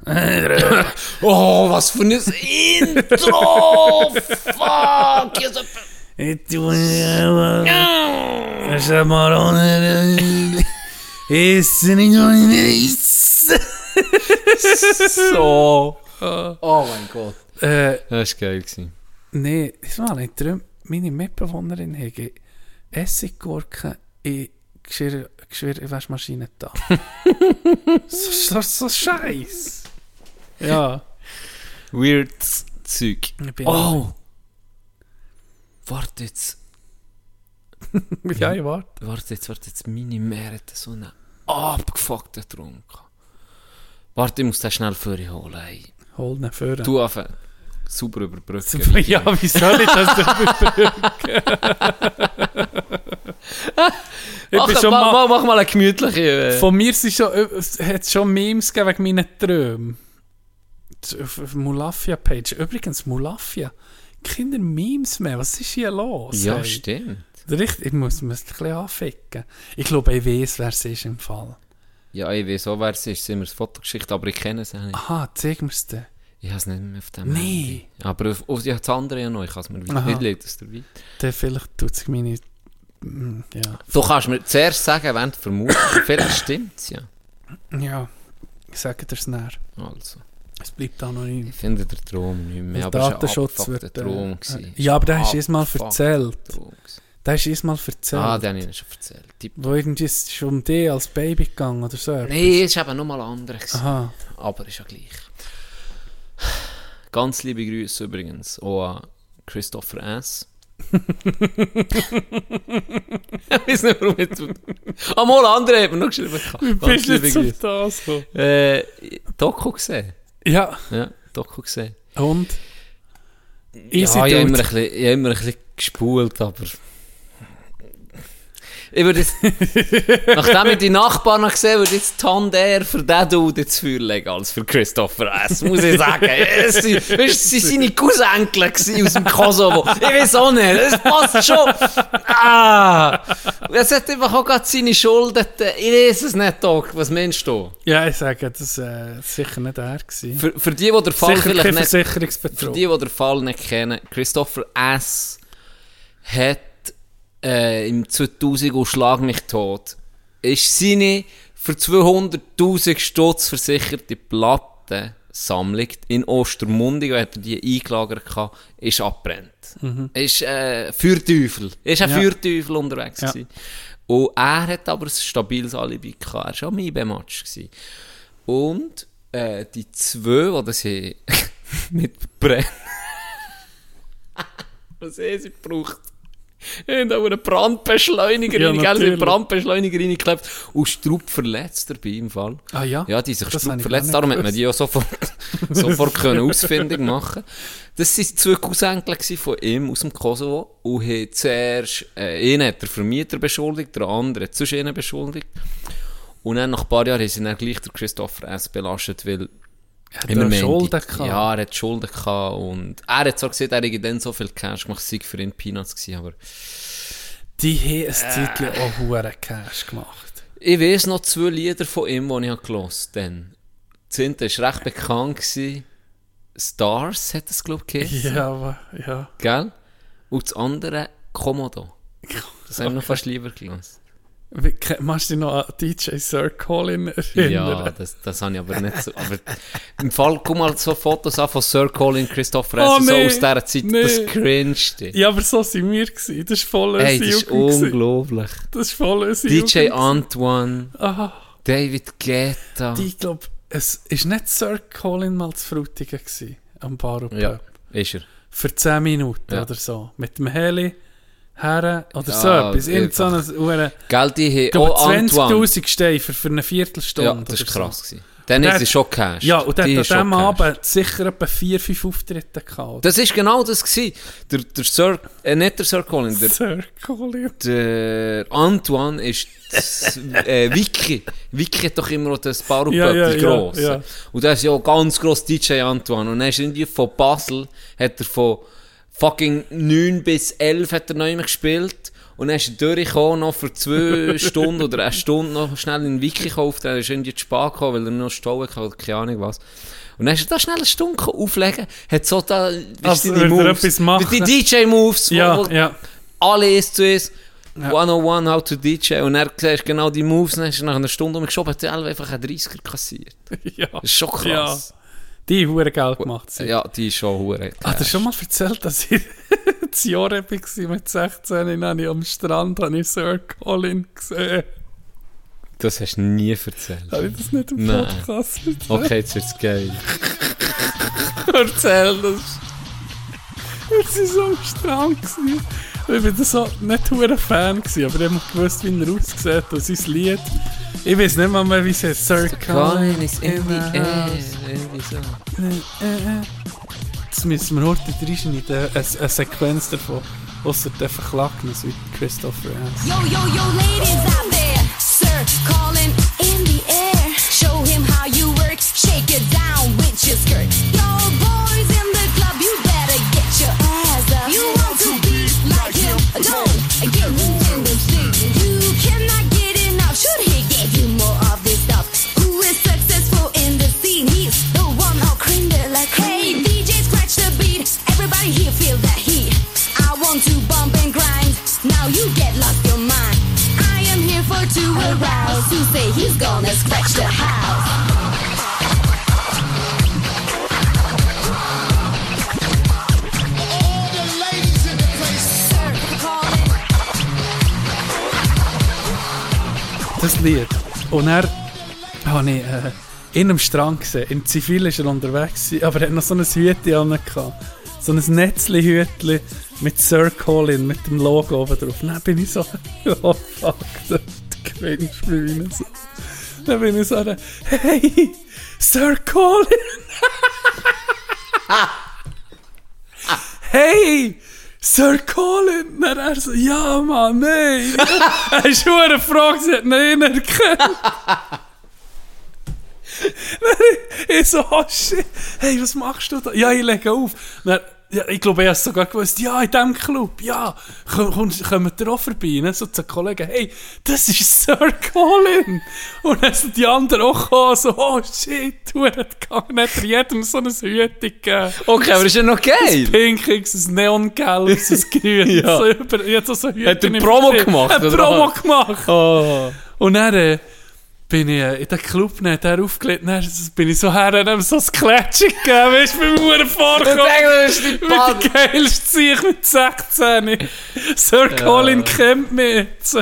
S3: Oh, was für ein Intro! Fuck! Hier ist etwas-
S2: Ich tue ja Ich hab mal ohne. Ist nicht ohne nichts.
S3: so. Oh mein Gott.
S2: Äh,
S3: Das war geil. Gewesen.
S2: nee, das war nicht drum. Meine Mitbewohnerin hege Essiggurken in Geschirr, Geschirr, Waschmaschine da. so, so, so scheiß. Ja.
S3: Weird Zeug.
S2: Ich bin
S3: Oh! Warte jetzt,
S2: Ja, ich warte.
S3: warte jetzt, warte jetzt. Meine Mär hat so einen abgefuckten Trunk. Warte, ich muss den schnell vorholen. ey.
S2: Hol ihn vor.
S3: Du anfangen. Super überbrücken.
S2: Ja, wie soll ich das denn überbrücken? ich
S3: mach,
S2: bin
S3: mach,
S2: schon mal,
S3: mach, mach mal eine gemütliche. Äh,
S2: von mir sind schon, es hat schon eh, Memes gegeben wegen meinen Träumen. Z- Auf, auf Mulafia-Page. Übrigens, Mulafia. Kinder Memes mehr. Was ist hier los?
S3: ja,
S2: ey?
S3: stimmt.
S2: Richtig, ich muss mich ein bisschen anficken. Ich glaube, ich weiß, wer es ist im Fall.
S3: Ja, ich weiß auch, wer es ist. Sind wir das Fotogeschichte, aber ich kenne es auch nicht.
S2: Aha, zeig mir's dir.
S3: Ich habe es nicht mehr auf dem
S2: Nee.
S3: Handy. Aber auf, auf, ja, das andere ja noch. Ich kann es mir
S2: Aha.
S3: weit, nicht legt aus der Weit.
S2: Dann vielleicht tut sich meine. Mm, Ja.
S3: Du kannst mir zuerst sagen, wenn du vermutest. Vielleicht stimmt es ja.
S2: Ja. Ich sage dir's näher.
S3: Also.
S2: Es bleibt anonym.
S3: Ich finde den Traum nicht mehr.
S2: Der
S3: Aber
S2: Datenschutz
S3: es war ein
S2: wird, äh,
S3: abgefuckter Traum. gewesen.
S2: äh, ja, aber den hast du
S3: Es war ein
S2: erst mal
S3: abgefuckter
S2: erzählt.
S3: Traum gewesen.
S2: Das ist erstmal erzählt.
S3: Ah, den habe ich Ihnen schon erzählt. Tipp.
S2: wo irgendwie es ist um dich als Baby gegangen oder so.
S3: Nein, es war eben nochmal anders.
S2: Aha.
S3: Aber ist ja gleich. Ganz liebe Grüße übrigens auch an Christopher S. ich weiß nicht, warum ich das... Amol, andere hat mir noch geschrieben. Ganz liebe Grüße.
S2: das gekommen?
S3: Äh, Doku gesehen.
S2: Ja.
S3: Ja, Doku gesehen.
S2: Und?
S3: Ja, ich
S2: Easy
S3: habe immer,
S2: Dude.
S3: ein bisschen- ich habe immer ein bisschen gespult, aber... Ich würde jetzt, nachdem ich die Nachbarn noch gesehen habe, würde ich jetzt die Hand eher für den Dude ins Feuer legen als für Christopher S., muss ich sagen. Es sind- weisst du, es waren seine Cousenkel gewesen aus dem Kosovo. Ich weiß auch nicht, es passt schon. Ah! Es hat einfach auch gerade seine Schulden. Ich weiß es nicht, Doc. Was meinst du?
S2: Ja, ich sage, das war äh, sicher nicht er. Gewesen.
S3: Für, für die, die den Fall
S2: Sicher kein
S3: vielleicht nicht... Für
S2: Versicherungsbetrug.
S3: die, die den Fall nicht kennen, Christopher S. hat äh, im 2000 und Schlag mich tot, ist seine für 200'000 Stutz versicherte Plattensammlung in Ostermundigen, hat er die eingelagert gehabt, ist abbrennt. Ist äh, Feuerteufel. Ist ein
S2: Mhm. Ja.
S3: Feuerteufel unterwegs
S2: Ja.
S3: gewesen. Und er hat aber ein stabiles Alibi gehabt. Er war auch mein Match gewesen. Und äh, die zwei, die das haben mit Brennen. Was haben sie gebraucht? Sie haben auch einen Brandbeschleuniger
S2: Ja,
S3: rein, gell? Sie haben
S2: natürlich.
S3: Brandbeschleuniger reingeklebt und Strupp verletzt dabei im Fall.
S2: Ah ja?
S3: Ja, die sich
S2: Das
S3: Strupp
S2: habe ich
S3: verletzt,
S2: gar
S3: darum
S2: nicht
S3: hat man die ja sofort, sofort können ausfindig machen Das waren zwei Cousenkel gewesen von ihm aus dem Kosovo und haben zuerst, äh, einen hat der Vermieter beschuldigt, der andere hat sonst einen beschuldigt. Und dann nach ein paar Jahren haben sie dann gleich den Christopher S. belastet, weil
S2: Hat
S3: immer
S2: er
S3: Mendig.
S2: Schulden gehabt?
S3: Ja, er hat Schulden gehabt und er hat zwar gesehen, er hätte dann so viel Cash gemacht, es sei für ihn Peanuts gewesen, aber
S2: Die haben ein Zeitchen
S3: Äh.
S2: auch hohen Cash gemacht.
S3: ich weiss noch zwei Lieder von ihm, die ich habe gelesen habe. Das hinten war recht bekannt, gewesen. Stars hat es, glaube ich, geheißen,
S2: Ja, aber, ja.
S3: gell? Und das andere Komodo. Das habe ich noch fast lieber gelesen.
S2: Wie, ke- Machst du dich noch an DJ Sir Colin erinnern?
S3: Ja, das, das habe ich aber nicht so. Aber im Fall, guck mal so Fotos an von Sir Colin Christopher
S2: Oh,
S3: oh, so
S2: nee,
S3: aus dieser Zeit, das
S2: nee.
S3: cringste.
S2: Ja, aber so sind wir gewesen. Das ist voll
S3: Ey, das ist unglaublich.
S2: Das ist voll unsere
S3: DJ
S2: Jugend.
S3: Antoine,
S2: Aha.
S3: David Guetta.
S2: Die, Ich glaube, es ist nicht Sir Colin mal zu Frutigen gewesen, am Bar und
S3: ja,
S2: Pub.
S3: ist er.
S2: Für 10 eh, Minuten
S3: Ja.
S2: oder so. Mit dem Heli, Herren oder so
S3: Ja,
S2: etwas. Irgend so eine Uhr.
S3: Gell, die haben
S2: Oh,
S3: auch Antoine.
S2: 20.000 Steine für, für eine Viertelstunde.
S3: Ja, das
S2: oder
S3: ist krass.
S2: So.
S3: gewesen. Dann
S2: Der-
S3: ist es schon Cash.
S2: Ja, und der
S3: Die
S2: hat
S3: ist schon
S2: an diesem
S3: gecashed.
S2: Abend sicher etwa 4, 5 Auftritte gehabt.
S3: Das ist genau das gewesen. Der, der Sir, äh, nicht der Sir Colin, der,
S2: Sir Colin.
S3: der Antoine ist das, äh, Vicky. Vicky hat doch immer auch das Bar und
S2: Ja,
S3: Pub,
S2: ja,
S3: die
S2: ja,
S3: Grosse.
S2: ja.
S3: Und der ist ja auch ganz gross DJ Antoine. Und dann ist irgendwie von Basel, hat er von fucking 9 bis 11 hat er noch immer gespielt. Und dann ist er durchgekommen, noch für zwei Stunden oder eine Stunde noch schnell in Wiki gekauft. Dann ist er irgendwie zu spät gekommen, weil er noch Stollen hatte oder keine Ahnung was. Und dann ist er da schnell eine Stunde gekommen, auflegen, hat so da, weißt du,
S2: Also,
S3: deine
S2: würde er
S3: Moves,
S2: etwas machen?
S3: die DJ-Moves, wo-
S2: Ja,
S3: wo-
S2: ja.
S3: alle ist zu ist. 101 How to DJ. Und er siehst genau die Moves, dann hast du nach einer Stunde umgeschoben, hat er einfach einen 30er kassiert.
S2: ja.
S3: Das ist schon krass.
S2: Die haben Geld gemacht.
S3: Ja, Ah,
S2: Sie.
S3: die ist schon hure.
S2: Hat er schon mal erzählt, dass ich das Jahr war mit 16 dann habe ich am Strand habe ich Sir Colin gesehen.
S3: Das hast du nie erzählt.
S2: Habe ich das nicht im
S3: Nein.
S2: Podcast erzählt?
S3: Okay, jetzt wird's geil.
S2: erzählt. Das wir waren so am Strand. Gewesen. Und Ich war so nicht ein Fan, gewesen, aber ich habe gewusst, wie er aussieht und sein Lied. Ich weiß nicht mal mehr, wie es heißt. Sir Colin is in the air.
S3: Irgendwie so.
S2: Jetzt müssen wir heute reinschneiden, eine, eine Sequenz davon. Ausser der Verklagnis wie Christopher Hans.
S4: Yo, yo, yo, ladies out there. Sir, calling in the air. Show him how you work. Shake it down with your skirt. Yo, boys in the club, you better get your ass up. You want to be like him? Don't get ruined with shit. You cannot get enough. Should he give you more of this stuff? Who is successful in the scene? He's the one all creamed it like Hey, DJ, scratch the beat. Everybody here feel that heat. I want to bump and grind. Now you get lost your mind. I am here for to arouse. To say he's gonna scratch the house. Sir, calling.
S2: Das Lied. Und er habe ich äh, in einem Strand gesehen. Im Zivil war er unterwegs, gewesen, aber er hat noch so ein Hütchen an. So ein Netzli-Hütchen mit Sir Colin, mit dem Logo oben drauf. Dann bin ich so, oh fuck, das cringed mich rein. so. Dann bin ich so, hey, Sir Colin! hey, Sir Colin. Dann er so, ja Mann, nein. er ist nur eine Frage, sie hat ihn erkannt. Dann ich so, oh shit. Hey, was machst du da? Ja, ich lege auf. Dann, ja, ich glaube, er hat sogar gewusst, ja, in diesem Club, ja, komm- komm- kommt ihr auch vorbei, ne? so zu den Kollegen, hey, das ist Sir Colin. Und dann sind die anderen auch gekommen, so, oh shit, du, er hat gar nicht jedem so ein Hüte gegeben.
S3: Okay, aber ist ja noch geil.
S2: Pink, ein Neongelb, ein Grün.
S3: Ja.
S2: so über, jetzt so Hüte
S3: Hat er
S2: im
S3: Promo
S2: Gesicht.
S3: gemacht,
S2: Hat
S3: oder
S2: Promo
S3: was?
S2: gemacht.
S3: Oh.
S2: Und dann äh, bin ich äh, in den Club dann hat er aufgelegt, dann bin ich so her und hab ihm so das Klatschen gegeben, weißt du, beim Uhren
S3: Ich
S2: vorkommen.
S3: denke, das ist nicht
S2: Mit
S3: Party.
S2: der geilsten Sieg mit 16. Sir Colin kennt mich jetzt.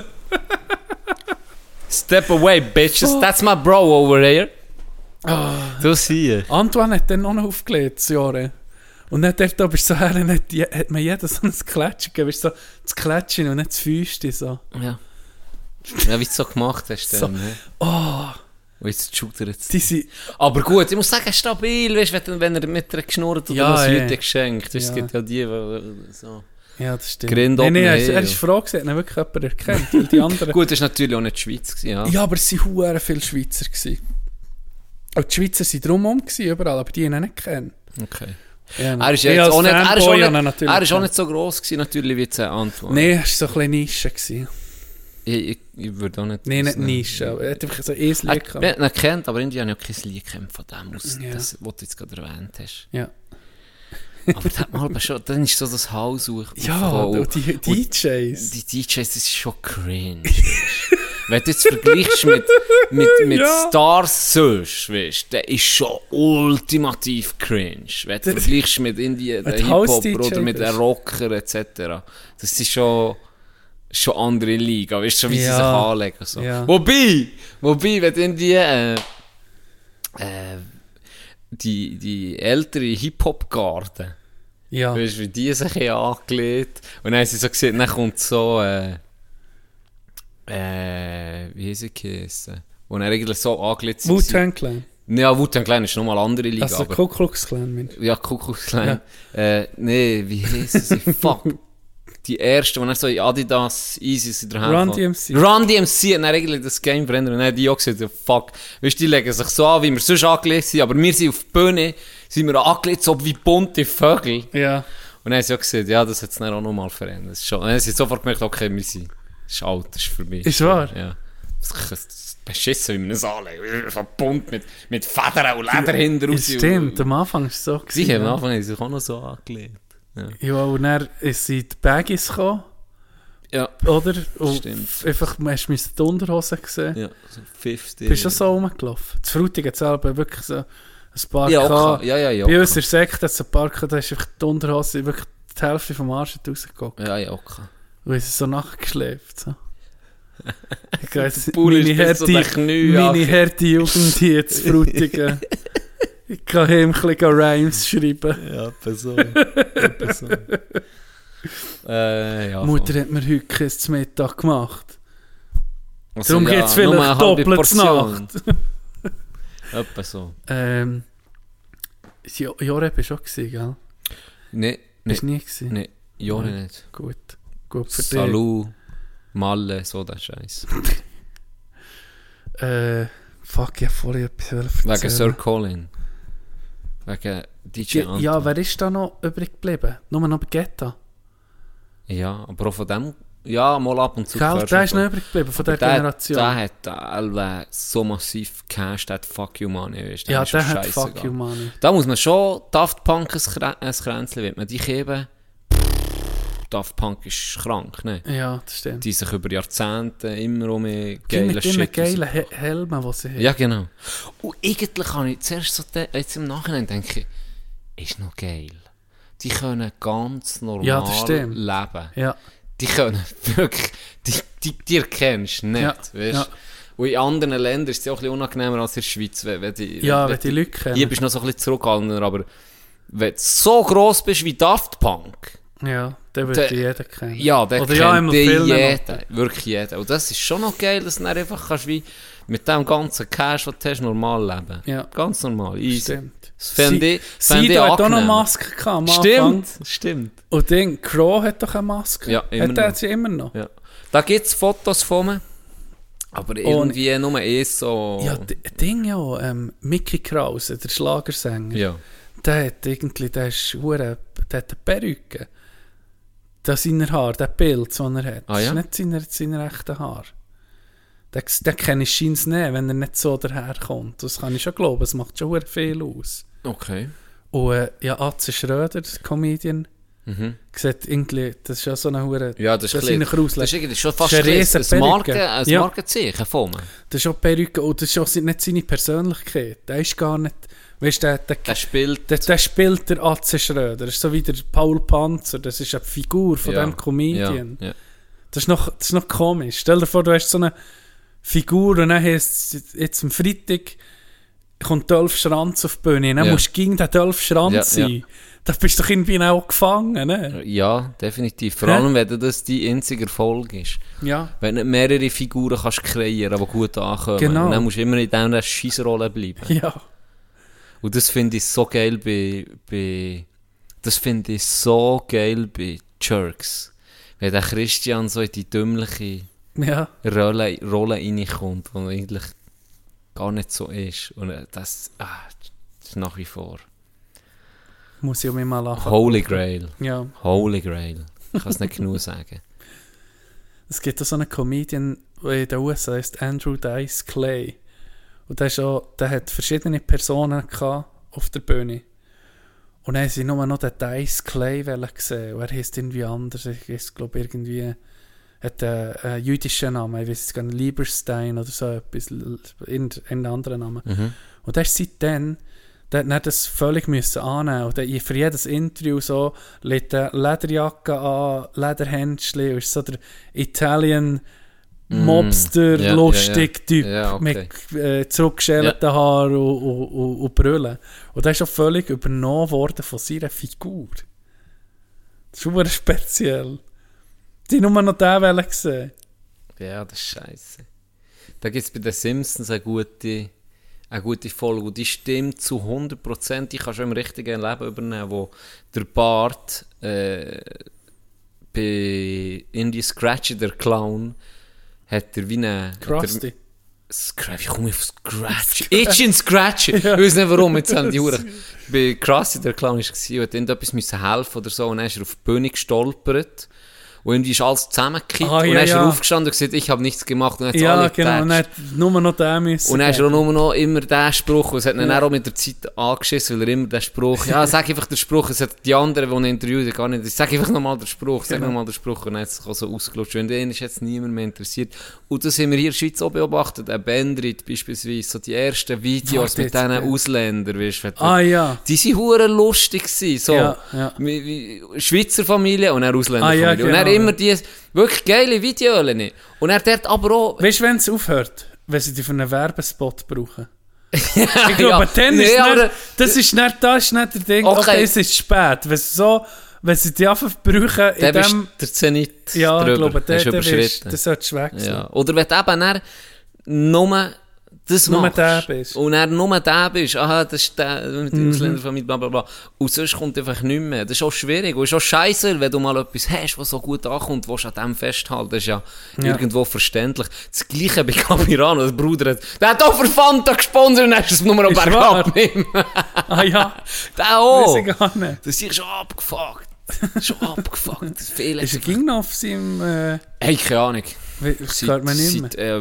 S3: Step away, bitches. That's my bro over here. Du siehst.
S2: Antoine hat dann auch noch aufgelegt, das Jahr. äh. Und dann dort oben ist so her, dann hat, je- hat mir jeder so ein Klatschen gegeben, weißt du, so das Klatschen und nicht das Fäuste so.
S3: Ja. Ja, wie du so gemacht hast, dann.
S2: So.
S3: ne?
S2: Oh,
S3: Und jetzt shooter jetzt.
S2: die sind...
S3: Aber gut, ich muss sagen, stabil, weißt, wenn, wenn er mit einer geschnurrt oder ja,
S2: Ja, ey.
S3: Leute geschenkt. Weißt, Es
S2: Ja.
S3: gibt ja die, die die- so.
S2: Ja, das stimmt.
S3: Grind
S2: nee, nee,
S3: oben,
S2: er, ist-
S3: hey,
S2: er ist
S3: ja.
S2: froh, gewesen, hat ihn wirklich jemand erkannt, weil die anderen...
S3: Gut, das war natürlich auch nicht die Schweiz. Gewesen, ja.
S2: Ja, aber es waren hure viele Schweizer. Gewesen. Auch die Schweizer waren drumherum, gewesen, überall, aber die haben ihn nicht kennen.
S3: Okay.
S2: Ja,
S3: Er ist
S2: ich
S3: ja jetzt
S2: als
S3: auch nicht, er ist auch
S2: Fanboy habe ihn
S3: nicht,
S2: natürlich
S3: er ist auch
S2: gekannt.
S3: nicht so gross gewesen, natürlich, wie jetzt äh, Antoine.
S2: Nein, er war so ein bisschen Nische. Gewesen.
S3: Ich, ich, ich würde auch nicht...
S2: Nein, nicht
S3: das-
S2: Nische, aber er hat einfach so ein Esel
S3: Er,
S2: gehabt.
S3: er, er kennt, aber irgendwie habe ich auch kein Lied gekannt von dem aus,
S2: Ja.
S3: das, was du jetzt gerade erwähnt hast.
S2: Ja,
S3: Aber das hat man aber schon, dann ist so das Haus hoch.
S2: ja und die die DJs.
S3: Die DJs, das ist schon cringe. weisst. Wenn du jetzt vergleichst mit, mit, mit
S2: Ja.
S3: Stars sonst, weisst, der ist schon ultimativ cringe. Wenn du vergleichst mit Indien,
S2: Wenn
S3: der
S2: du House
S3: Hip-Hop
S2: DJ
S3: oder mit einem
S2: bist.
S3: Rocker etc. Das ist schon, schon andere Liga, weißt du, schon wie sie
S2: Ja.
S3: sich anlegen. So.
S2: Ja.
S3: Wobei, wobei, wenn du Indien, äh, äh, die, die ältere Hip-Hop-Garde,
S2: Ja.
S3: Weißt du, wie die sich haben angelegt Und dann haben sie so gesehen, dann kommt so, äh, äh, wie heisst sie geheissen? Wo dann eigentlich so angelegt sind.
S2: Wu-Tang Clan.
S3: Ja, Wu-Tang Clan ist nochmal andere Liga,
S2: Also
S3: aber...
S2: Ku Klux Clan, meinst
S3: Ja, Kuckucksklein. Äh, nee, wie heissen sie? Fuck. Die erste, die dann so in Adidas, Isis in der Hand
S2: Run
S3: hat.
S2: DMC.
S3: Run DMC hat dann eigentlich das Game verändert und dann haben die auch gesagt, ja, fuck. Weißt du, die legen sich so an, wie wir sonst angelegt sind, aber wir sind auf der Bühne, sind wir angelegt, so wie bunte Vögel.
S2: du? Ja.
S3: Und dann haben sie auch gesehen, ja, das hat es dann auch nochmal verändert. Das ist Schon, dann haben sie sofort gemerkt, okay, wir sind, das ist alt, das ist für mich.
S2: Ist wahr?
S3: Ja. Das das ist beschissen, wie man es anlegt. Verbunden mit, mit Federn und Leder hinten
S2: Ja,
S3: raus.
S2: Stimmt, am Anfang war es so.
S3: Sie
S2: gewesen,
S3: haben
S2: ja.
S3: am Anfang haben sie sich auch noch so angelegt. Ja.
S2: Ja, und dann sind die Baggies gekommen,
S3: Ja.
S2: oder? Und
S3: Stimmt.
S2: f- Einfach, hast du die Unterhosen gesehen?
S3: Ja, so 50.
S2: bist du schon so rumgelaufen? Zu Frutigen hat es aber wirklich so ein paar
S3: Ja,
S2: gehabt.
S3: okay. ja, ja, ja.
S2: Bei
S3: okay.
S2: uns in der Sekte hat es ein paar gehabt, da ist einfach die Unterhose wirklich die Hälfte vom Arsch hat rausgeguckt.
S3: Ja, ja, okay.
S2: Weil sie so nachgeschläft. So. Ich weiss,
S3: Pulli
S2: meine
S3: ist bis zu den
S2: harte,
S3: Knien,
S2: meine
S3: Ach.
S2: harte Jugend hier jetzt Frutigen. ich kann hier ein bisschen Rhymes schreiben.
S3: Ja, etwa so. etwa so. äh, ja.
S2: Mutter hat mir heute kein zum Mittag gemacht.
S3: Also,
S2: darum geht's
S3: nur eine
S2: vielleicht
S3: halbe
S2: doppelt
S3: Portion. etwa so.
S2: Ähm, Jo- Joreb war auch, gewesen, gell?
S3: Nee, nee,
S2: Bist du nie gewesen?
S3: nee. Ja, nicht.
S2: Gut. Gut für dich.
S3: Salou, Malle, so der Scheiß.
S2: Äh, fuck, ich hab vorhin etwas
S3: Wegen
S2: erzählen.
S3: Sir Colin. Wegen DJ
S2: Ja,
S3: Anton.
S2: ja, wer ist da noch nou? übrig geblieben? Nur noch Begetta.
S3: Ja, aber auch von dem. Ja, mal ab und zu.
S2: Gell,
S3: hörst du
S2: der ist
S3: von-
S2: noch übrig geblieben von
S3: Aber
S2: dieser Generation.
S3: Der hat alle so massiv gecashed, der hat Fuck You Money, weißt du?
S2: ja,
S3: dem ist
S2: der
S3: schon
S2: hat Fuck
S3: scheissegal.
S2: You Money.
S3: Da muss man schon Daft Punk ein, Krä ein Kränzchen, wird man die geben. Pff, Daft Punk ist krank, ne?
S2: Ja, das stimmt.
S3: Die sich über Jahrzehnte immer um geile
S2: Die mit
S3: Shit.
S2: ihren
S3: raus-
S2: geilen He Helmen, die sie haben.
S3: Ja, genau. Und eigentlich habe ich zuerst so, de- jetzt im Nachhinein denke ich, ist noch geil. Die können ganz normal
S2: Ja, das stimmt.
S3: leben.
S2: Ja.
S3: Die können wirklich, die, die, die erkennst du nicht,
S2: Ja,
S3: weißt
S2: ja.
S3: Und in anderen Ländern ist es ja auch ein bisschen unangenehmer als in der Schweiz, wenn, wenn die...
S2: Ja, wenn die Leute kennen.
S3: Hier bist du noch so ein bisschen zurückhaltender, aber wenn du so gross bist wie Daft Punk,
S2: Ja, den würde
S3: Der-
S2: jeder kennen.
S3: Ja, der
S2: Oder
S3: kennt
S2: ja, im
S3: die
S2: Film.
S3: jeder, wirklich jeder. Und das ist schon noch geil, dass du dann einfach kannst wie mit dem ganzen Cash, was du hast, normal leben.
S2: Ja.
S3: Ganz normal, easy.
S2: Stimmt.
S3: Das fände ich, fände ich
S2: Sido hat auch noch
S3: angenehm.
S2: eine Maske gehabt am Anfang.
S3: Stimmt, stimmt.
S2: Und den Oh, Crow hat doch eine Maske.
S3: Ja, immer
S2: hat er
S3: noch.
S2: sie immer noch.
S3: Ja. Da gibt es Fotos von mir, aber irgendwie nur eh so...
S2: Ja, d- Ding ja, ähm, Mickey Krause, der Schlagersänger,
S3: ja.
S2: der hat irgendwie, der ist hure, der hat eine Perücke. Das seine Haar, der Bild, das er hat,
S3: Ah, ja?
S2: das ist nicht sein echten Haar. Den, den kenne ich scheins nicht, wenn er nicht so daherkommt. Das kann ich schon glauben, es macht schon hure viel aus.
S3: Okay.
S2: Und äh, ja, Atze Schröder, der Comedian, sieht irgendwie, das ist ja so eine hure,
S3: Mhm. Ja, das ist,
S2: seine
S3: ein bisschen, das
S2: Krausle-
S3: ist irgendwie schon
S2: Das
S3: fast
S2: ist
S3: ein,
S2: eine
S3: bisschen ein,
S2: Riesenperücke.
S3: Marken, ein
S2: Ja.
S3: Markenzeichen von mir.
S2: Das ist auch die Perücke, und das ist auch nicht seine Persönlichkeit. Der ist gar nicht, weißt du, der, der,
S3: Der spielt...
S2: der, der spielt der Atze Schröder. Das ist so wie der Paul Panzer. Das ist eine Figur von
S3: ja,
S2: dem Comedian.
S3: Ja, ja.
S2: Das, ist noch, das ist noch komisch. Stell dir vor, du hast so eine Figur und dann heisst es, jetzt am Freitag kommt Dolph Schranz auf die Bühne. Und dann
S3: Ja.
S2: musst du gegen den Dolph Schranz
S3: Ja,
S2: sein. Da bist du doch irgendwie auch gefangen, ne?
S3: Ja, definitiv. Vor
S2: Hä?
S3: allem, wenn das die einzige Erfolg ist.
S2: Ja.
S3: Wenn du nicht mehrere Figuren kannst kreieren kannst, die gut ankommen.
S2: Genau.
S3: Und dann musst du immer in dieser Scheissrolle bleiben.
S2: Ja.
S3: Und das finde ich so geil bei, bei das finde ich so geil bei Jerks. Wenn der Christian so in die dümmliche
S2: Ja.
S3: Rolle, Rolle reinkommt, die eigentlich gar nicht so ist. Und äh, das, ah, das ist nach wie vor.
S2: Muss ich um mich mal anfangen.
S3: Holy Grail.
S2: Ja.
S3: Holy Grail. Ich kann es nicht genug sagen.
S2: Es gibt auch so einen Comedian der in den USA, heißt Andrew Dice Clay. Und der, ist auch, der hat verschiedene Personen gehabt auf der Bühne. Und dann haben sie nur noch den Dice Clay wollen sehen. Und er heisst irgendwie anders. Er heisst, glaube irgendwie hat einen, einen jüdischen Namen. Ich weiß es gar nicht, Lieberstein oder so etwas. Irgendeinen anderen Namen.
S3: Mhm.
S2: Und der ist seitdem, der hat dann das völlig müssen annehmen und dann für jedes Interview so legt er Lederjacke an, Lederhändchen und ist so der Italian Mobster,
S3: Mm. ja, ja,
S2: lustig
S3: ja.
S2: Typ
S3: Ja, okay.
S2: mit äh, zurückgeschälten Haaren und, und, und, und Brüllen. Und der ist auch völlig übernommen worden von seiner Figur. Das ist super speziell. Die nur noch den wollen sehen.
S3: Ja, das ist scheiße. Da gibt es bei den Simpsons eine gute, eine gute Folge. Und die stimmt zu 100%. Die kannst du im richtigen Leben übernehmen, wo der Bart äh, bei Indie Scratchy, der Clown, hat er wie eine. hat
S2: Krusty.
S3: er- Scratch, ich komme auf Scratch. Itch and Scratch. Ich weiß nicht warum, jetzt haben die Huren. Bei Krassi, der Clown war, gewesen, und hat irgendetwas müssen helfen oder so, und dann ist er auf die Bühne gestolpert. Und irgendwie ist alles zusammengekippt.
S2: Ah,
S3: und
S2: ja,
S3: dann ist er
S2: ja.
S3: aufgestanden und gesagt, ich habe nichts gemacht. Und dann hat's
S2: Ja,
S3: alle
S2: genau. Und
S3: getatscht.
S2: er hat nur noch den müssen.
S3: Und dann ist
S2: geben.
S3: er auch nur noch immer der Spruch, und es hat ihn dann auch mit der Zeit angeschissen, weil er immer den Spruch, ja, sag einfach den Spruch, es hat die anderen, die ihn interviewt, gar nicht, sag einfach nochmal den Spruch, sag nochmal den Spruch, und dann hat es sich auch so ausgelutscht, und den ist jetzt niemand mehr interessiert. Und das haben wir hier in der Schweiz auch beobachtet, ein Bandrit beispielsweise, so die ersten Videos
S2: Warte
S3: mit
S2: jetzt,
S3: diesen
S2: ja.
S3: Ausländern, weißt du, wenn du-
S2: Ah ja.
S3: die sind hure lustig gewesen, so.
S2: Ja, ja.
S3: Wie, wie, Schweizer Familie und dann Ausländerfamilie.
S2: Ah, ja,
S3: Und dann
S2: genau.
S3: immer die wirklich geile Videos. Und er dort aber auch,
S2: Weißt du, wenn es aufhört, wenn sie die für einen Werbespot brauchen? Ich glaube,
S3: Ja.
S2: dann ist
S3: Nee,
S2: nicht,
S3: aber-
S2: das ist nicht das, ist nicht der Ding, okay,
S3: Okay.
S2: es ist spät. Wenn sie so, wenn sie die Affen brauchen, in
S3: Dann bist
S2: dem,
S3: der Zenit
S2: ja, ich
S3: drüber.
S2: glaube, der,
S3: Hast
S2: der ist,
S3: überschritten.
S2: das solltest du wechseln.
S3: ja. Oder wenn du eben dann nur das
S2: Nur
S3: machst.
S2: der bist.
S3: Und er nur der bist. Aha, das ist der mit
S2: Mhm.
S3: der Ausländerfamilie, bla Oh, bla bla. Und sonst kommt einfach nichts mehr. Das ist auch schwierig. Und ist auch scheiße, wenn du mal etwas hast, was so gut ankommt, was an dem festhalten. Das ist dus ja,
S2: Ja.
S3: irgendwo verständlich. Das gleiche bei Camirano, der Bruder hat, der hat auch für Fanta gesponsert und dann ist das Nummer
S2: Ist wahr.
S3: bergab nehmen.
S2: Ah ja,
S3: der
S2: oh.
S3: auch.
S2: weiß ich gar nicht.
S3: Das ist schon abgefuckt. Schon abgefuckt. Viele
S2: Ist er ging noch auf seinem, äh,
S3: Hey, keine Ahnung.
S2: we- das hört man nicht mehr.
S3: Seit äh,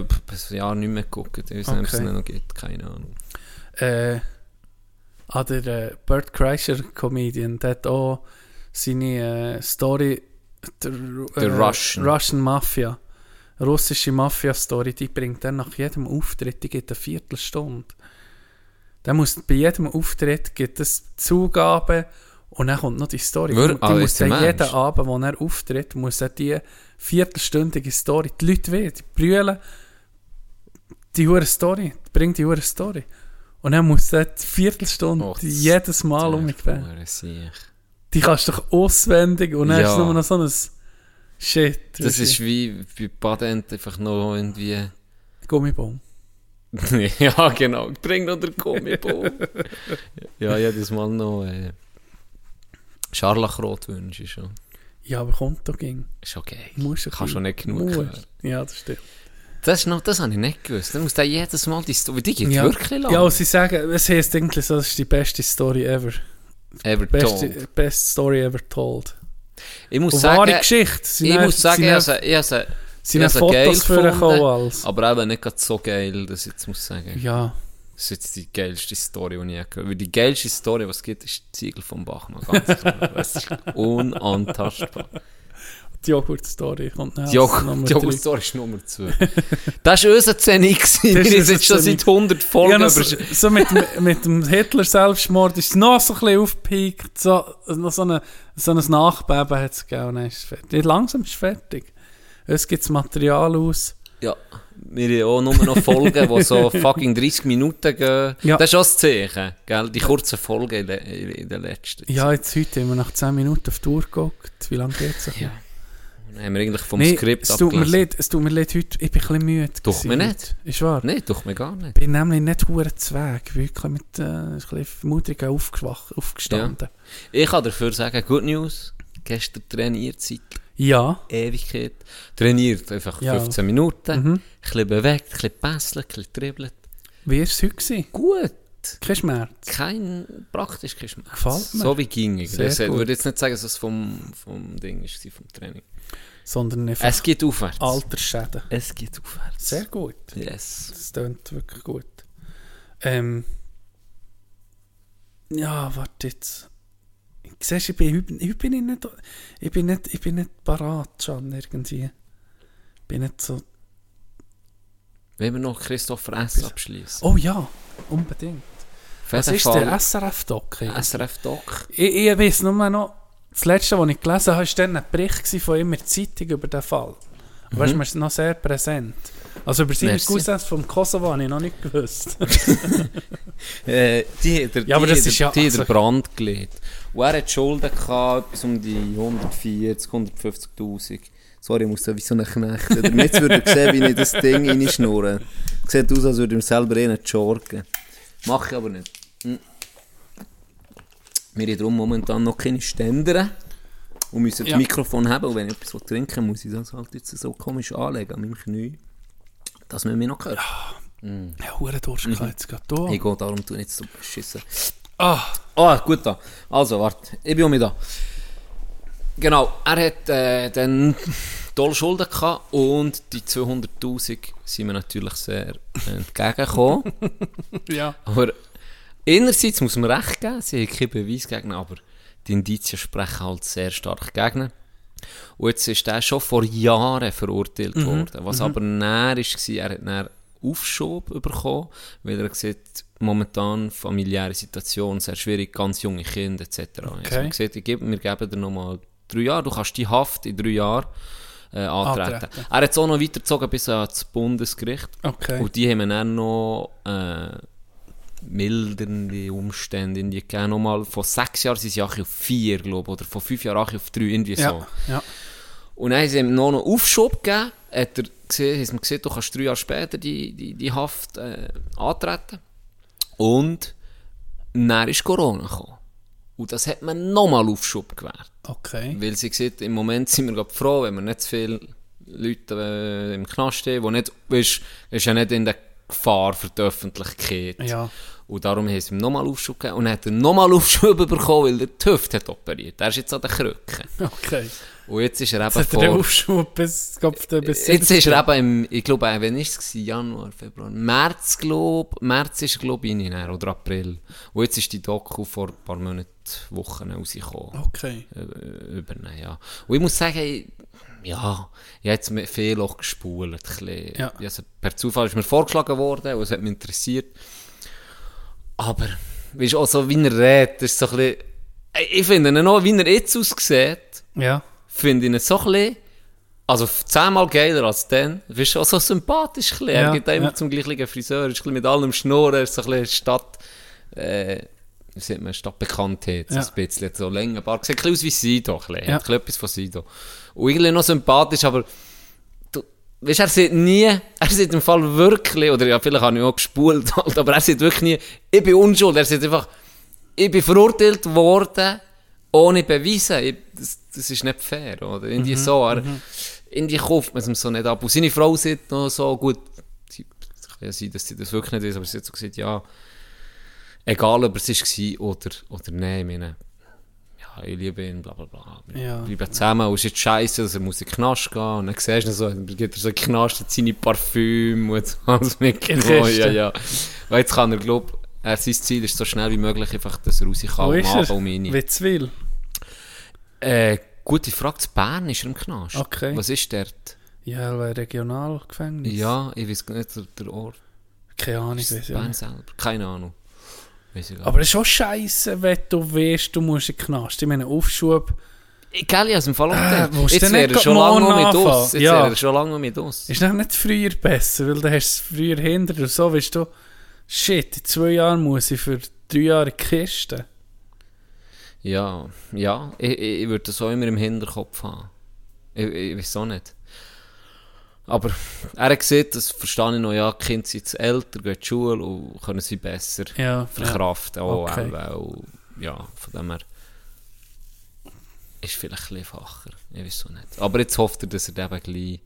S3: ein Jahr nicht mehr geguckt. Ich weiß nicht, ob es
S2: Okay.
S3: ihn noch gibt. Keine Ahnung.
S2: äh, an der äh, Bert Kreischer Comedian, der hat auch seine äh, Story der, äh,
S3: Der Russian.
S2: Russian Mafia, russische Mafia-Story, die bringt er nach jedem Auftritt, die geht eine Viertelstunde. Der muss bei jedem Auftritt gibt es Zugabe und dann kommt noch die Story.
S3: Wür-
S2: Die- die
S3: Ah,
S2: muss
S3: jetzt
S2: dann
S3: der Mensch.
S2: jeden Abend, wo er auftritt, muss er die viertelstündige Story, die Leute weh, die brüllen, die hure Story, bringt die hure Story. Und dann muss er die Viertelstunde
S3: Oh, das-
S2: jedes Mal
S3: Der
S2: umgehen.
S3: verdammte Sieg.
S2: Die kannst du doch auswendig und dann
S3: Ja.
S2: ist es nur noch so ein dus- Shit.
S3: Das
S2: weisst
S3: ist wie bei Patent einfach noch irgendwie.
S2: du. Gummibaum.
S3: eh, ja, genau. Bring noch den Gummibaum. ja, ja, das Mal noch. Äh, Scharlachrot wünsche ich schon.
S2: Ja, aber kommt doch ging.
S3: Ist okay.
S2: Muss
S3: Kann schon nicht genug hören.
S2: Ja, das stimmt.
S3: Das, ist noch, das habe ich nicht gewusst. Dann muss der jedes Mal die Story. Die gibt
S2: ja.
S3: wirklich lange.
S2: Ja, und sie sagen, es heisst eigentlich so, das ist die beste Story ever. Beste,
S3: Everton.
S2: best Story ever told.
S3: Ich muss
S2: Und
S3: sagen,
S2: wahre Geschichte. Sie
S3: ich
S2: nehmen-
S3: muss sagen,
S2: sie
S3: ich
S2: nehmen-
S3: habe sie- ich habe sie-
S2: Sie
S3: ich
S2: haben
S3: habe sie geil
S2: Fotos für
S3: gefunden,
S2: alles.
S3: aber eben nicht gerade so geil, dass ich jetzt muss sagen.
S2: Ja,
S3: Das ist jetzt die geilste Story, die ich je gehört habe. Weil die geilste Story, die es gibt, ist die Ziegel von Bachmann. Ganz klar. das ist unantastbar.
S2: die Joghurt-Story kommt nachher.
S3: Die Jog- die Joghurt-Story ist Nummer 2. Das war unser 10 x Wir
S2: Das ist
S3: sind
S2: unser
S3: jetzt schon
S2: 10x.
S3: seit 100 Folgen.
S2: ja, noch
S3: über-
S2: so, so mit, mit dem Hitler-Selbstmord ist es noch so ein bisschen aufgepiekt. So, noch so, eine, so ein Nachbeben hat es gegeben. und Dann ist es fertig. Langsam ist es fertig. Jetzt gibt es Material aus.
S3: Ja, wir haben auch nur noch Folgen, die so fucking 30 Minuten gehen.
S2: Ja.
S3: Das ist auch das Zeichen, gell? Die kurzen Folgen in der, in der letzten. Zeit.
S2: Ja, jetzt heute haben wir nach 10 Minuten auf die Uhr geguckt. Wie lange geht es?
S3: Ja. Dann haben wir eigentlich vom
S2: Nee,
S3: Um Skript
S2: es tut mir
S3: abgelesen.
S2: leid, es tut mir leid heute. Ich bin ein bisschen müde.
S3: Tut mir
S2: gewesen.
S3: nicht.
S2: Ist wahr?
S3: Nein, doch mir gar nicht.
S2: Ich bin nämlich nicht hure Zweig, wirklich mit äh, ein bisschen Vermutung aufgewacht, aufgestanden.
S3: Ich kann dafür sagen, Good News. Gestern trainiert seit
S2: Ja.
S3: Ewigkeit. Trainiert einfach
S2: Ja.
S3: 15 Minuten.
S2: Mhm.
S3: Ein bisschen bewegt, ein bisschen pässelt, ein bisschen dribbelt.
S2: Wie war es heute? gewesen?
S3: Gut.
S2: Kein Schmerz.
S3: Kein, praktisch kein Schmerz.
S2: Gefällt mir.
S3: So wie ging ich.
S2: Sehr
S3: Ich
S2: gut.
S3: würde jetzt nicht sagen, dass es vom, vom Ding war, vom Training.
S2: Sondern einfach
S3: Es geht aufwärts.
S2: Altersschäden.
S3: Es geht aufwärts.
S2: Sehr gut.
S3: Yes.
S2: Das klingt wirklich gut. Ähm. Ja, warte jetzt. Siehst du, ich bin, heute- heute bin ich nicht, ich bin nicht, ich bin nicht parat schon irgendwie. Ich bin nicht so,
S3: Wenn wir noch Christopher S. abschließen.
S2: oh ja, unbedingt. Was ist der SRF-Doc? eigentlich?
S3: SRF-Doc?
S2: Ich, ich weiß nur noch, das letzte, was ich gelesen habe, war dann ein Bericht gewesen von immer Zeitung über den Fall. Mhm. Weißt du, mir ist noch sehr präsent. Also über seine
S3: Merci.
S2: Cousins vom Kosovo habe ich noch nicht gewusst.
S3: Äh, die, der,
S2: Ja, aber
S3: die,
S2: das ist ja-
S3: die, der
S2: also-
S3: Brand gelegt. Und er hat Schulden gehabt, etwas um die 140, 150.000. Sorry, ich muss da wie so ein Knecht. Oder jetzt würde ihr sehen, wie ich das Ding reinschnurre. Sieht aus, als würde ich mir selber eh einen jorgen. Mache ich aber nicht. Hm. Wir haben darum momentan noch keine Ständer. Und müssen
S2: Ja.
S3: das Mikrofon haben. Und wenn ich etwas trinken will, muss ich das halt jetzt so komisch anlegen an meinem Knie. Dass man mich noch hört.
S2: Ja, Huren Durst gehabt jetzt gerade da.
S3: Mhm. Ich gehe darum tue ich jetzt so beschissen.
S2: Ah,
S3: Ah, gut da. Also, warte, ich bin auch mit da. Genau, er hat äh, dann tolle Schulden gehabt und die 200'000 sind mir natürlich sehr entgegengekommen.
S2: ja.
S3: aber einerseits muss man recht geben, sie haben keinen Beweis gegen ihn, aber die Indizien sprechen halt sehr stark gegen ihn. Und jetzt ist er schon vor Jahren verurteilt worden. Was aber näher war, er hat näher Aufschub bekommen, weil er sieht, momentan familiäre Situation sehr schwierig, ganz junge Kinder etc. Also man sieht, ich gebe, wir geben dir nochmal drei Jahre, du kannst die Haft in drei Jahren äh, antreten.
S2: Antreten.
S3: Er hat es auch noch weitergezogen bis ans Bundesgericht.
S2: Okay.
S3: Und die haben dann noch äh, mildernde Umstände irgendwie gegeben. Nochmal von sechs Jahren sind sie auch auf vier, glaube ich, oder von fünf Jahren auch auf drei, irgendwie
S2: Ja,
S3: so.
S2: ja.
S3: Und dann haben sie ihm noch einen Aufschub gegeben. Hat er gesehen, haben sie gesehen, du kannst drei Jahre später die, die, die Haft äh, antreten. Und dann ist Corona gekommen. Und das hat man nochmal Aufschub gewährt.
S2: Okay.
S3: Weil sie sieht, im Moment sind wir gerade froh, wenn wir nicht zu viele Leute äh, im Knast haben, die nicht, weißt, ist ja nicht in der Gefahr für die Öffentlichkeit.
S2: Ja.
S3: Und darum haben sie ihm nochmal Aufschub gegeben und dann hat er nochmal Aufschub bekommen, weil er die Hüfte hat operiert. Er ist jetzt an der Krücke.
S2: Okay.
S3: Und jetzt ist er eben
S2: Hat er den
S3: vor...
S2: Aufschub bis Kopf der bis
S3: Jetzt ist er eben im, ich glaube, äh, wann ist es? gewesen? Januar, Februar, März, glaube März ist, glaube ich, rein, oder April. Und jetzt ist die Doku vor ein paar Monaten, Wochen rausgekommen
S2: Okay.
S3: äh, übernehmen, ja. Und ich muss sagen, ich, ja, ich habe jetzt mit viel auch gespult. ein bisschen.
S2: Ja.
S3: Also, per Zufall ist mir vorgeschlagen worden und es hat mich interessiert. Aber, weißt du, auch so wie er redet, ist so ein bisschen, ich ich finde ihn noch, wie er jetzt aussieht,
S2: Ja.
S3: finde ich ihn so ein bisschen, also f- zehnmal geiler als dann. Weißt du, auch so sympathisch ein bisschen. Er
S2: Ja,
S3: geht immer
S2: ja.
S3: zum gleichen Friseur, ist ein bisschen mit allem Schnurren, ist so ein bisschen Stadt, äh, wie sagt man, Stadtbekanntheit,
S2: Ja.
S3: so ein bisschen, so Längenbart. Sieht ein bisschen aus wie Sido, ein bisschen,
S2: Ja.
S3: hat ein bisschen etwas von Sido. Und irgendwie noch sympathisch, aber du, weißt, er sieht nie, er sieht im Fall wirklich, oder ja, vielleicht habe ich auch gespult, halt, aber er sieht wirklich nie, ich bin unschuld, er sieht einfach, ich bin verurteilt worden, ohne Beweise. Ich, das, das ist nicht fair, oder? Irgendwie so. Er, Irgendwie kauft man es ihm so nicht ab. Und seine Frau sagt noch so, gut, sie- es kann ja sein, dass sie das wirklich nicht ist, aber sie hat so gesagt, ja, egal ob es war oder, oder nein, ich meine, ja, ich liebe ihn, bla bla bla. Wir
S2: Ja.
S3: bleiben zusammen und es ist jetzt scheiße, dass er muss in den Knast gehen Und dann siehst du ihn so, dann geht er so in den Knast, hat seine Parfüme und so alles mitgenommen.
S2: Kiste.
S3: Oh, Ja, ja. Und jetzt kann er, glaube er, sein Ziel ist so schnell wie möglich einfach, dass er raus kann.
S2: Wo
S3: am
S2: ist
S3: Abend
S2: er?
S3: um ihn.
S2: Witzwil.
S3: Äh, gute Frage, zu Bern ist er im Knast.
S2: Okay.
S3: Was ist dort?
S2: Ja, weil Regionalgefängnis.
S3: Ja, ich weiß nicht, der- der Ort.
S2: Keine Ahnung, ich weiß ja
S3: Bern
S2: nicht.
S3: selber. Keine Ahnung. Weiss ich gar nicht.
S2: Aber es ist schon scheiße, wenn du weißt, du musst in den Knast. Ich meine, Aufschub
S3: Ich gell, ich hab's also im
S2: Äh,
S3: Fall auch gedacht.
S2: musst
S3: Jetzt
S2: dann
S3: wäre
S2: nicht
S3: er schon
S2: grad
S3: lange noch
S2: morgen
S3: mit uns.
S2: anfangen.
S3: Jetzt
S2: Ja.
S3: wäre er schon lange noch mit uns.
S2: ist dann nicht früher besser, weil dann hast du es früher hinter und so, weißt du, shit, in zwei Jahren muss ich für drei Jahre in die Kiste.
S3: Ja, ja. Ich, ich, ich würde das auch immer im Hinterkopf haben. Ich, ich weiß auch nicht. Aber er hat gesehen, das verstehe ich noch, ja, die Kinder sind jetzt älter, gehen zur Schule und können sie besser
S2: Ja, ja.
S3: verkraften. Auch,
S2: Okay.
S3: eben, auch, ja, von dem her ist vielleicht ein bisschen facher. Ich weiß auch nicht. Aber jetzt hofft er, dass er eben gleich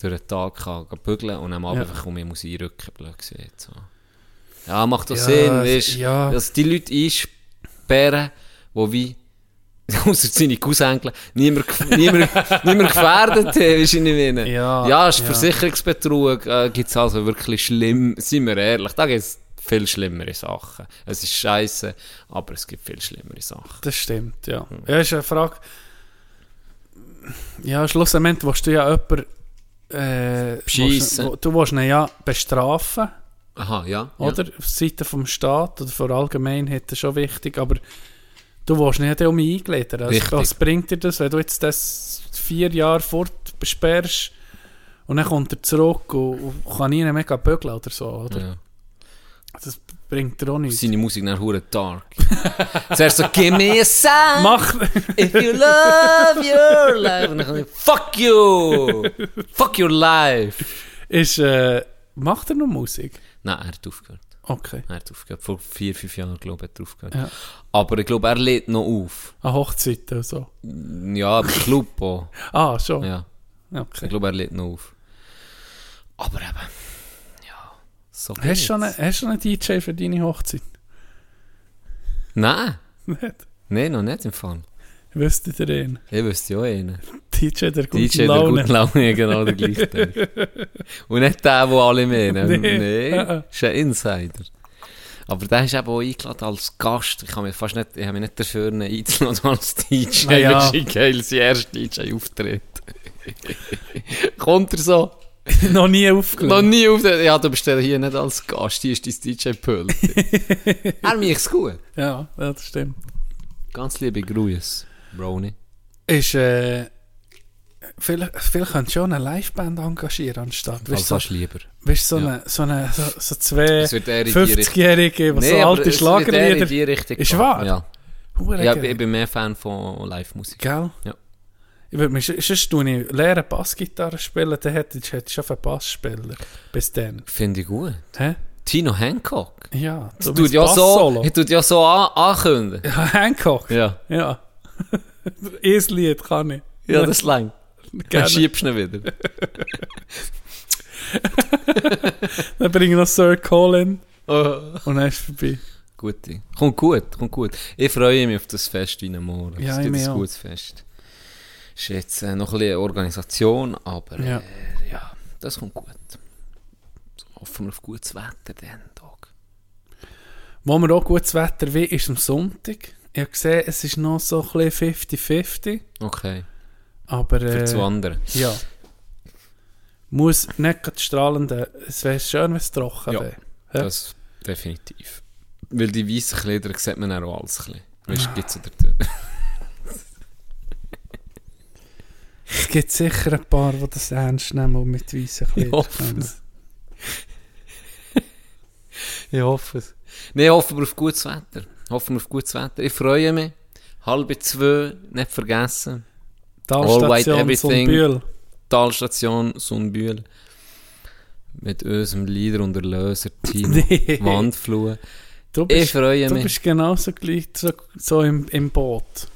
S3: durch den Tag kann gehen bügeln und am Abend
S2: Ja.
S3: einfach um ihn muss einrücken, blöd gesagt. So. Ja, macht doch
S2: Ja,
S3: Sinn,
S2: es-
S3: weißt,
S2: ja.
S3: dass die Leute einsperren, die wie außer seine Cousenkel, niemand, gef- niemand, niemand gefährdet haben, weisst du, was ich meine?
S2: Ja,
S3: ja, ist
S2: ja.
S3: Versicherungsbetrug, äh, gibt's also wirklich schlimm, seien wir ehrlich, da gibt's viel schlimmere Sachen. Es ist scheiße, aber es gibt viel schlimmere Sachen.
S2: Das stimmt, ja.
S3: Hm.
S2: Ja, ist eine Frage. Ja, schlussendlich willst du ja jemanden. Äh,
S3: Bescheissen.
S2: willst- Du willst ihn ja bestrafen,
S3: Aha, ja.
S2: oder? Auf Seite vom Staat oder von der Allgemeinheit, das ist schon wichtig, aber du willst ihn ja dann um ihn eingliedern.
S3: Richtig.
S2: Also, was bringt dir das, wenn du jetzt das vier Jahre fort besperrst und dann kommt er zurück und, und kann ihn mega bügeln oder so, oder?
S3: Ja.
S2: Das bringt dir auch nichts.
S3: Seine Musik nach hure dark. Zuerst so, give me a sign
S2: Mach!
S3: if you love your life. Und dann kommt, fuck you! Fuck your life!
S2: ist, äh, macht er noch Musik?
S3: Nein, er hat aufgehört.
S2: Okay.
S3: Er hat aufgehört. Vor vier, fünf Jahren, glaube ich, hat er aufgehört.
S2: Ja.
S3: Aber ich glaube, er lädt noch auf.
S2: An Hochzeiten und so.
S3: Ja, im Club auch.
S2: Ah, schon.
S3: Ja, ich
S2: Okay.
S3: glaube, er lädt noch auf. Aber eben, ja, so
S2: Hast du schon einen, hast du schon einen DJ für deine Hochzeit?
S3: Nein,
S2: Nicht?
S3: nein, noch nicht im Fall.
S2: Wüsste ihr den?
S3: Ich wüsste ja auch einen.
S2: DJ der guten
S3: DJ der
S2: Laune.
S3: guten Laune, genau der gleiche. denke ich. Und nicht der, den alle meinen.
S2: Nee.
S3: Nee,
S2: Ah, ah.
S3: ist ein Insider. Aber der ist eben auch eingeladen als Gast. Ich habe mich fast nicht, ich habe mich nicht dafür ihn eingeladen als DJ.
S2: Ah, ja.
S3: Das ist geil, sein erster DJ-Auftritt. Kommt er so?
S2: Noch nie
S3: Noch
S2: aufgelegt.
S3: nie auf den, ja, du bist ja hier nicht als Gast, hier ist dein DJ-Pult. er macht's gut.
S2: Ja, ja, das stimmt.
S3: Ganz liebe Grüße, Brownie.
S2: Ist, äh, vielleicht, vielleicht könntest du schon eine Liveband engagieren anstatt.
S3: Was
S2: Weißt du,
S3: Also, hast
S2: so,
S3: du lieber?
S2: weißt, so, eine, so, eine, so, so zwei
S3: Es wird eher in die Richtung.
S2: 50-Jährige, die so
S3: aber
S2: alte
S3: es wird eher in
S2: Schlagerlieder.
S3: die Richtung
S2: Ist
S3: gehen.
S2: wahr?
S3: Ja.
S2: Hure
S3: Ja, ich,
S2: geil.
S3: ich bin mehr Fan von Live-Musik.
S2: Gell?
S3: Ja.
S2: Ich würde mich, sonst tue ich leere Bassgitarre spielen, dann hättest du schon einen Bassspieler. Bis dann.
S3: Finde ich gut.
S2: Hä?
S3: Tino Hancock.
S2: Ja, so
S3: Das tut ja so, ich tut ja so an, ankündigen.
S2: Hancock.
S3: Ja.
S2: Ja. Ihr Lied kann ich.
S3: Ja, das lang. Dann
S2: Gerne.
S3: schiebst du ihn wieder.
S2: Dann bringe ich noch Sir Colin
S3: Oh.
S2: und dann ist es vorbei.
S3: Gute. Kommt gut, kommt gut. Ich freue mich auf das Fest in Morgen.
S2: Ja,
S3: es
S2: ich
S3: gibt
S2: mich
S3: ein
S2: auch.
S3: gutes Fest. Ist jetzt äh, noch ein bisschen Organisation, aber ja.
S2: Ja.
S3: Äh, ja, das kommt gut. Hoffen wir auf gutes Wetter den Tag.
S2: Wo wir auch gutes Wetter wie ist am Sonntag. Ich habe gesehen, es ist noch so ein bisschen 50-50.
S3: Okay.
S2: Aber
S3: Für
S2: äh,
S3: zu anderen.
S2: ja. Muss nicht gerade strahlende. Es wäre schön, wenn es trocken
S3: Ja.
S2: wäre. Ja.
S3: Das definitiv. Weil die weißen Kleider sieht man dann auch alles ein bisschen. Weißt du, gibt's oder
S2: Es gibt sicher ein paar, die das ernst nehmen und mit weißen
S3: Ich hoffe es. Ich hoffe es. Nein, ich hoffe aber auf gutes Wetter. Hoffen wir auf gutes Wetter. Ich freue mich. Halbe zwei, nicht vergessen. white
S2: Talstation
S3: everything.
S2: Sonnenbühl.
S3: Talstation Sundbühl. Mit unserem Leader- und Erlöser-Team.
S2: Nee.
S3: Wandflur.
S2: Du
S3: Ich
S2: bist,
S3: freue
S2: du
S3: mich.
S2: bist genauso gleich so, so im, im Boot.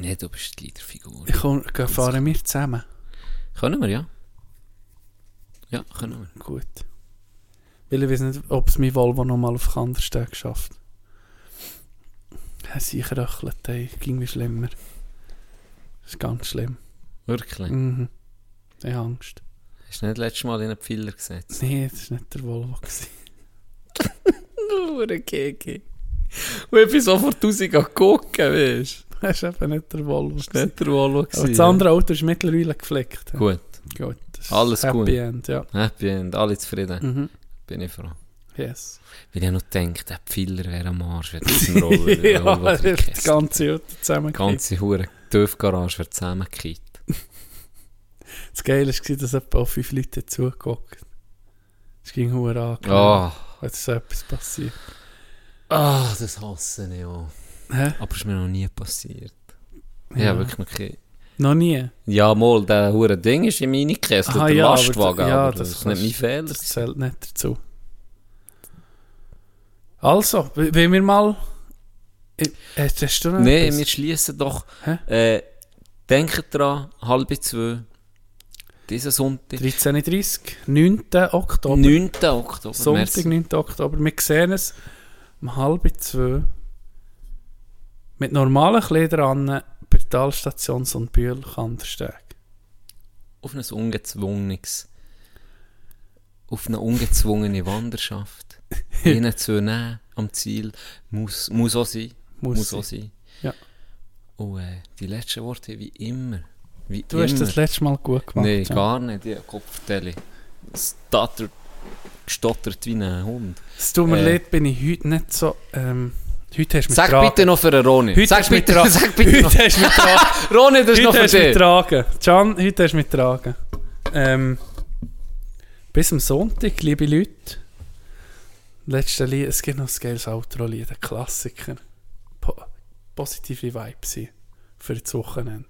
S3: Nee, du bist die Leaderfigur.
S2: Ich komm, geh- fahren wir zusammen.
S3: Können wir, ja. Ja, können wir.
S2: Gut. Weil ich weiß nicht, ob es mein Volvo nochmal auf Kandersteg schafft. Ja, sicher röchelt, ey. Ging wie schlimmer. ist ganz schlimm.
S3: Wirklich.
S2: Mhm. Ich habe Angst.
S3: Hast du nicht letztes Mal in einen Pfeiler gesetzt?
S2: Nee, das war nicht der Volvo. gewesen.
S3: Nur ein Keke. Und ich bin sofort raus gucken, weißt du?
S2: Das war eben nicht der Volvo. gewesen.
S3: Nicht der Volo
S2: Aber das andere Auto ist mittlerweile geflickt. ja.
S3: Gut.
S2: Gut. das ist
S3: Alles
S2: Happy
S3: gut.
S2: End, ja.
S3: Happy End. Alle zufrieden.
S2: Mhm.
S3: Bin ich froh.
S2: Yes.
S3: Weil ich noch gedacht, der Pfeiler wäre am Arsch, wenn du aus dem Roller
S2: ja, das
S3: Die ganze,
S2: ganze Auto zusammengekippt.
S3: ganze Hure Dörfgarage wird zusammengekippt.
S2: Das Geile war, dass etwa auch fünf Leute zugeguckt Es ging hoher an.
S3: Ah,
S2: Jetzt ist so etwas passiert.
S3: ah, das hasse ich auch.
S2: Hä?
S3: Aber es ist mir noch nie passiert. Ja,
S2: Ja.
S3: wirklich noch kein...
S2: Noch nie.
S3: Ja, mal, der hure Ding ist in meine Kessel,
S2: Aha,
S3: der
S2: ja, aber
S3: Lastwagen,
S2: da-
S3: aber,
S2: ja,
S3: das,
S2: das
S3: ist nicht mein Fehler.
S2: Das zählt nicht dazu. Also, w- wollen wir mal. Ich- Hast, hast du noch
S3: Nein,
S2: etwas?
S3: wir schließen doch.
S2: Hä?
S3: Äh, denkt dran, halb zwei, diesen Sonntag,
S2: 13.30 9. Oktober.
S3: 9. Oktober.
S2: Sonntag,
S3: Merci.
S2: 9. Oktober. Wir sehen es um halb zwei mit normalen Kleidern an bei der Talstation Sundbühl, Kandersteg.
S3: Auf ein ungezwungenes, auf eine ungezwungene Wanderschaft. Ihnen zu nehmen am Ziel, muss, muss auch sein.
S2: Muss
S3: Muss, auch sein.
S2: Ja.
S3: Und äh, die letzten Worte wie immer. Wie
S2: Du
S3: immer.
S2: hast das letzte Mal gut gemacht.
S3: Nein,
S2: ja.
S3: gar nicht. Ich hab Kopfteile. Stattert, gestottert wie ein Hund.
S2: Es tut mir
S3: Äh.
S2: leid, bin ich heute nicht so. Ähm, heute hast du mich
S3: Sag
S2: tragen.
S3: bitte noch für einen Roni.
S2: Heute
S3: sag,
S2: hast du mich
S3: bitte,
S2: tra-
S3: sag bitte noch.
S2: Heute hast du mich tragen.
S3: Roni, das ist noch
S2: heute hast du mich
S3: für dich.
S2: tragen. Can, heute hast du mich tragen. Ähm, bis am Sonntag, liebe Leute. Letzte Lied, es gibt noch ein geiles Outro-Lied, ein Klassiker. Po positive Vibes hier für das Wochenende.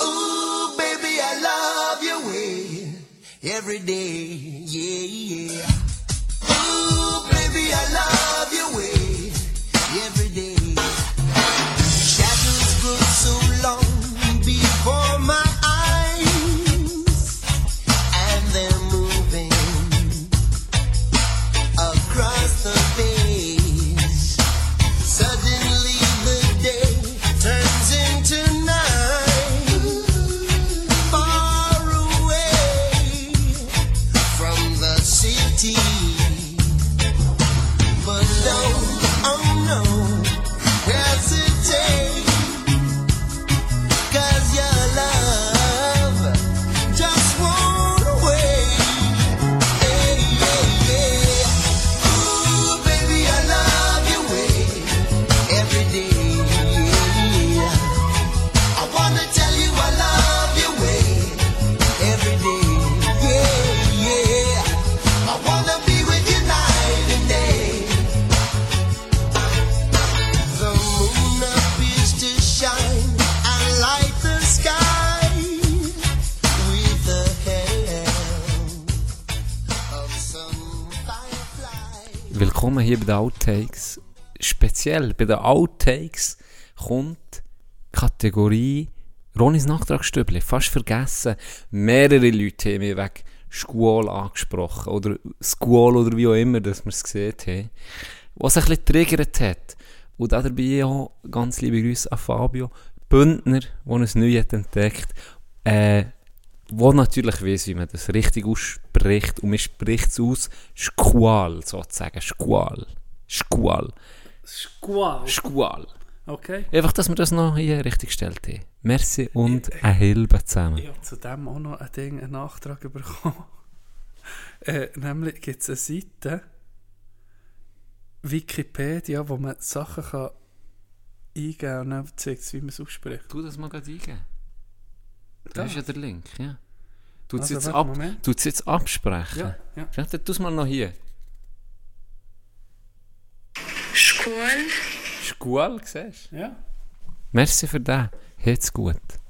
S7: Ooh,
S1: Oh,
S7: baby, I love your way every day. Yeah, yeah. Ooh, baby, I love your way every day. Shadows grow so long before my eyes, and they're moving across the page. Suddenly the day turns into night. Far away from the city. But no, oh no, hesitate. Cause your love just won't wait. Hey, hey, hey. Ooh, baby, I love your way every day. I wanna tell you I love your way every day. Yeah, yeah. I wanna be with you night and day. The moon appears to shine and light the sky with the hand of some firefly.
S3: Willkommen hier bei den Outtakes. Speziell bei den Outtakes kommt die Kategorie Ronis Nachtragstübli. Fast vergessen. Mehrere Leute haben mich wegen Squall angesprochen. Oder Squall oder wie auch immer, dass wir es gesehen haben. Was ein bisschen triggert hat. Und auch dabei auch ganz liebe Grüße an Fabio Bündner, der uns neu hat entdeckt äh, wo natürlich weiss, wie man das richtig ausspricht. Und man spricht es aus Squal, sozusagen. Squal. Squal.
S2: Wow,
S3: Squal.
S2: okay.
S3: Einfach, dass wir das noch hier richtig gestellt haben. Merci und ein Hilbe zusammen.
S2: Ich habe zu dem auch noch ein Ding, einen Nachtrag bekommen. äh, nämlich gibt es eine Seite, Wikipedia, wo man Sachen kann eingeben kann und dann zeigt es, wie man es ausspricht.
S3: Tu das mal gerade eingeben. Da ist ja der Link, ja. Du es
S2: Also,
S3: jetzt,
S2: warte,
S3: ab,
S2: Moment.
S3: tut's jetzt absprechen.
S2: Ja, ja.
S3: Warte, tu es mal noch hier.
S8: Schule.
S3: Ist gut, siehst du?
S2: Ja.
S3: Merci für den. Jetzt gut.